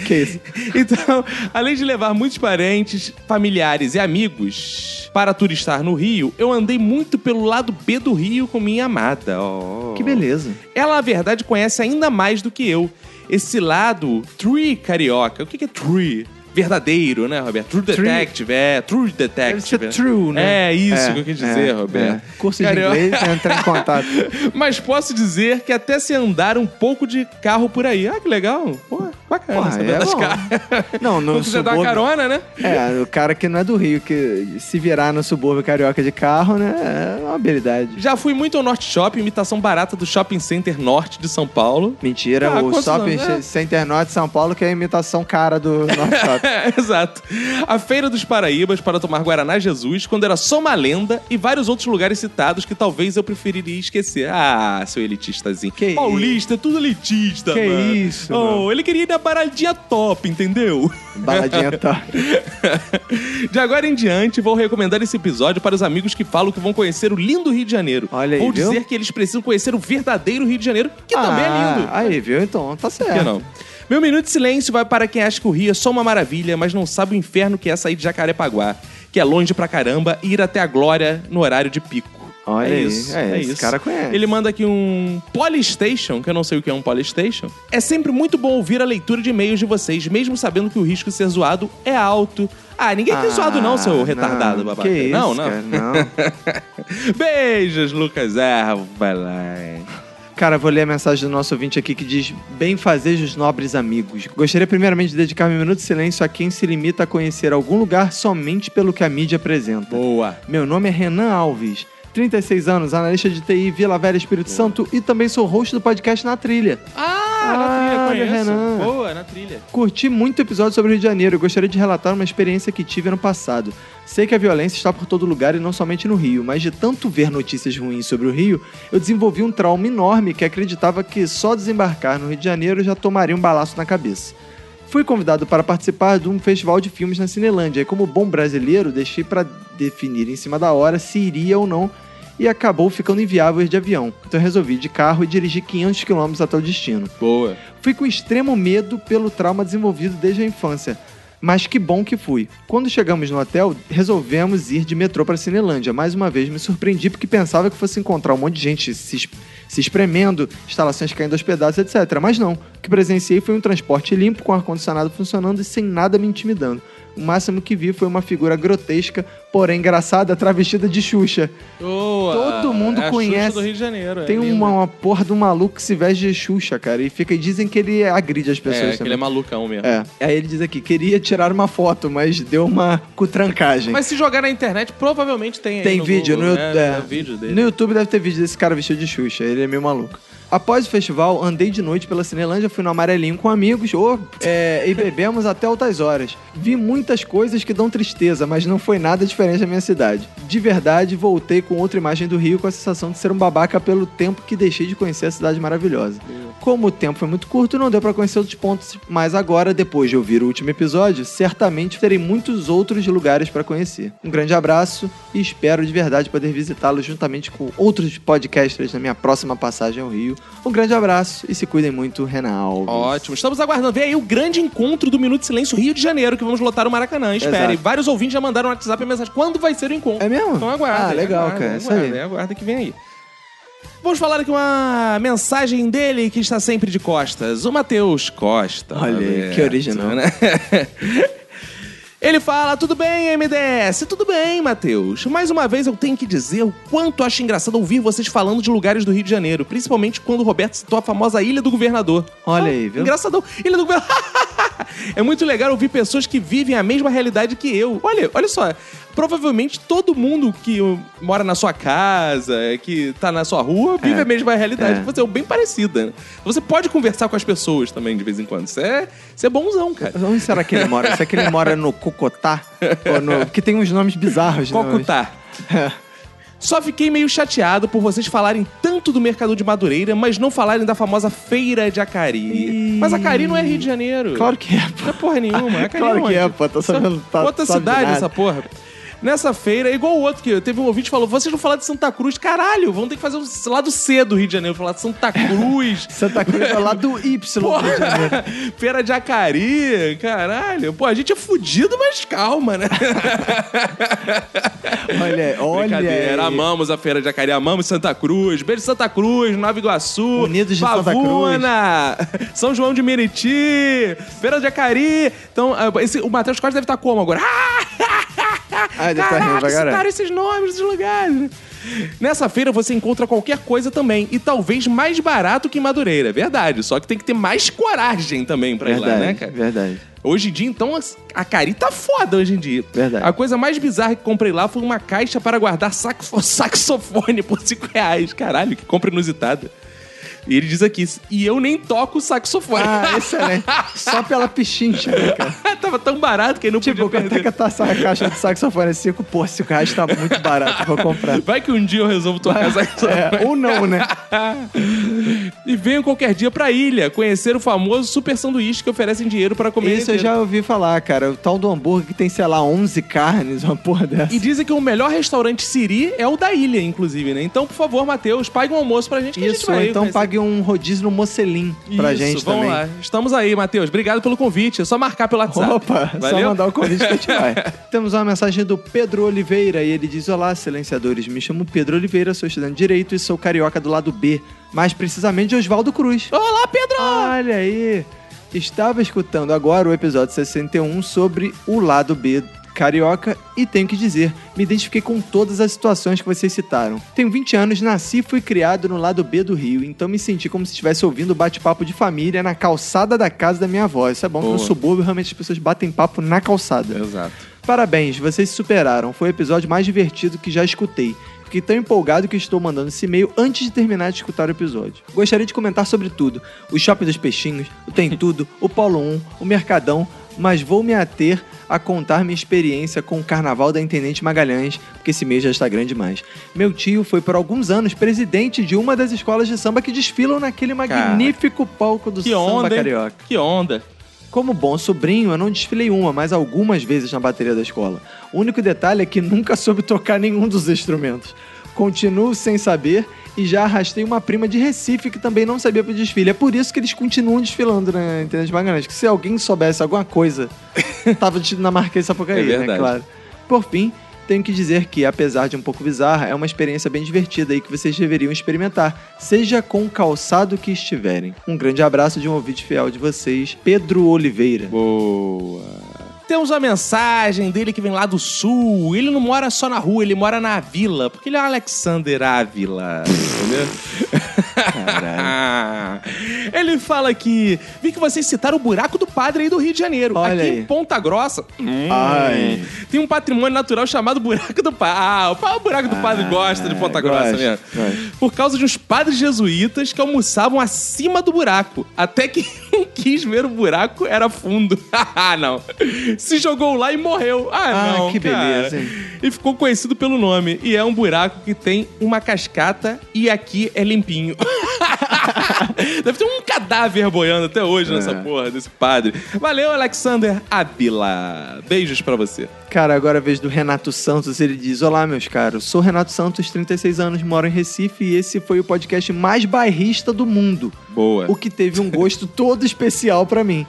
Speaker 2: Que isso?
Speaker 1: Então, além de levar muitos parentes, familiares e amigos para turistar no Rio, eu andei muito pelo lado B do Rio com minha amada. Ó.
Speaker 2: Que beleza.
Speaker 1: Ela, na verdade, conhece ainda mais do que eu. Esse lado tree carioca. O que que é tree? verdadeiro, né, Roberto? True Detective, é, True Detective.
Speaker 2: Deve ser true,
Speaker 1: É
Speaker 2: né?
Speaker 1: isso
Speaker 2: É,
Speaker 1: que eu quis dizer,
Speaker 2: é,
Speaker 1: Roberto.
Speaker 2: é. Curso de
Speaker 1: Cara, eu-
Speaker 2: inglês, entrar em contato.
Speaker 1: Mas posso dizer que até se andar um pouco de carro por aí. Ah, que legal. Pô, bacana
Speaker 2: Pô,
Speaker 1: saber
Speaker 2: é
Speaker 1: das
Speaker 2: bom.
Speaker 1: caras.
Speaker 2: Não, no
Speaker 1: Quando quiser dar uma
Speaker 2: subúrbio-
Speaker 1: carona, né?
Speaker 2: É, o cara que não é do Rio, que se virar no subúrbio carioca de carro, né? É uma habilidade.
Speaker 1: Já fui muito ao Norte Shopping, imitação barata do Shopping Center Norte de São Paulo.
Speaker 2: Mentira,
Speaker 1: Ah,
Speaker 2: o
Speaker 1: quantos
Speaker 2: shopping
Speaker 1: anos, né?
Speaker 2: Center Norte de São Paulo que é a imitação cara do Norte
Speaker 1: É,
Speaker 2: Shopping.
Speaker 1: Exato. A Feira dos Paraíbas para tomar Guaraná Jesus, quando era só uma lenda, e vários outros lugares citados que talvez eu preferiria esquecer. Ah, seu elitistazinho.
Speaker 2: Que
Speaker 1: Paulista, é tudo elitista,
Speaker 2: Que
Speaker 1: mano.
Speaker 2: isso,
Speaker 1: Oh, ele queria ir na paradinha top, entendeu?
Speaker 2: Baladinha tá.
Speaker 1: De agora em diante, vou recomendar esse episódio para os amigos que falam que vão conhecer o lindo Rio de Janeiro.
Speaker 2: Olha aí,
Speaker 1: vou
Speaker 2: viu?
Speaker 1: dizer que eles precisam conhecer o verdadeiro Rio de Janeiro, que também é
Speaker 2: Ah,
Speaker 1: lindo.
Speaker 2: Aí, viu? Então, tá
Speaker 1: Por que
Speaker 2: certo.
Speaker 1: não? Meu minuto de silêncio vai para quem acha que o Rio é só uma maravilha, mas não sabe o inferno que é sair de Jacarepaguá, que é longe pra caramba e ir até a glória no horário de pico.
Speaker 2: Olha
Speaker 1: é
Speaker 2: aí,
Speaker 1: isso,
Speaker 2: é,
Speaker 1: é,
Speaker 2: esse
Speaker 1: isso.
Speaker 2: cara conhece.
Speaker 1: Ele manda aqui um Polystation, que eu não sei o que é um Polystation. É sempre muito bom ouvir a leitura de e-mails de vocês, mesmo sabendo que o risco de ser zoado é alto. Ah, ninguém quer zoado não, seu retardado,
Speaker 2: não,
Speaker 1: babaca.
Speaker 2: Que isso,
Speaker 1: não, não.
Speaker 2: Cara, não.
Speaker 1: Beijos, Lucas Ervo, vai lá.
Speaker 2: Cara, vou ler a mensagem do nosso ouvinte aqui que diz: Bem fazejos nobres amigos. Gostaria primeiramente de dedicar meu minuto de silêncio a quem se limita a conhecer algum lugar somente pelo que a mídia apresenta.
Speaker 1: Boa.
Speaker 2: Meu nome é Renan Alves. 36 anos, analista de TI, Vila Velha, Espírito Santo e também sou host do podcast Na Trilha.
Speaker 1: Ah, na
Speaker 2: Olha,
Speaker 1: trilha, conheço.
Speaker 2: Renan.
Speaker 1: Boa, na trilha.
Speaker 2: Curti muito o episódio sobre o Rio de Janeiro e gostaria de relatar uma experiência que tive ano passado. Sei que a violência está por todo lugar e não somente no Rio, mas de tanto ver notícias ruins sobre o Rio, eu desenvolvi um trauma enorme que acreditava que só desembarcar no Rio de Janeiro já tomaria um balaço na cabeça. Fui convidado para participar de um festival de filmes na Cinelândia e, como bom brasileiro, deixei para definir em cima da hora se iria ou não e acabou ficando inviável ir de avião. Então resolvi ir de carro e dirigi 500 km até o destino.
Speaker 1: Boa.
Speaker 2: Fui com extremo medo pelo trauma desenvolvido desde a infância. Mas que bom que fui. Quando chegamos no hotel, resolvemos ir de metrô para Cinelândia. Mais uma vez me surpreendi porque pensava que fosse encontrar um monte de gente se, es- se espremendo, instalações caindo aos pedaços, etc. Mas não. O que presenciei foi um transporte limpo, com ar-condicionado funcionando e sem nada me intimidando. O máximo que vi foi uma figura grotesca, porém engraçada, travestida de Xuxa.
Speaker 1: Boa.
Speaker 2: Todo mundo
Speaker 1: É a Xuxa
Speaker 2: conhece.
Speaker 1: do Rio de Janeiro. é
Speaker 2: Tem
Speaker 1: lindo.
Speaker 2: uma, uma porra do maluco que se veste de Xuxa, cara. E fica, e dizem que ele agride as pessoas
Speaker 1: É, que ele
Speaker 2: também.
Speaker 1: é malucão mesmo.
Speaker 2: É. Aí ele diz aqui, queria tirar uma foto, mas deu uma cutrancagem.
Speaker 1: Mas se jogar na internet, provavelmente tem aí
Speaker 2: Tem
Speaker 1: no
Speaker 2: vídeo
Speaker 1: Google,
Speaker 2: no,
Speaker 1: né?
Speaker 2: é,
Speaker 1: Tem vídeo dele.
Speaker 2: no YouTube deve ter vídeo desse cara vestido de Xuxa, ele é meio maluco. Após o festival, andei de noite pela Cinelândia, fui no Amarelinho com amigos ô, é, e bebemos até altas horas. Vi muitas coisas que dão tristeza, mas não foi nada diferente da minha cidade. De verdade, voltei com outra imagem do Rio com a sensação de ser um babaca pelo tempo que deixei de conhecer a cidade maravilhosa. Como o tempo foi muito curto, não deu pra conhecer outros pontos, mas agora, depois de ouvir o último episódio, certamente terei muitos outros lugares pra conhecer. Um grande abraço e espero de verdade poder visitá-lo juntamente com outros podcasters na minha próxima passagem ao Rio. Um grande abraço e se cuidem muito, Renan Alves.
Speaker 1: Ótimo. Estamos aguardando. Vem aí o grande encontro do Minuto de Silêncio Rio de Janeiro, que vamos lotar o Maracanã. Espere.
Speaker 2: Exato.
Speaker 1: Vários ouvintes já mandaram no WhatsApp a mensagem. Quando vai ser o encontro?
Speaker 2: É mesmo?
Speaker 1: Então aguarda.
Speaker 2: Ah, legal,
Speaker 1: aguarda,
Speaker 2: cara. É isso aí.
Speaker 1: Aguarda, aguarda que vem aí. Vamos falar aqui uma mensagem dele que está sempre de costas. O Matheus Costa.
Speaker 2: Olha aí,
Speaker 1: Roberto,
Speaker 2: que original.
Speaker 1: né? Ele fala, tudo bem, MDS? Tudo bem, Matheus. Mais uma vez eu tenho que dizer o quanto acho engraçado ouvir vocês falando de lugares do Rio de Janeiro, principalmente quando o Roberto citou a famosa Ilha do Governador. Ah,
Speaker 2: Olha aí, viu?
Speaker 1: Engraçadão. Ilha do Governador. é muito legal ouvir pessoas que vivem a mesma realidade que eu. Olha, olha só. Provavelmente todo mundo que uh, mora na sua casa, que tá na sua rua, vive a mesma realidade.
Speaker 2: é.
Speaker 1: Você é bem parecida. né? Você pode conversar com as pessoas também de vez em quando. Isso é, isso é bonzão, cara.
Speaker 2: Onde será que ele mora? Será que ele mora no Cocotá? Ou no... Porque tem uns nomes bizarros. né?
Speaker 1: Cocutá. Só fiquei meio chateado por vocês falarem tanto do Mercador de Madureira, mas não falarem da famosa Feira de Acari. Mas Acari não é Rio de Janeiro.
Speaker 2: Claro que é, pô.
Speaker 1: Não é porra nenhuma. Acari
Speaker 2: Claro que
Speaker 1: onde?
Speaker 2: é, pô. Tá sabendo- tá-
Speaker 1: Outra
Speaker 2: sabe de
Speaker 1: cidade
Speaker 2: nada.
Speaker 1: essa porra. nessa feira, igual o outro que teve um ouvinte que falou: vocês não falar de Santa Cruz, caralho, vamos ter que fazer um lado C do Rio de Janeiro, falar de Santa Cruz.
Speaker 2: Santa Cruz é lá do Y. do Rio de Janeiro.
Speaker 1: Porra, Feira de Acari, caralho. Pô, a gente é fudido, mas calma, né?
Speaker 2: Olha, olha.
Speaker 1: Brincadeira.
Speaker 2: aí.
Speaker 1: Amamos a Feira de Acari, amamos Santa Cruz. Beijo Santa Cruz, Nova Iguaçu.
Speaker 2: Unidos de Santa
Speaker 1: Pavuna, São João de Meriti, Feira de Acari. Então, ah, esse- o Matheus Costa deve estar como agora?
Speaker 2: Ah, ele tá rindo
Speaker 1: Caraca,
Speaker 2: pra caralho.
Speaker 1: citaram esses nomes, esses lugares. Nessa feira você encontra qualquer coisa também, e talvez mais barato que em Madureira, é verdade. Só que tem que ter mais coragem também pra ir lá, né, cara?
Speaker 2: verdade.
Speaker 1: Hoje em dia, então, as- a Cari tá foda hoje em dia.
Speaker 2: Verdade.
Speaker 1: A coisa mais bizarra que comprei lá foi uma caixa para guardar saxo- saxofone por 5 reais. Caralho, que compra inusitada. E ele diz aqui, e eu nem toco saxofone.
Speaker 2: Ah, excelente. Só pela pichincha, né, cara?
Speaker 1: Tava tão barato que ele não
Speaker 2: Tipo,
Speaker 1: podia
Speaker 2: quanto é
Speaker 1: perder.
Speaker 2: que tá essa caixa de saxofone? É Cinco, pô, 5 reais tá muito barato pra comprar.
Speaker 1: Vai que um dia eu resolvo tocar saxofone.
Speaker 2: É, ou não, né?
Speaker 1: E venham qualquer dia pra ilha conhecer o famoso super sanduíche que oferecem dinheiro para comer.
Speaker 2: Isso eu já ouvi falar, cara. O tal do hambúrguer que tem, sei lá, 11 carnes, uma porra dessa.
Speaker 1: E dizem que o melhor restaurante siri é o da ilha, inclusive, né? Então, por favor, Matheus, pague um almoço pra gente que a gente
Speaker 2: Isso, ou
Speaker 1: vai
Speaker 2: então
Speaker 1: conhecer.
Speaker 2: pague um rodízio no Mocelim pra
Speaker 1: Isso,
Speaker 2: gente
Speaker 1: vamos
Speaker 2: também.
Speaker 1: lá. Estamos aí, Matheus. Obrigado pelo convite. É só marcar pelo WhatsApp.
Speaker 2: Opa,
Speaker 1: Valeu?
Speaker 2: só mandar o convite que a gente vai. Temos uma mensagem do Pedro Oliveira e ele diz: Olá, silenciadores, me chamo Pedro Oliveira, sou estudante de Direito e sou carioca do lado B, mais precisamente de Oswaldo Cruz.
Speaker 1: Olá, Pedro!
Speaker 2: Olha aí! Estava escutando agora o episódio 61 sobre o lado B carioca e tenho que dizer, me identifiquei com todas as situações que vocês citaram. Tenho 20 anos, nasci e fui criado no lado B do Rio, então me senti como se estivesse ouvindo o bate-papo de família na calçada da casa da minha avó. Isso é bom, que no subúrbio realmente as pessoas batem papo na calçada.
Speaker 1: Exato.
Speaker 2: Parabéns, vocês se superaram. Foi o episódio mais divertido que já escutei. Fiquei tão empolgado que estou mandando esse e-mail antes de terminar de escutar o episódio. Gostaria de comentar sobre tudo: o Shopping dos Peixinhos, o Tem Tudo, o Polo 1, o Mercadão, mas vou me ater a contar minha experiência com o Carnaval da Intendente Magalhães, porque esse mês já está grande demais. Meu tio foi por alguns anos presidente de uma das escolas de samba que desfilam naquele magnífico palco do
Speaker 1: Que
Speaker 2: samba
Speaker 1: onda, hein?
Speaker 2: carioca.
Speaker 1: Que onda.
Speaker 2: Como bom sobrinho, eu não desfilei uma, mas algumas vezes na bateria da escola. O único detalhe é que nunca soube tocar nenhum dos instrumentos. Continuo sem saber e já arrastei uma prima de Recife que também não sabia pro desfile. É por isso que eles continuam desfilando na Internet Magalhães. Que se alguém soubesse alguma coisa, tava tido na Marquês de
Speaker 1: É
Speaker 2: Sapucaí, né?
Speaker 1: verdade.
Speaker 2: Claro. Por fim, tenho que dizer que, apesar de um pouco bizarra, é uma experiência bem divertida e que vocês deveriam experimentar, seja com o calçado que estiverem. Um grande abraço de um ouvinte fiel de vocês, Pedro Oliveira.
Speaker 1: Boa. Temos uma mensagem dele que vem lá do sul. Ele não mora só na rua, ele mora na vila, porque ele é um Alexander Ávila. entendeu? ele fala que vi que vocês citaram o buraco do padre aí do Rio de Janeiro.
Speaker 2: Olha
Speaker 1: Aqui
Speaker 2: aí. Hum.
Speaker 1: em Ponta Grossa
Speaker 2: Ai.
Speaker 1: tem um patrimônio natural chamado Buraco do Padre. Ah, o pa- o Buraco do Padre gosta de Ponta Grossa
Speaker 2: gosto,
Speaker 1: mesmo. Por causa de uns padres jesuítas que almoçavam acima do buraco. Até que quem quis ver o buraco era fundo. ah, não. Se jogou lá e morreu. Ah,
Speaker 2: Ah,
Speaker 1: não.
Speaker 2: que
Speaker 1: cara.
Speaker 2: beleza, hein?
Speaker 1: E ficou conhecido pelo nome. E é um buraco que tem uma cascata e aqui é limpinho. Deve ter um cadáver boiando até hoje nessa
Speaker 2: É.
Speaker 1: porra desse padre. Valeu, Alexander Abila. Beijos pra você.
Speaker 2: Cara, agora é a vez do Renato Santos, ele diz: Olá, meus caros, sou Renato Santos, 36 anos, moro em Recife e esse foi o podcast mais bairrista do mundo.
Speaker 1: Boa.
Speaker 2: O que teve um gosto todo especial pra mim,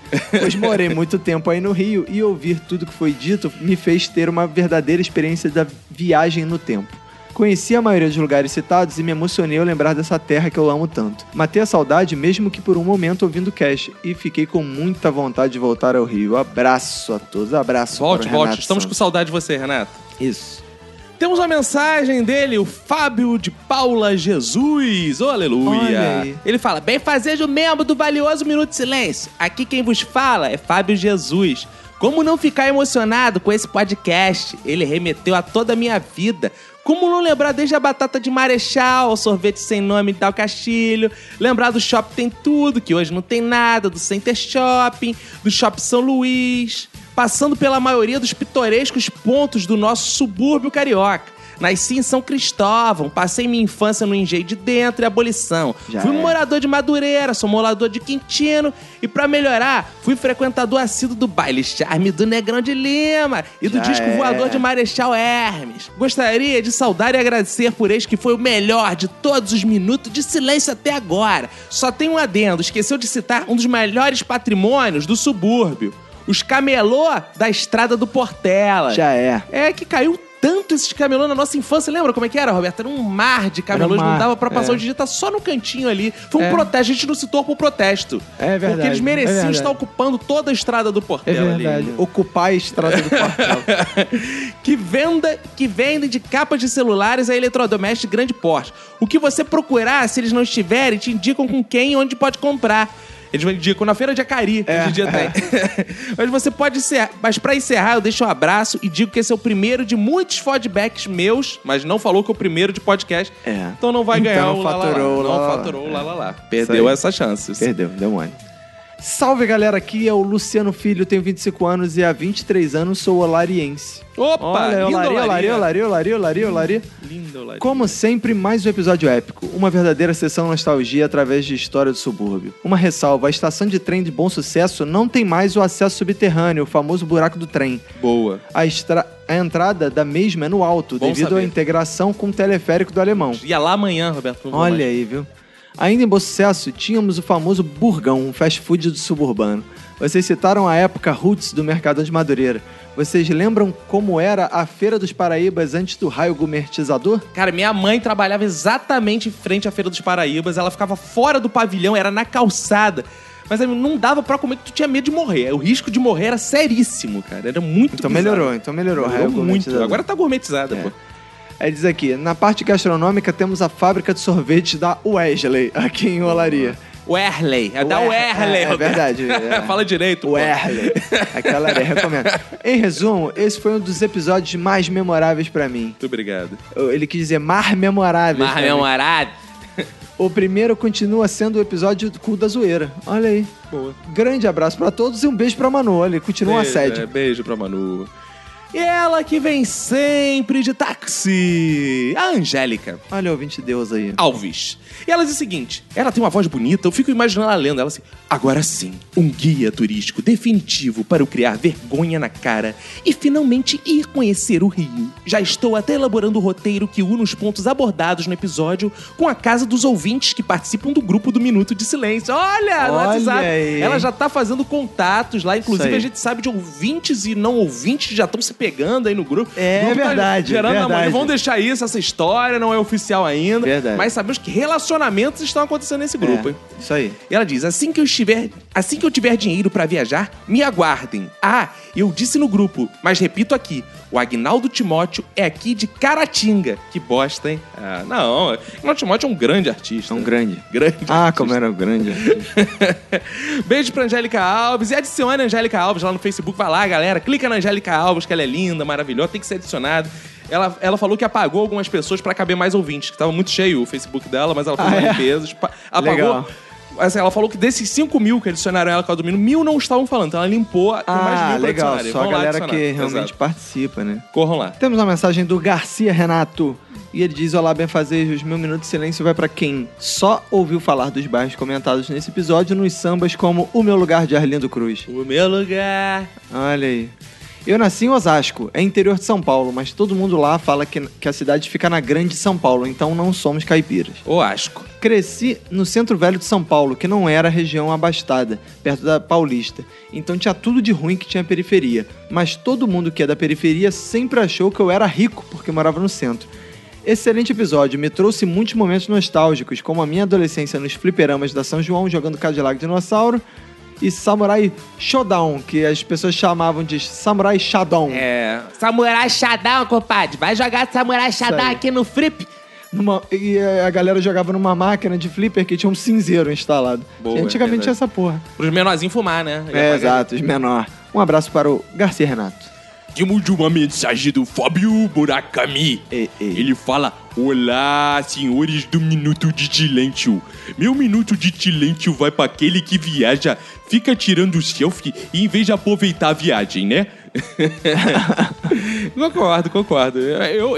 Speaker 2: pois morei muito tempo aí no Rio e ouvir tudo que foi dito me fez ter uma verdadeira experiência da viagem no tempo. Conheci a maioria dos lugares citados e me emocionei ao lembrar dessa terra que eu amo tanto. Matei a saudade mesmo que por um momento ouvindo o cast e fiquei com muita vontade de voltar ao Rio. Abraço a todos, abraço.
Speaker 1: Volte,
Speaker 2: para o
Speaker 1: volte.
Speaker 2: Renato
Speaker 1: Estamos com
Speaker 2: Santos.
Speaker 1: saudade de você, Renato.
Speaker 2: Isso.
Speaker 1: Temos uma mensagem dele, o Fábio de Paula Jesus. Oh,
Speaker 2: Olha
Speaker 1: aleluia.
Speaker 2: aí.
Speaker 1: Ele fala: Bem fazejo membro do valioso Minuto de Silêncio. Aqui quem vos fala é Fábio Jesus. Como não ficar emocionado com esse podcast? Ele remeteu a toda a minha vida. Como não lembrar desde a batata de Marechal, o sorvete sem nome de Dal Castilho, lembrar do Shopping Tem Tudo, que hoje não tem nada, do Center Shopping, do Shopping São Luís, passando pela maioria dos pitorescos pontos do nosso subúrbio carioca. Nasci em São Cristóvão, passei minha infância no engenho de dentro e abolição.
Speaker 2: Já
Speaker 1: fui
Speaker 2: é.
Speaker 1: morador de Madureira, sou morador de Quintino e pra melhorar, fui frequentador assíduo do baile charme do Negrão de Lima e do
Speaker 2: Já
Speaker 1: disco
Speaker 2: é.
Speaker 1: voador de Marechal Hermes. Gostaria de saudar e agradecer por eis que foi o melhor de todos os minutos de silêncio até agora. Só tem um adendo, esqueceu de citar um dos melhores patrimônios do subúrbio. Os camelô da Estrada do Portela.
Speaker 2: Já é.
Speaker 1: É que caiu tanto esses camelô na nossa infância. Lembra como é que era, Roberto? Era um mar de camelôs,
Speaker 2: Era um mar,
Speaker 1: não dava pra passar
Speaker 2: é.
Speaker 1: o dia, tá só no cantinho ali. Foi um protesto, a gente não citou por protesto.
Speaker 2: É verdade,
Speaker 1: Porque eles
Speaker 2: é
Speaker 1: mereciam
Speaker 2: verdade.
Speaker 1: estar ocupando toda a estrada do
Speaker 2: É
Speaker 1: Portela
Speaker 2: verdade.
Speaker 1: ali.
Speaker 2: Ocupar a estrada do quartel.
Speaker 1: que venda, que vendem de capas de celulares a eletrodomésticos de grande porte. O que você procurar, se eles não estiverem, te indicam com quem e onde pode comprar. Eles me indicam na feira de Acari, hoje em dia
Speaker 2: É.
Speaker 1: tem. Mas você pode ser. Mas pra encerrar, eu deixo um abraço e digo que esse é o primeiro de muitos feedbacks meus, mas não falou que é o primeiro de podcast.
Speaker 2: É.
Speaker 1: Então não vai
Speaker 2: Então
Speaker 1: ganhar
Speaker 2: não
Speaker 1: o lá, lá, lá.
Speaker 2: faturou o lá, lá, lá.
Speaker 1: Não faturou o lá, lá, lá.
Speaker 2: Isso
Speaker 1: Perdeu
Speaker 2: aí.
Speaker 1: essa chance.
Speaker 2: Perdeu, deu mole. Salve galera, aqui é o Luciano Filho, tenho 25 anos e há 23 anos sou olariense.
Speaker 1: Opa!
Speaker 2: Olha,
Speaker 1: lindo
Speaker 2: olaria, olaria,
Speaker 1: olaria. Hum,
Speaker 2: olaria, olaria, olaria, olaria.
Speaker 1: Lindo olaria.
Speaker 2: Como sempre, mais um episódio épico. Uma verdadeira sessão nostalgia através de história do subúrbio. Uma ressalva: a estação de trem de bom sucesso não tem mais o acesso subterrâneo, o famoso buraco do trem.
Speaker 1: Boa.
Speaker 2: A, estra- a entrada da mesma é no alto,
Speaker 1: Bom
Speaker 2: devido à
Speaker 1: saber.
Speaker 2: integração com o teleférico do alemão.
Speaker 1: Ia é lá amanhã, Roberto. não vou
Speaker 2: Olha
Speaker 1: mais.
Speaker 2: aí, viu? Ainda em bom sucesso, tínhamos o famoso burgão, um fast food do suburbano. Vocês citaram a época roots do Mercadão de Madureira. Vocês lembram como era a Feira dos Paraíbas antes do raio gourmetizador?
Speaker 1: Cara, minha mãe trabalhava exatamente em frente à Feira dos Paraíbas. Ela ficava fora do pavilhão, era na calçada. Mas amigo, não dava pra comer, porque tu tinha medo de morrer. O risco de morrer era seríssimo, cara. Era muito
Speaker 2: Então
Speaker 1: bizarro.
Speaker 2: melhorou, então melhorou. o raio
Speaker 1: Melhorou muito.
Speaker 2: gourmetizador.
Speaker 1: Agora tá gourmetizada,
Speaker 2: É.
Speaker 1: pô.
Speaker 2: Aí diz aqui, na parte gastronômica temos a fábrica de sorvete da Wesley, aqui em Olaria.
Speaker 1: Werley. É da
Speaker 2: Wer-
Speaker 1: Werley,
Speaker 2: é, é
Speaker 1: Roberto.
Speaker 2: verdade, é.
Speaker 1: Fala direito, pô.
Speaker 2: Werley. Aquela área, recomendo. Em resumo, esse foi um dos episódios mais memoráveis pra mim.
Speaker 1: Muito obrigado.
Speaker 2: Ele quis dizer mais memoráveis. pra
Speaker 1: Mas,
Speaker 2: mim.
Speaker 1: meu arado.
Speaker 2: O primeiro continua sendo o episódio do cu da zoeira. Olha aí.
Speaker 1: Boa.
Speaker 2: Grande abraço pra todos e um beijo pra Manu. Olha, continua o
Speaker 1: É,
Speaker 2: um assédio.
Speaker 1: beijo pra Manu. E ela que vem sempre de táxi. A Angélica.
Speaker 2: Olha o ouvinte Deus aí.
Speaker 1: Alves. E ela diz o seguinte: ela tem uma voz bonita, eu fico imaginando ela lendo. Ela assim, agora sim, um guia turístico definitivo para eu criar vergonha na cara e finalmente ir conhecer o Rio. Já estou até elaborando o roteiro que une os pontos abordados no episódio com a casa dos ouvintes que participam do grupo do Minuto de Silêncio. Olha, no
Speaker 2: Olha
Speaker 1: WhatsApp.
Speaker 2: aí.
Speaker 1: Ela já tá fazendo contatos lá, inclusive
Speaker 2: Isso aí.
Speaker 1: a gente sabe de ouvintes e não ouvintes que já estão se pegando aí no grupo.
Speaker 2: É
Speaker 1: O grupo tá
Speaker 2: verdade,
Speaker 1: gerando namoro.
Speaker 2: verdade.
Speaker 1: Vamos deixar isso, essa história não é oficial ainda.
Speaker 2: Verdade.
Speaker 1: Mas sabemos que relacionamentos estão acontecendo nesse grupo, hein?
Speaker 2: É, isso aí.
Speaker 1: E ela diz: assim que eu estiver, assim que eu tiver dinheiro pra viajar, me aguardem. Ah, eu disse no grupo, mas repito aqui: o Agnaldo Timóteo é aqui de Caratinga. Que bosta, hein? Ah, não, o Agnaldo Timóteo é um grande artista.
Speaker 2: É um grande.
Speaker 1: grande.
Speaker 2: Ah, como era o grande.
Speaker 1: Beijo pra Angélica Alves. E adicione a Angélica Alves lá no Facebook. Vai lá, galera. Clica na Angélica Alves, que ela é linda, maravilhosa, tem que ser adicionado. Ela, ela falou que apagou algumas pessoas pra caber mais ouvintes, que tava muito cheio o Facebook dela, mas ela fez uma limpeza. espa- Apagou.
Speaker 2: Ah, é? Legal.
Speaker 1: Assim, ela falou que desses 5 mil que adicionaram ela com a domínio, mil não estavam falando. Então ela limpou tem mais mil
Speaker 2: Ah,
Speaker 1: pra
Speaker 2: legal.
Speaker 1: adicionarem.
Speaker 2: Só a
Speaker 1: Vão lá
Speaker 2: galera
Speaker 1: adicionar.
Speaker 2: que realmente
Speaker 1: Exato.
Speaker 2: participa, né?
Speaker 1: Corram lá.
Speaker 2: Temos uma mensagem do Garcia Renato. E ele diz: Olá, benfazejos, meu minuto de silêncio vai pra quem só ouviu falar dos bairros comentados nesse episódio nos sambas como O Meu Lugar de Arlindo Cruz.
Speaker 1: O meu lugar.
Speaker 2: Olha aí. Eu nasci em Osasco, é interior de São Paulo, mas todo mundo lá fala que, que a cidade fica na grande São Paulo, então não somos caipiras.
Speaker 1: O Asco.
Speaker 2: Cresci no centro velho de São Paulo, que não era região abastada, perto da Paulista, então tinha tudo de ruim que tinha periferia, mas todo mundo que é da periferia sempre achou que eu era rico porque morava no centro. Excelente episódio, me trouxe muitos momentos nostálgicos, como a minha adolescência nos fliperamas da São João jogando Cadillac Dinossauro e Samurai Shodown, que as pessoas chamavam de Samurai Shodown.
Speaker 1: É. Samurai Shadow, compadre. Vai jogar Samurai Shadow
Speaker 2: aí.
Speaker 1: aqui no Flip.
Speaker 2: Numa- e eh, a galera jogava numa máquina de flipper que tinha um cinzeiro instalado.
Speaker 1: Boa,
Speaker 2: Antigamente
Speaker 1: é
Speaker 2: tinha essa porra.
Speaker 1: Pros menorzinhos fumar, né?
Speaker 2: É, exato, os menor. Um abraço para o Garcia Renato.
Speaker 9: Temos de uma mensagem do Fábio Murakami.
Speaker 2: Ei, ei.
Speaker 9: Ele fala: Olá, senhores do Minuto de Silêncio. Meu minuto de silêncio vai pra aquele que viaja, fica tirando selfie e em vez de aproveitar a viagem, né?
Speaker 1: Concordo, concordo. Eu, eu,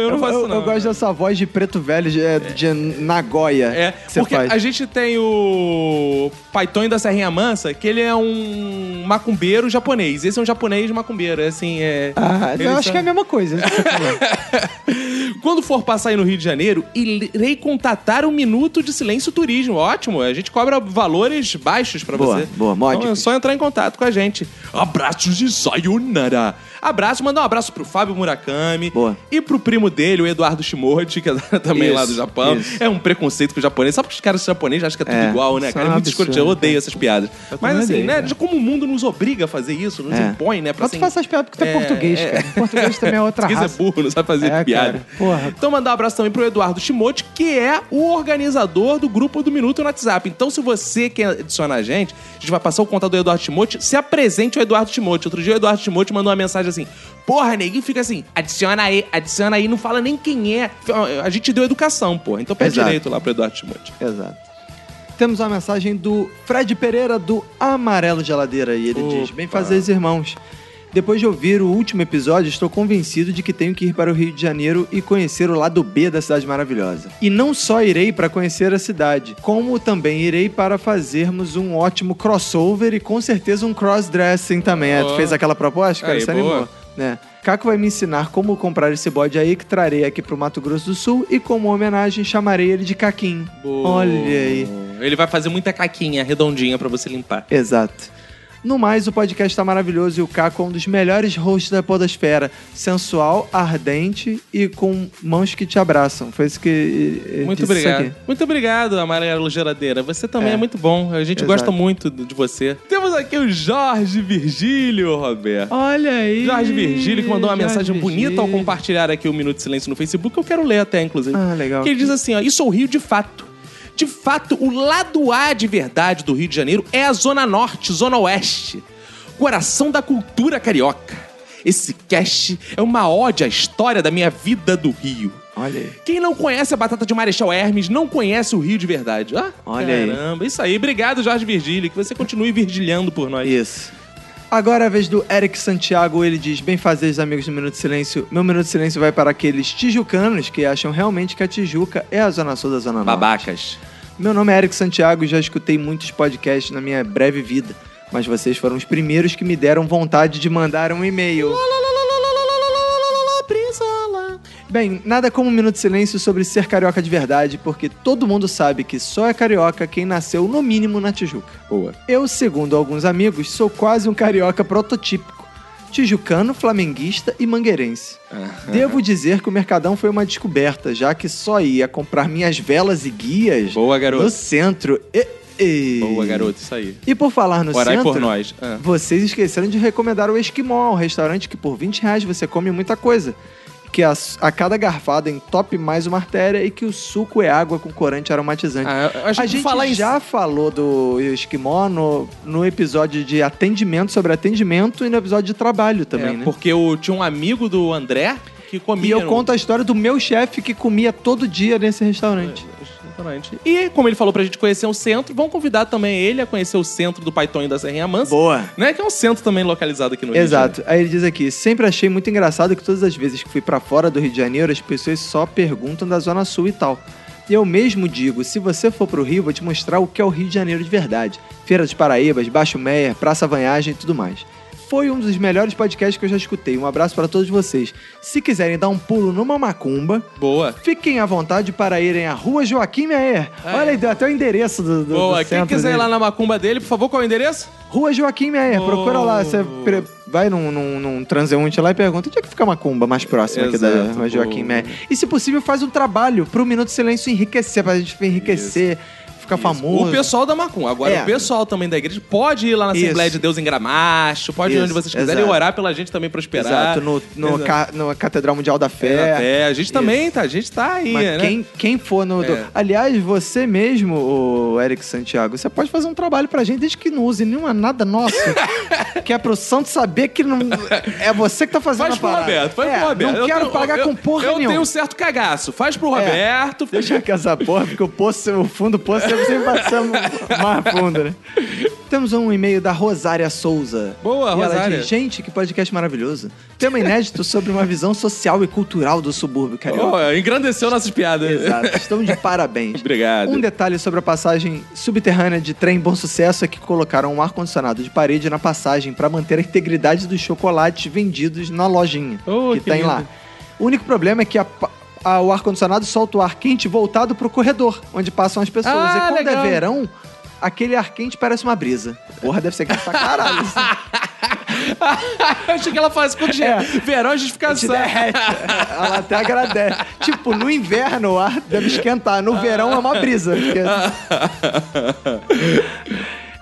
Speaker 1: eu não faço
Speaker 2: eu,
Speaker 1: isso, não. né?
Speaker 2: eu gosto dessa voz de preto velho de, é, de Nagoya.
Speaker 1: É,
Speaker 2: que você
Speaker 1: porque
Speaker 2: faz.
Speaker 1: a gente tem o Paitonho da Serrinha Mansa, que ele é um macumbeiro japonês. Esse é um japonês macumbeiro, assim, é...
Speaker 2: Ah,
Speaker 1: Eles
Speaker 2: eu
Speaker 1: são-
Speaker 2: acho
Speaker 1: Tipo
Speaker 2: que é a mesma coisa.
Speaker 1: Quando for passar aí no Rio de Janeiro, irei contatar um minuto de silêncio turismo. Ótimo, a gente cobra valores baixos pra
Speaker 2: Boa,
Speaker 1: você.
Speaker 2: boa, módico.
Speaker 1: Então é só entrar em contato com a gente. Abraços e sayonara. Abraço, mandar um abraço pro Fábio Murakami.
Speaker 2: Boa.
Speaker 1: E pro primo dele, o Eduardo Shimoji, que é também lá do
Speaker 2: Isso,
Speaker 1: Japão.
Speaker 2: isso.
Speaker 1: É um preconceito com o japonês. Só porque os caras japoneses acham que é tudo
Speaker 2: É,
Speaker 1: igual, né,
Speaker 2: isso
Speaker 1: cara?
Speaker 2: é
Speaker 1: É
Speaker 2: um
Speaker 1: muito escroto. Eu
Speaker 2: absurdo,
Speaker 1: odeio essas piadas. Mas
Speaker 2: também
Speaker 1: assim,
Speaker 2: odeio,
Speaker 1: né?
Speaker 2: cara.
Speaker 1: de Como o mundo nos obriga a fazer isso, nos
Speaker 2: É.
Speaker 1: impõe, né?
Speaker 2: Mas tu faz essas piadas porque tu é, português, cara. Português também é outra
Speaker 1: Português
Speaker 2: raça.
Speaker 1: é burro, não sabe fazer
Speaker 2: É, cara.
Speaker 1: piada.
Speaker 2: Porra.
Speaker 1: Então mandar um abraço também pro Eduardo Timote, que é o organizador do grupo do Minuto no WhatsApp. Então se você quer adicionar a gente, a gente vai passar o contato do Eduardo Timote, se apresente ao Eduardo Timote. Outro dia o Eduardo Timote mandou uma mensagem assim, porra, neguinho, fica assim, adiciona aí, adiciona aí, não fala nem quem é. A gente deu educação, porra. Então pede
Speaker 2: Exato.
Speaker 1: direito lá pro Eduardo Timote.
Speaker 2: Exato. Temos uma mensagem do Fred Pereira do Amarelo Geladeira e ele diz: Bem fazeres irmãos. Depois de ouvir o último episódio, estou convencido de que tenho que ir para o Rio de Janeiro e conhecer o lado B da cidade maravilhosa. E não só irei para conhecer a cidade, como também irei para fazermos um ótimo crossover e com certeza um crossdressing também. É, tu
Speaker 1: Boa.
Speaker 2: fez aquela proposta, cara,
Speaker 1: Aí,
Speaker 2: você animou
Speaker 1: boa.
Speaker 2: né? Caco vai me ensinar como comprar esse bode aí que trarei aqui pro Mato Grosso do Sul e como homenagem chamarei ele de Caquinho. Olha aí.
Speaker 1: Ele vai fazer muita caquinha redondinha pra você limpar.
Speaker 2: Exato. No mais, o podcast tá maravilhoso e o Caco é um dos melhores hosts da podosfera. Sensual, ardente e com mãos que te abraçam. Foi isso que... eh, eh,
Speaker 1: Muito
Speaker 2: disse isso
Speaker 1: obrigado.
Speaker 2: aqui.
Speaker 1: Muito obrigado, Amarelo Geladeira. Você também é,
Speaker 2: É.
Speaker 1: muito bom. A gente
Speaker 2: Exato.
Speaker 1: gosta muito de você. Temos aqui o Jorge Virgílio, Roberto.
Speaker 2: Olha aí.
Speaker 1: Jorge Virgílio, que mandou uma
Speaker 2: Jorge
Speaker 1: mensagem bonita ao
Speaker 2: Virgílio.
Speaker 1: compartilhar aqui o Minuto de Silêncio no Facebook, que eu quero ler até, inclusive.
Speaker 2: Ah, legal.
Speaker 1: Que ele diz assim, ó, isso é o Rio de fato. De fato, o lado A de verdade do Rio de Janeiro é a Zona Norte, Zona Oeste. Coração da cultura carioca. Esse cast é uma ode à história da minha vida do Rio.
Speaker 2: Olha aí.
Speaker 1: Quem não conhece a batata de Marechal Hermes não conhece o Rio de verdade. Ah,
Speaker 2: Olha aí.
Speaker 1: caramba, isso aí. Obrigado, Jorge Virgílio. Que você continue virgilhando por nós.
Speaker 2: Isso. Agora é a vez do Eric Santiago, ele diz: Bem fazeres, amigos do Minuto de Silêncio. Meu Minuto de Silêncio vai para aqueles tijucanos que acham realmente que a Tijuca é a Zona Sul da Zona Norte.
Speaker 1: Babacas.
Speaker 2: Meu nome é Eric Santiago e já escutei muitos podcasts na minha breve vida, mas vocês foram os primeiros que me deram vontade de mandar um e-mail. Bem, nada como um minuto de silêncio sobre ser carioca de verdade, porque todo mundo sabe que só é carioca quem nasceu no mínimo na Tijuca.
Speaker 1: Boa.
Speaker 2: Eu, segundo alguns amigos, sou quase um carioca prototípico. Tijucano, flamenguista e mangueirense.
Speaker 1: Ah,
Speaker 2: Devo dizer que o Mercadão foi uma descoberta, já que só ia comprar minhas velas e guias
Speaker 1: Boa, garoto.
Speaker 2: no centro. E, e...
Speaker 1: Boa, garoto. Isso aí.
Speaker 2: E por falar no
Speaker 1: Orai
Speaker 2: centro,
Speaker 1: por nós. Ah.
Speaker 2: vocês esqueceram de recomendar o Esquimó, um restaurante que por 20 reais você come muita coisa. Que é a, a cada garfada entope mais uma artéria e que o suco é água com corante aromatizante.
Speaker 1: Ah, eu acho
Speaker 2: a
Speaker 1: que
Speaker 2: gente
Speaker 1: falar em-
Speaker 2: já falou do Esquimó no, no episódio de atendimento sobre atendimento e no episódio de trabalho também,
Speaker 1: É,
Speaker 2: né?
Speaker 1: Porque eu tinha um amigo do André que comia.
Speaker 2: E eu
Speaker 1: no-
Speaker 2: conto a história do meu chefe que comia todo dia nesse restaurante.
Speaker 1: restaurante. E como ele falou pra gente conhecer o centro, vamos convidar também ele a conhecer o centro do Paitonho da Serrinha Mansa.
Speaker 2: Boa!
Speaker 1: Né, que é um centro também localizado aqui no Rio. de
Speaker 2: Exato. Aí ele diz aqui: sempre achei muito engraçado que todas as vezes que fui pra fora do Rio de Janeiro, as pessoas só perguntam da Zona Sul e tal. E eu mesmo digo: se você for pro Rio, vou te mostrar o que é o Rio de Janeiro de verdade. Feira dos Paraíbas, Baixo Meia, Praça Vanhagem e tudo mais. Foi um dos melhores podcasts que eu já escutei. Um abraço pra todos vocês. Se quiserem dar um pulo numa macumba,
Speaker 1: Janeiro. Boa.
Speaker 2: fiquem à vontade para irem à Rua Joaquim Meyer.
Speaker 1: Ah,
Speaker 2: Olha aí, deu até o endereço do, do,
Speaker 1: Boa.
Speaker 2: do
Speaker 1: Quem
Speaker 2: centro
Speaker 1: quiser ir
Speaker 2: dele.
Speaker 1: lá na macumba dele, por favor, qual é o endereço?
Speaker 2: Rua Joaquim Meyer,
Speaker 1: Oh.
Speaker 2: procura lá. Você pre- vai num, num- num transeunte lá e pergunta onde é que fica a macumba mais próxima aqui da
Speaker 1: Exato,
Speaker 2: Rua Joaquim
Speaker 1: pô.
Speaker 2: Meyer. E se possível, faz um trabalho pro Minuto de Silêncio enriquecer, pra gente enriquecer, ficar famoso.
Speaker 1: O pessoal da Macum. Agora,
Speaker 2: É.
Speaker 1: o pessoal também da igreja pode ir lá na
Speaker 2: Isso.
Speaker 1: Assembleia de Deus em Gramacho, pode ir
Speaker 2: Isso,
Speaker 1: onde vocês quiserem
Speaker 2: exato.
Speaker 1: e orar pela gente também prosperar.
Speaker 2: Exato, no, no
Speaker 1: Exato.
Speaker 2: ca- na Catedral Mundial da Fé.
Speaker 1: É, é, a gente também tá, a gente tá aí,
Speaker 2: Mas
Speaker 1: né?
Speaker 2: quem, quem for no. do-
Speaker 1: É.
Speaker 2: Aliás, você mesmo, o Eric Santiago, você pode fazer um trabalho pra gente desde que não use nenhuma nada nosso. que é pro santo saber que não. É você que tá fazendo
Speaker 1: Faz
Speaker 2: a
Speaker 1: pro
Speaker 2: parada.
Speaker 1: Roberto, faz
Speaker 2: É,
Speaker 1: pro Roberto.
Speaker 2: Não
Speaker 1: Eu
Speaker 2: quero
Speaker 1: tenho-
Speaker 2: pagar
Speaker 1: eu-
Speaker 2: com porra
Speaker 1: Eu
Speaker 2: nenhuma.
Speaker 1: tenho um certo cagaço. Faz pro
Speaker 2: É.
Speaker 1: Roberto. faz-
Speaker 2: Deixa com essa porra, porque o poço, o fundo do poço sempre passando mais fundo, né? Temos um e-mail da Rosária Souza.
Speaker 1: Boa,
Speaker 2: e Ela
Speaker 1: Rosária.
Speaker 2: diz, gente, que podcast maravilhoso. Tema inédito sobre uma visão social e cultural do subúrbio é carioca.
Speaker 1: Ó, engrandeceu nossas piadas.
Speaker 2: Exato. Estão de parabéns.
Speaker 1: Obrigado.
Speaker 2: Um detalhe sobre a passagem subterrânea de trem Bom Sucesso é que colocaram um ar-condicionado de parede na passagem para manter a integridade dos chocolates vendidos na lojinha
Speaker 1: Oh,
Speaker 2: que,
Speaker 1: que
Speaker 2: tem
Speaker 1: lindo.
Speaker 2: lá. O único problema é que a pa- a- o ar-condicionado solta o ar quente voltado pro corredor, onde passam as pessoas.
Speaker 1: Ah,
Speaker 2: e quando
Speaker 1: legal.
Speaker 2: é verão, aquele ar quente parece uma brisa. Porra, deve ser quente pra caralho. isso.
Speaker 1: Eu achei que ela faz quando já é. verão é
Speaker 2: Te
Speaker 1: justificação.
Speaker 2: derrete.
Speaker 1: é.
Speaker 2: Ela até agradece. Tipo, no inverno o ar deve esquentar, no verão é uma brisa. porque-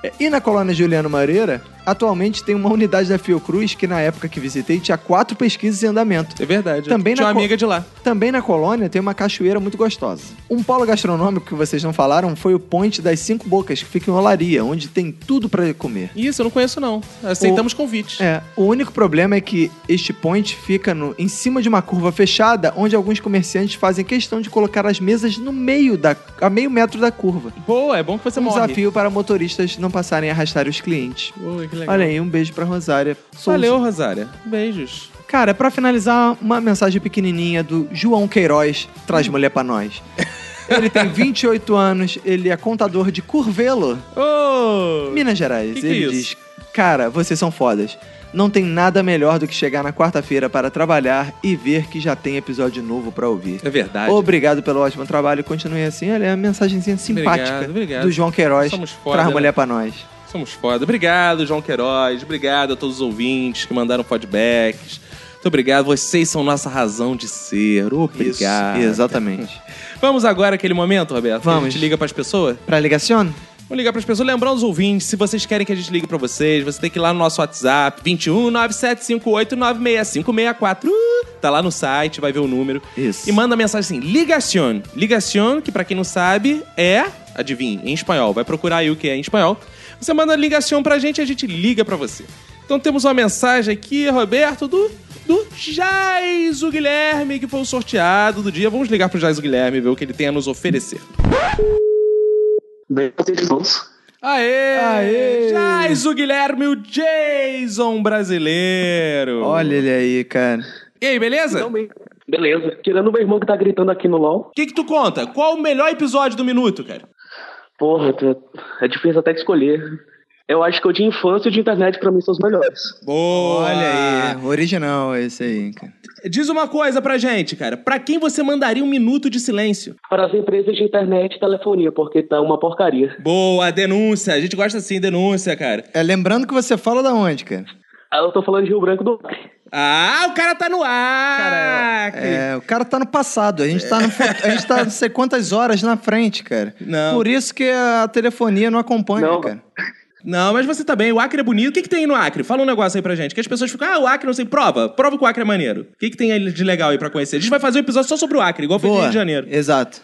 Speaker 2: É, E na colônia Juliano Mareira, atualmente tem uma unidade da Fiocruz que na época que visitei tinha quatro pesquisas em andamento.
Speaker 1: É verdade.
Speaker 2: Também
Speaker 1: Tinha
Speaker 2: na
Speaker 1: uma
Speaker 2: co-
Speaker 1: amiga de lá.
Speaker 2: Também na colônia tem uma cachoeira muito gostosa. Um polo gastronômico que vocês não falaram foi o Ponte das Cinco Bocas, que fica em Olaria, onde tem tudo pra comer.
Speaker 1: Isso, eu não conheço, não. Aceitamos convites.
Speaker 2: É, o único problema é que este point fica no- em cima de uma curva fechada, onde alguns comerciantes fazem questão de colocar as mesas no meio da a meio metro da curva.
Speaker 1: Boa, é bom que você
Speaker 2: um
Speaker 1: morre.
Speaker 2: desafio para motoristas não passarem a arrastar os clientes.
Speaker 1: Boa, que legal.
Speaker 2: Olha aí, um beijo pra Rosária. Souza.
Speaker 1: Valeu, Rosária. Beijos.
Speaker 2: Cara, pra finalizar, uma mensagem pequenininha do João Queiroz, traz mulher pra nós. Ele tem 28 anos, ele é contador de Curvelo,
Speaker 1: Ô!
Speaker 2: Minas Gerais.
Speaker 1: Que que é
Speaker 2: ele
Speaker 1: isso?
Speaker 2: diz: Cara, vocês são fodas. Não tem nada melhor do que chegar na quarta-feira para trabalhar e ver que já tem episódio novo pra ouvir.
Speaker 1: É verdade.
Speaker 2: Obrigado pelo ótimo trabalho. Continue assim. Olha, é uma mensagenzinha simpática
Speaker 1: Obrigado, obrigado.
Speaker 2: do João Queiroz.
Speaker 1: Somos foda,
Speaker 2: Traz
Speaker 1: né?
Speaker 2: mulher pra nós.
Speaker 1: Somos foda. Obrigado, João Queiroz. Obrigado a todos os ouvintes que mandaram feedbacks. Muito obrigado. Vocês são nossa razão de ser. Obrigado.
Speaker 2: Isso, exatamente.
Speaker 1: Vamos agora àquele momento, Roberto? que A
Speaker 2: Vamos.
Speaker 1: gente liga pras pessoas?
Speaker 2: pra ligação?
Speaker 1: Vamos ligar pras pessoas. Lembrando os ouvintes, se vocês querem que a gente ligue pra vocês, você tem que ir lá no nosso WhatsApp, 21 975896564. Tá lá no site, vai ver o número.
Speaker 2: Isso.
Speaker 1: E manda mensagem assim, ligación. Ligación, que pra quem não sabe, é... Adivinha, em espanhol. Vai procurar aí o que é em espanhol. Você manda ligación pra gente e a gente liga pra você. Então temos uma mensagem aqui, Roberto, do... Do Jaiso Guilherme, que foi o sorteado do dia. Vamos ligar pro Jaiso Guilherme e ver o que ele tem a nos oferecer. Aê!
Speaker 2: Aê!
Speaker 1: Jaiso Guilherme, o Jason brasileiro.
Speaker 2: Olha Então ele aí, cara.
Speaker 1: E aí, beleza? O
Speaker 5: Beleza. Tirando o meu irmão que tá gritando aqui no LOL.
Speaker 1: que que tu conta? Qual o melhor episódio do Minuto, cara?
Speaker 5: Porra, tá- é difícil até de escolher. Eu acho que o de infância e o de internet pra mim são os melhores.
Speaker 1: Boa!
Speaker 2: Olha aí. Ah, Original esse aí, cara.
Speaker 1: Diz uma coisa pra gente, cara. Pra quem você mandaria um minuto de silêncio?
Speaker 5: Para as empresas de internet e telefonia, porque tá uma porcaria.
Speaker 1: Boa, denúncia. A gente gosta assim, denúncia, cara.
Speaker 2: É, lembrando que você fala da onde, cara?
Speaker 5: Ah, Eu tô falando de Rio Branco do Acre.
Speaker 1: Ah, o cara tá no ar!
Speaker 2: É, o cara tá no passado, a gente tá, no, fut- a gente tá não sei quantas horas na frente, cara.
Speaker 1: Não.
Speaker 2: Por isso que a telefonia não acompanha,
Speaker 5: Não.
Speaker 2: cara.
Speaker 1: Não, mas você tá bem. O Acre é bonito. O que, que tem aí no Acre? Fala um negócio aí pra gente. Que as pessoas ficam, ah, o Acre, não sei. Prova. Prova que o Acre é maneiro. O que, que tem aí de legal aí pra conhecer? A gente vai fazer um episódio só sobre o Acre, igual foi o Rio de Janeiro.
Speaker 2: Exato.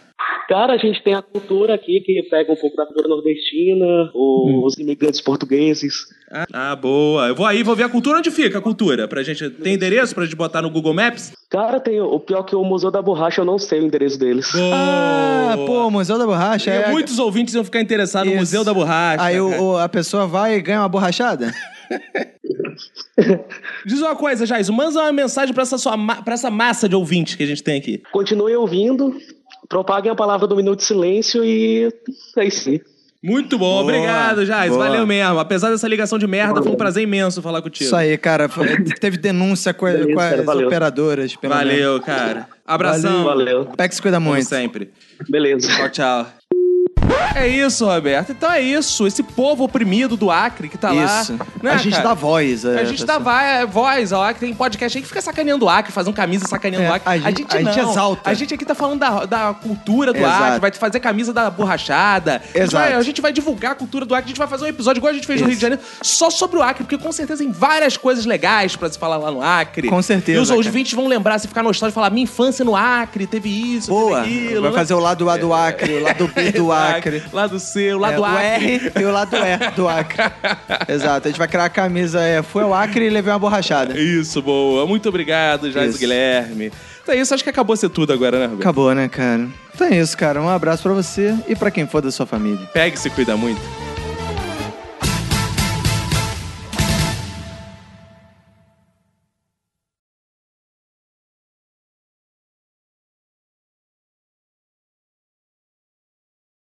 Speaker 5: Cara, a gente tem a cultura aqui que pega um pouco da cultura nordestina, o- os imigrantes portugueses.
Speaker 1: Ah, ah, boa. Eu vou aí, vou ver a cultura. Onde fica a cultura? Pra gente... Tem endereço pra gente botar no Google Maps?
Speaker 5: Cara, tem o o pior que o Museu da Borracha, eu não sei o endereço deles.
Speaker 2: Ah,
Speaker 1: Boa.
Speaker 2: pô, Museu da Borracha.
Speaker 1: Porque
Speaker 2: é-
Speaker 1: muitos ouvintes iam ficar interessados no
Speaker 2: Isso.
Speaker 1: Museu da Borracha. né,
Speaker 2: Aí
Speaker 1: cara.
Speaker 2: o- o- a pessoa vai e ganha uma borrachada?
Speaker 1: Diz uma coisa, Jais, manda uma mensagem pra essa, sua ma- pra essa massa de ouvintes que a gente tem aqui.
Speaker 5: Continuem ouvindo, propaguem a palavra do Minuto de Silêncio e é isso aí sim.
Speaker 1: Muito bom, obrigado, Jais.
Speaker 2: boa.
Speaker 1: Valeu mesmo. Apesar dessa ligação de merda, foi um prazer imenso falar contigo.
Speaker 2: Isso aí, cara. Foi- teve denúncia com,
Speaker 5: Beleza,
Speaker 2: com as
Speaker 5: cara, valeu.
Speaker 2: operadoras. Pelo menos.
Speaker 1: Valeu, cara. Abração.
Speaker 5: Valeu.
Speaker 2: Pex cuida
Speaker 1: Como
Speaker 2: muito.
Speaker 1: sempre.
Speaker 5: Beleza.
Speaker 1: Tchau, tchau. É isso, Roberto. Então é isso. Esse povo oprimido do Acre que tá lá.
Speaker 2: Isso.
Speaker 1: né,
Speaker 2: a gente
Speaker 1: cara?
Speaker 2: dá voz. é,
Speaker 1: A gente dá
Speaker 2: pessoal.
Speaker 1: vai, voz, ó, que tem podcast aí que fica sacaneando o Acre, fazendo camisa sacaneando
Speaker 2: É,
Speaker 1: o Acre.
Speaker 2: a gente- a gente exalta.
Speaker 1: A gente aqui tá falando da, da cultura do
Speaker 2: Exato.
Speaker 1: Acre, vai fazer camisa da borrachada. A gente
Speaker 2: Exato.
Speaker 1: vai- a gente vai divulgar a cultura do Acre, a gente vai fazer um episódio igual a gente fez no
Speaker 2: Isso.
Speaker 1: Rio de Janeiro, só sobre o Acre, porque com certeza tem várias coisas legais pra se falar lá no Acre.
Speaker 2: Com certeza,
Speaker 1: E os
Speaker 2: cara.
Speaker 1: ouvintes vão lembrar, se ficar nostálgico, falar: minha infância no Acre, teve isso,
Speaker 2: Boa.
Speaker 1: teve aquilo.
Speaker 2: Vai
Speaker 1: né?
Speaker 2: fazer o lado A do Acre, o lado B do
Speaker 1: É,
Speaker 2: Acre.
Speaker 1: Lá do seu, lá
Speaker 2: É,
Speaker 1: do
Speaker 2: o
Speaker 1: Acre.
Speaker 2: R e o lado E do Acre. Exato. A gente vai criar a camisa. É, foi ao Acre e levei uma borrachada.
Speaker 1: Isso, boa. Muito obrigado, Jais
Speaker 2: Isso.
Speaker 1: Guilherme. Então é isso, acho que acabou ser tudo agora, né, Roberto?
Speaker 2: Acabou, né, cara? Então é isso, cara. Um abraço pra você e pra quem for da sua família.
Speaker 1: Pega e se cuida muito.